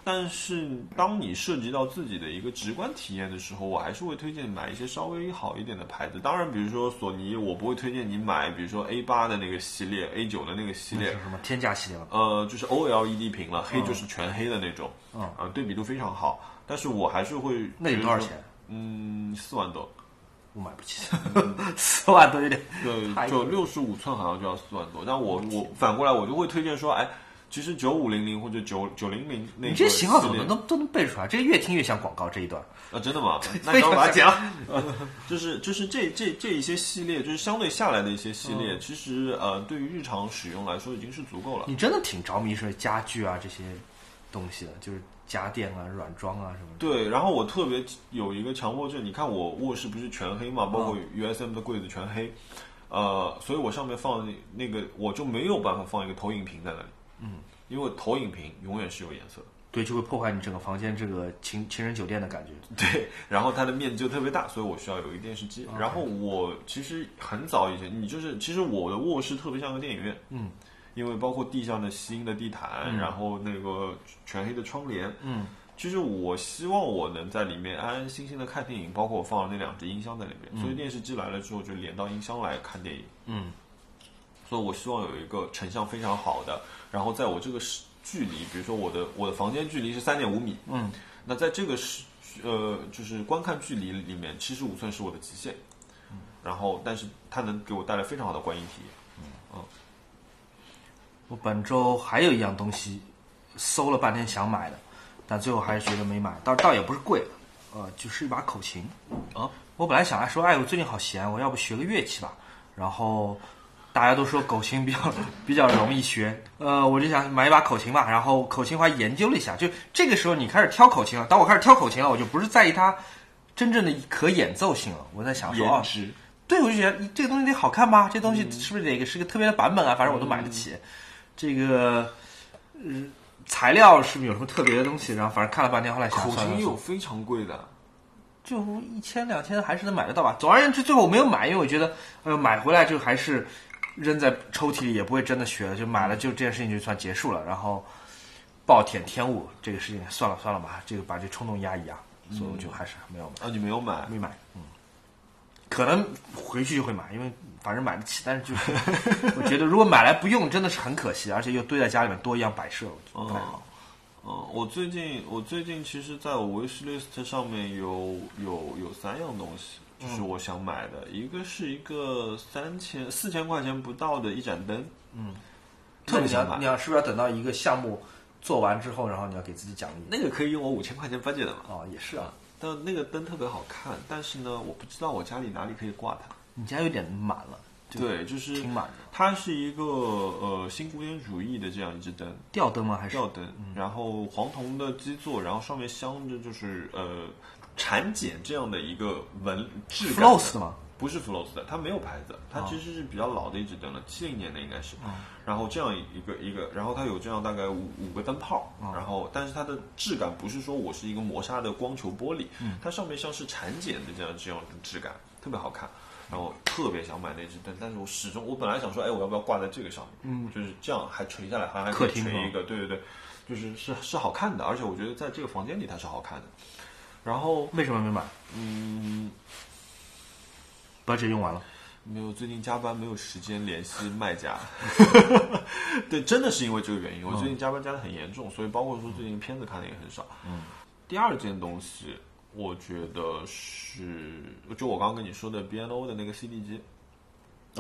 [SPEAKER 2] 但是当你涉及到自己的一个直观体验的时候，我还是会推荐买一些稍微好一点的牌子。当然，比如说索尼，我不会推荐你买，比如说 A 八的那个系列、A 九的那个系
[SPEAKER 1] 那
[SPEAKER 2] 列
[SPEAKER 1] 是，什么天价系列吧？
[SPEAKER 2] 呃，就是 OLED 屏了，黑就是全黑的那种，
[SPEAKER 1] 嗯
[SPEAKER 2] 啊、对比度非常好。但是我还是会
[SPEAKER 1] 那得多少钱？？
[SPEAKER 2] 嗯，四万多，
[SPEAKER 1] 我买不起， 四万多有点。太贵
[SPEAKER 2] 对，就
[SPEAKER 1] 了
[SPEAKER 2] 六十五寸好像就要四万多。但我我反过来我就会推荐说，哎，其实九五零零或者九九零零那
[SPEAKER 1] 你
[SPEAKER 2] 个
[SPEAKER 1] 这型号怎
[SPEAKER 2] 系
[SPEAKER 1] 么
[SPEAKER 2] 列
[SPEAKER 1] 能都能背出来？这越听越像广告这一段。
[SPEAKER 2] 啊，真 的吗？那
[SPEAKER 1] 非
[SPEAKER 2] 你
[SPEAKER 1] 常
[SPEAKER 2] 要把它剪了。 就是就是这这这一些系列，就是相对下来的一些系列，
[SPEAKER 1] 嗯
[SPEAKER 2] 其实呃，对于日常使用来说已经是足够了。
[SPEAKER 1] 你真的挺着迷是家具啊这些东西的，就是家电啊、软装啊什么的。
[SPEAKER 2] 对，然后我特别有一个强迫症，你看我卧室不是全黑嘛，包括 USM 的柜子全黑，呃，所以我上面放的那个我就没有办法放一个投影屏在那里，嗯，因为投影屏永远是有颜色的，
[SPEAKER 1] 对，就会破坏你整个房间这个情情人酒店的感觉。
[SPEAKER 2] 对，然后它的面积就特别大，所以我需要有一个电视机。然后我其实很早以前，你就是其实我的卧室特别像个电影院，
[SPEAKER 1] 嗯，
[SPEAKER 2] 因为包括地上的吸音的地毯，然后那个全黑的窗帘，
[SPEAKER 1] 嗯，
[SPEAKER 2] 其实我希望我能在里面安安心心的看电影，包括我放了那两只音箱在里面，所以电视机来了之后就连到音箱来看电影。
[SPEAKER 1] 嗯，
[SPEAKER 2] 所以我希望有一个成像非常好的，然后在我这个是距离，比如说我的我的房间距离是三点五米，
[SPEAKER 1] 嗯，
[SPEAKER 2] 那在这个是呃就是观看距离里面，七十五寸是我的极限，
[SPEAKER 1] 嗯
[SPEAKER 2] 然后但是它能给我带来非常好的观影体验。
[SPEAKER 1] 我本周还有一样东西，搜了半天想买的，但最后还是觉得没买。倒倒也不是贵，呃，就是一把口琴。
[SPEAKER 2] 啊，
[SPEAKER 1] 我本来想哎说，哎，我最近好闲，我要不学个乐器吧。然后大家都说口琴比较比较容易学，呃，我就想买一把口琴吧。然后口琴我还研究了一下，就这个时候你开始挑口琴了。当我开始挑口琴了，我就不是在意它真正的可演奏性了，我在想说
[SPEAKER 2] 颜
[SPEAKER 1] 啊，
[SPEAKER 2] 值，
[SPEAKER 1] 对，我就觉得这个东西得好看吧，这东西
[SPEAKER 2] 嗯
[SPEAKER 1] 是不是得是个特别的版本啊？反正我都买得起。这个，呃，材料是不是有什么特别的东西？然后反正看了半天，后来想
[SPEAKER 2] 口
[SPEAKER 1] 算
[SPEAKER 2] 琴
[SPEAKER 1] 了
[SPEAKER 2] 也有
[SPEAKER 1] 算，
[SPEAKER 2] 非常贵的，
[SPEAKER 1] 就一千两千还是能买得到吧。总而言之，最后我没有买，因为我觉得，呃，买回来就还是扔在抽屉里，也不会真的学了，就买了，就这件事情就算结束了。然后暴殄天物这个事情，算了算了吧，这个把这冲动压一压，所以我就还是没有买。
[SPEAKER 2] 啊，你没有买
[SPEAKER 1] 没买，嗯，可能回去就会买，因为反正买得起，但是就是 我觉得如果买来不用，真的是很可惜，而且又堆在家里面多一样摆设，我觉得不太好。
[SPEAKER 2] 嗯，我最近我最近其实在我 wish list 上面有有有三样东西，就是我想买的，一个是一个三千四千块钱不到的一盏灯，嗯，特
[SPEAKER 1] 那
[SPEAKER 2] 别
[SPEAKER 1] 你
[SPEAKER 2] 想
[SPEAKER 1] 要
[SPEAKER 2] 买
[SPEAKER 1] 你，要是不是要等到一个项目做完之后，然后你要给自己奖励？
[SPEAKER 2] 那个可以用我五千块钱 budget 的嘛，
[SPEAKER 1] 哦，也是啊，
[SPEAKER 2] 但那个灯特别好看，但是呢，我不知道我家里哪里可以挂它，
[SPEAKER 1] 你家有点满了，就
[SPEAKER 2] 对，就是
[SPEAKER 1] 挺满的。
[SPEAKER 2] 它是一个呃新古典主义的这样一支灯，
[SPEAKER 1] 吊灯吗？还是
[SPEAKER 2] 吊灯，
[SPEAKER 1] 嗯
[SPEAKER 2] 然后黄铜的基座，然后上面镶着就是呃产碱这样的一个纹质感
[SPEAKER 1] floss 的吗？
[SPEAKER 2] 不是 Flows 的，它没有牌子，
[SPEAKER 1] 啊
[SPEAKER 2] 它其实是比较老的一只灯了，七零年的应该是。然后这样一个一个，然后它有这样大概五五个灯泡，
[SPEAKER 1] 啊
[SPEAKER 2] 然后但是它的质感不是说我是一个磨砂的光球玻璃，
[SPEAKER 1] 嗯
[SPEAKER 2] 它上面像是产碱的这样这样的质感，特别好看。然后特别想买那只灯，但是我始终我本来想说，哎，我要不要挂在这个上面？嗯，就是这样还垂下来，好像还可
[SPEAKER 1] 客
[SPEAKER 2] 以
[SPEAKER 1] 厅
[SPEAKER 2] 垂
[SPEAKER 1] 是吧
[SPEAKER 2] 一个，对对对，就是是是好看的，而且我觉得在这个房间里它是好看的。然后
[SPEAKER 1] 为什么没买？
[SPEAKER 2] 嗯，
[SPEAKER 1] 把这用完了。
[SPEAKER 2] 没有，最近加班没有时间联系卖家。 对，真的是因为这个原
[SPEAKER 1] 嗯
[SPEAKER 2] 因，我最近加班加的很严重，所以包括说最近片子看的也很少。嗯，第二件东西，我觉得是就我刚刚跟你说的 B N O 的那个 C D 机，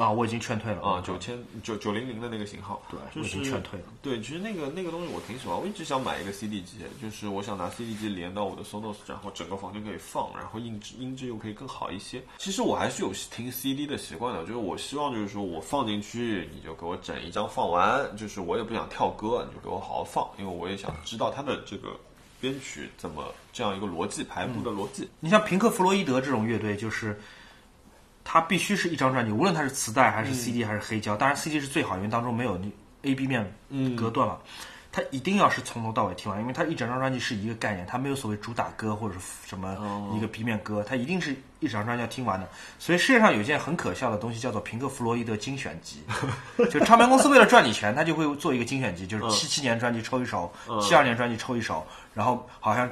[SPEAKER 1] 啊，我已经劝退了
[SPEAKER 2] 啊，九千九九零零的那个型号，
[SPEAKER 1] 对，
[SPEAKER 2] 就
[SPEAKER 1] 我已经
[SPEAKER 2] 是
[SPEAKER 1] 劝退了。
[SPEAKER 2] 对，其实那个那个东西我挺喜欢，我一直想买一个 CD 机，就是我想拿 CD 机连到我的 Sonos，然后整个房间可以放，然后音质音质又可以更好一些。其实我还是有听 CD 的习惯的，就是我希望就是说我放进去，你就给我整一张放完，就是我也不想跳歌，你就给我好好放，因为我也想知道它的这个编曲怎么这样一个逻辑排布的逻辑。
[SPEAKER 1] 你像平克·弗洛伊德这种乐队，就是它必须是一张专辑，无论它是磁带还是 CD 还是黑胶，当然 CD 是最好，因为当中没有那 A、B 面隔断嘛。它一定要是从头到尾听完，因为它一整张专辑是一个概念，它没有所谓主打歌或者是什
[SPEAKER 2] 哦
[SPEAKER 1] 么一个 B 面歌，它一定是一整张专辑要听 完的。所以世界上有一件很可笑的东西叫做平克·弗洛伊德精选集， 就唱片公司为了赚你钱，他就会做一个精选集，就是
[SPEAKER 2] 嗯
[SPEAKER 1] 七七年专辑抽一首，七二年专辑抽一首，然后好像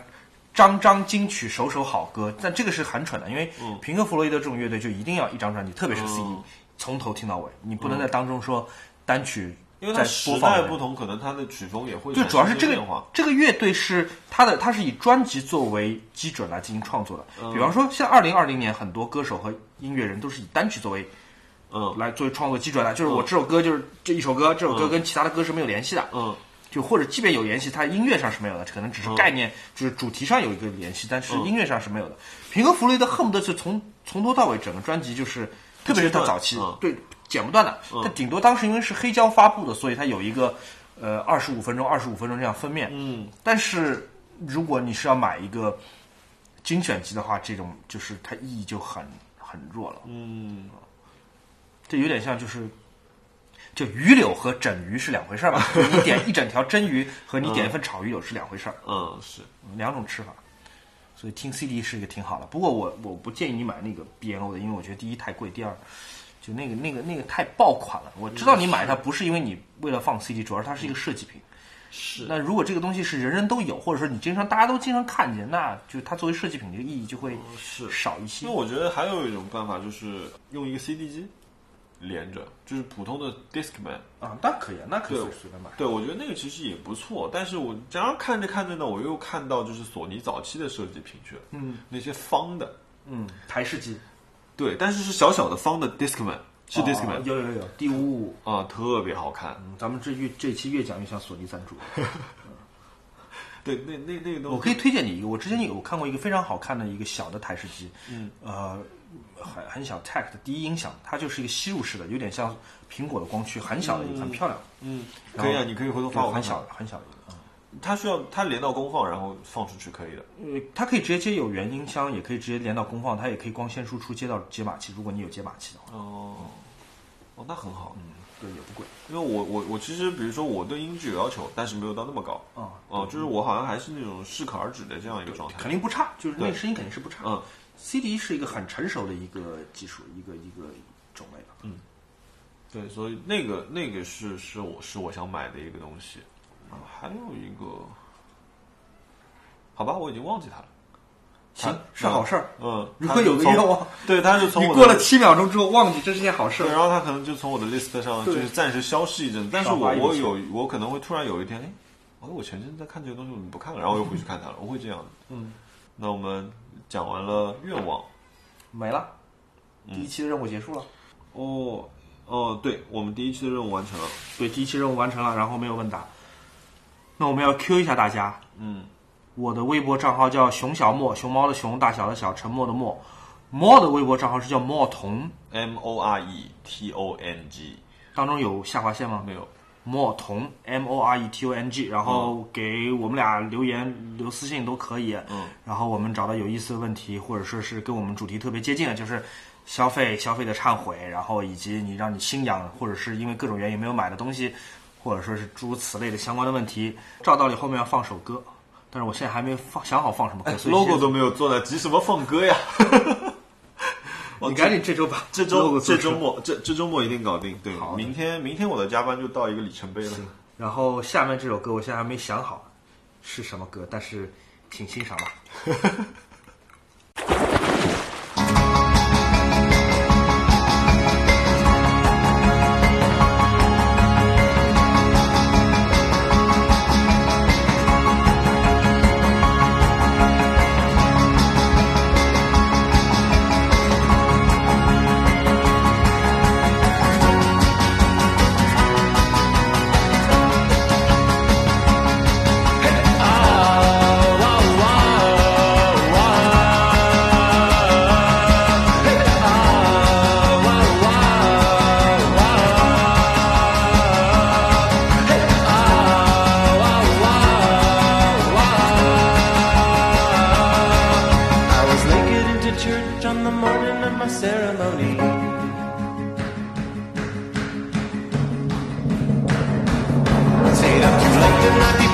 [SPEAKER 1] 张张金曲，首首好歌，但这个是很蠢的，因为
[SPEAKER 2] 嗯
[SPEAKER 1] 平克·弗洛伊德这种乐队就一定要一张专辑，特别
[SPEAKER 2] 哦
[SPEAKER 1] 是 CD，、从头听到尾，你不能在当中说单曲
[SPEAKER 2] 嗯因为
[SPEAKER 1] 在
[SPEAKER 2] 它时
[SPEAKER 1] 播放
[SPEAKER 2] 代
[SPEAKER 1] 完
[SPEAKER 2] 不同，可能它的曲风也会
[SPEAKER 1] 就主要是
[SPEAKER 2] 产生
[SPEAKER 1] 这
[SPEAKER 2] 一些
[SPEAKER 1] 个
[SPEAKER 2] 变化。
[SPEAKER 1] 这个乐队是它的，它是以专辑作为基准来进行创作的。比方说，像二零二零年很多歌手和音乐人都是以单曲作为
[SPEAKER 2] 嗯
[SPEAKER 1] 来作为创作基准的，就是我这首歌就是这一首歌，这首歌
[SPEAKER 2] 嗯
[SPEAKER 1] 跟其他的歌是没有联系的。
[SPEAKER 2] 嗯
[SPEAKER 1] 就或者即便有联系，它音乐上是没有的，可能只是概念，就是主题上有一个联系，但是
[SPEAKER 2] 嗯
[SPEAKER 1] 音乐上是没有的。平克·弗洛伊德恨不得是从从头到尾整个专辑就是，特别是他早期
[SPEAKER 2] 嗯
[SPEAKER 1] 对剪不断的，他顶多当时因为是黑胶发布的，所以它有一个呃二十五分钟、二十五分钟这样分面。
[SPEAKER 2] 嗯，
[SPEAKER 1] 但是如果你是要买一个精选集的话，这种就是它意义就很很弱了。
[SPEAKER 2] 嗯，
[SPEAKER 1] 这有点像就是，就鱼柳和整鱼是两回事儿嘛。 你点一整条真鱼和你点一份炒鱼柳是两回事儿，
[SPEAKER 2] 嗯，是，
[SPEAKER 1] 两种吃法。所以听 CD 是一个挺好的，不过我我不建议你买那个 BNO 的，因为我觉得第一太贵，第二就那个那个那个太爆款了。我知道你买
[SPEAKER 2] 嗯
[SPEAKER 1] 它不是因为你为了放 CD，主要是它是一个设计品。
[SPEAKER 2] 是
[SPEAKER 1] 那如果这个东西是人人都有，或者说你经常大家都经常看见，那就它作为设计品这个意义就会
[SPEAKER 2] 嗯是
[SPEAKER 1] 少一些
[SPEAKER 2] 因为。我觉得还有一种办法就是用一个 CD 机连着，就是普通的 Discman。
[SPEAKER 1] 啊，那可以啊，那可以
[SPEAKER 2] 对
[SPEAKER 1] 随随便买。
[SPEAKER 2] 对，我觉得那个其实也不错，但是我然后看着看着呢，我又看到就是索尼早期的设计品去了，
[SPEAKER 1] 嗯
[SPEAKER 2] 那些方的，
[SPEAKER 1] 嗯，台式机
[SPEAKER 2] 对，但是是小小的方的 Discman，是
[SPEAKER 1] 哦
[SPEAKER 2] Discman
[SPEAKER 1] 有有有，第五五。
[SPEAKER 2] 啊、特别好看。
[SPEAKER 1] 嗯咱们这越这期越讲越像索尼赞助。
[SPEAKER 2] 对，那那那个
[SPEAKER 1] 我
[SPEAKER 2] 东西，
[SPEAKER 1] 可以推荐你一个，我之前有看过一个非常好看的一个小的台式机，嗯，呃，很很小 Tech 的第一音响，它就是一个吸入式的，有点像苹果的光驱，很小的一个，很漂亮，
[SPEAKER 2] 嗯，
[SPEAKER 1] 然
[SPEAKER 2] 可
[SPEAKER 1] 后
[SPEAKER 2] 以啊，你可以回头发我
[SPEAKER 1] 很
[SPEAKER 2] 看看
[SPEAKER 1] 小，的很小的一个。嗯
[SPEAKER 2] 它需要它连到功放，然后放出去可以的。
[SPEAKER 1] 呃，它可以直接接有源音箱，也可以直接连到功放，它也可以光纤输出接到解码器，如果你有解码器的话，
[SPEAKER 2] 哦，哦，那很好，
[SPEAKER 1] 嗯，对，也不贵
[SPEAKER 2] 因为我我我其实比如说我对音质有要求，但是没有到那么高。
[SPEAKER 1] 啊，
[SPEAKER 2] 哦、就是我好像还是那种适可而止的这样一个状态。
[SPEAKER 1] 肯定不差，就是那
[SPEAKER 2] 对
[SPEAKER 1] 个声音肯定是不差。
[SPEAKER 2] 嗯
[SPEAKER 1] CD 是一个很成熟的一个技术，一个一个种类了。嗯，
[SPEAKER 2] 对，所以那个那个是是我是我想买的一个东西，啊，还有一个，好吧，我已经忘记它了。
[SPEAKER 1] 行
[SPEAKER 2] 它，
[SPEAKER 1] 是好事儿。
[SPEAKER 2] 嗯，
[SPEAKER 1] 如
[SPEAKER 2] 它
[SPEAKER 1] 果
[SPEAKER 2] 是
[SPEAKER 1] 有个
[SPEAKER 2] 从
[SPEAKER 1] 愿望，
[SPEAKER 2] 对，它是从
[SPEAKER 1] 你
[SPEAKER 2] 我
[SPEAKER 1] 过
[SPEAKER 2] 的
[SPEAKER 1] 了七秒钟之后忘记这是件好事
[SPEAKER 2] 对，
[SPEAKER 1] 儿。
[SPEAKER 2] 然后它可能就从我的 list 上就
[SPEAKER 1] 对
[SPEAKER 2] 是暂时消失一阵，但是
[SPEAKER 1] 少
[SPEAKER 2] 我
[SPEAKER 1] 花一
[SPEAKER 2] 我
[SPEAKER 1] 笔
[SPEAKER 2] 有我可能会突然有一天，哎，哦，我前阵在看这个东西，我怎么不看了？然后我又回去看它了，我会这样的。
[SPEAKER 1] 嗯，
[SPEAKER 2] 那我们讲完了愿望，
[SPEAKER 1] 没了，第一期的任务结束了。
[SPEAKER 2] 哦哦，对，我们第一期的任务完成了，
[SPEAKER 1] 对，第一期任务完成了，然后没有问答。那我们要 Q 一下大家，
[SPEAKER 2] 嗯，
[SPEAKER 1] 我的微博账号叫熊小莫，熊猫的熊，大小的小，沉默的默。猫的微博账号是叫莫童，
[SPEAKER 2] M O R E T O N G
[SPEAKER 1] 当中有下划线吗？
[SPEAKER 2] 没有，
[SPEAKER 1] 莫童 M O R E T O N G，然后给我们俩留言、留私信都可以。
[SPEAKER 2] 嗯，
[SPEAKER 1] 然后我们找到有意思的问题，或者说是跟我们主题特别接近的，就是消费、消费的忏悔，然后以及你让你心痒，或者是因为各种原因没有买的东西，或者说是诸如此类的相关的问题。照道理后面要放首歌，但是我现在还没放想好放什么歌，所以
[SPEAKER 2] logo
[SPEAKER 1] 现在
[SPEAKER 2] 都没有做呢，急什么放歌呀？
[SPEAKER 1] 你赶 紧这周把
[SPEAKER 2] 这
[SPEAKER 1] logo 做
[SPEAKER 2] 周这
[SPEAKER 1] 出
[SPEAKER 2] 周末这这周末一定搞定，对，
[SPEAKER 1] 好的
[SPEAKER 2] 明天明天我的加班就到一个里程碑了。
[SPEAKER 1] 然后下面这首歌我现在还没想好是什么歌，但是请欣赏吧。
[SPEAKER 3] 我 Love you.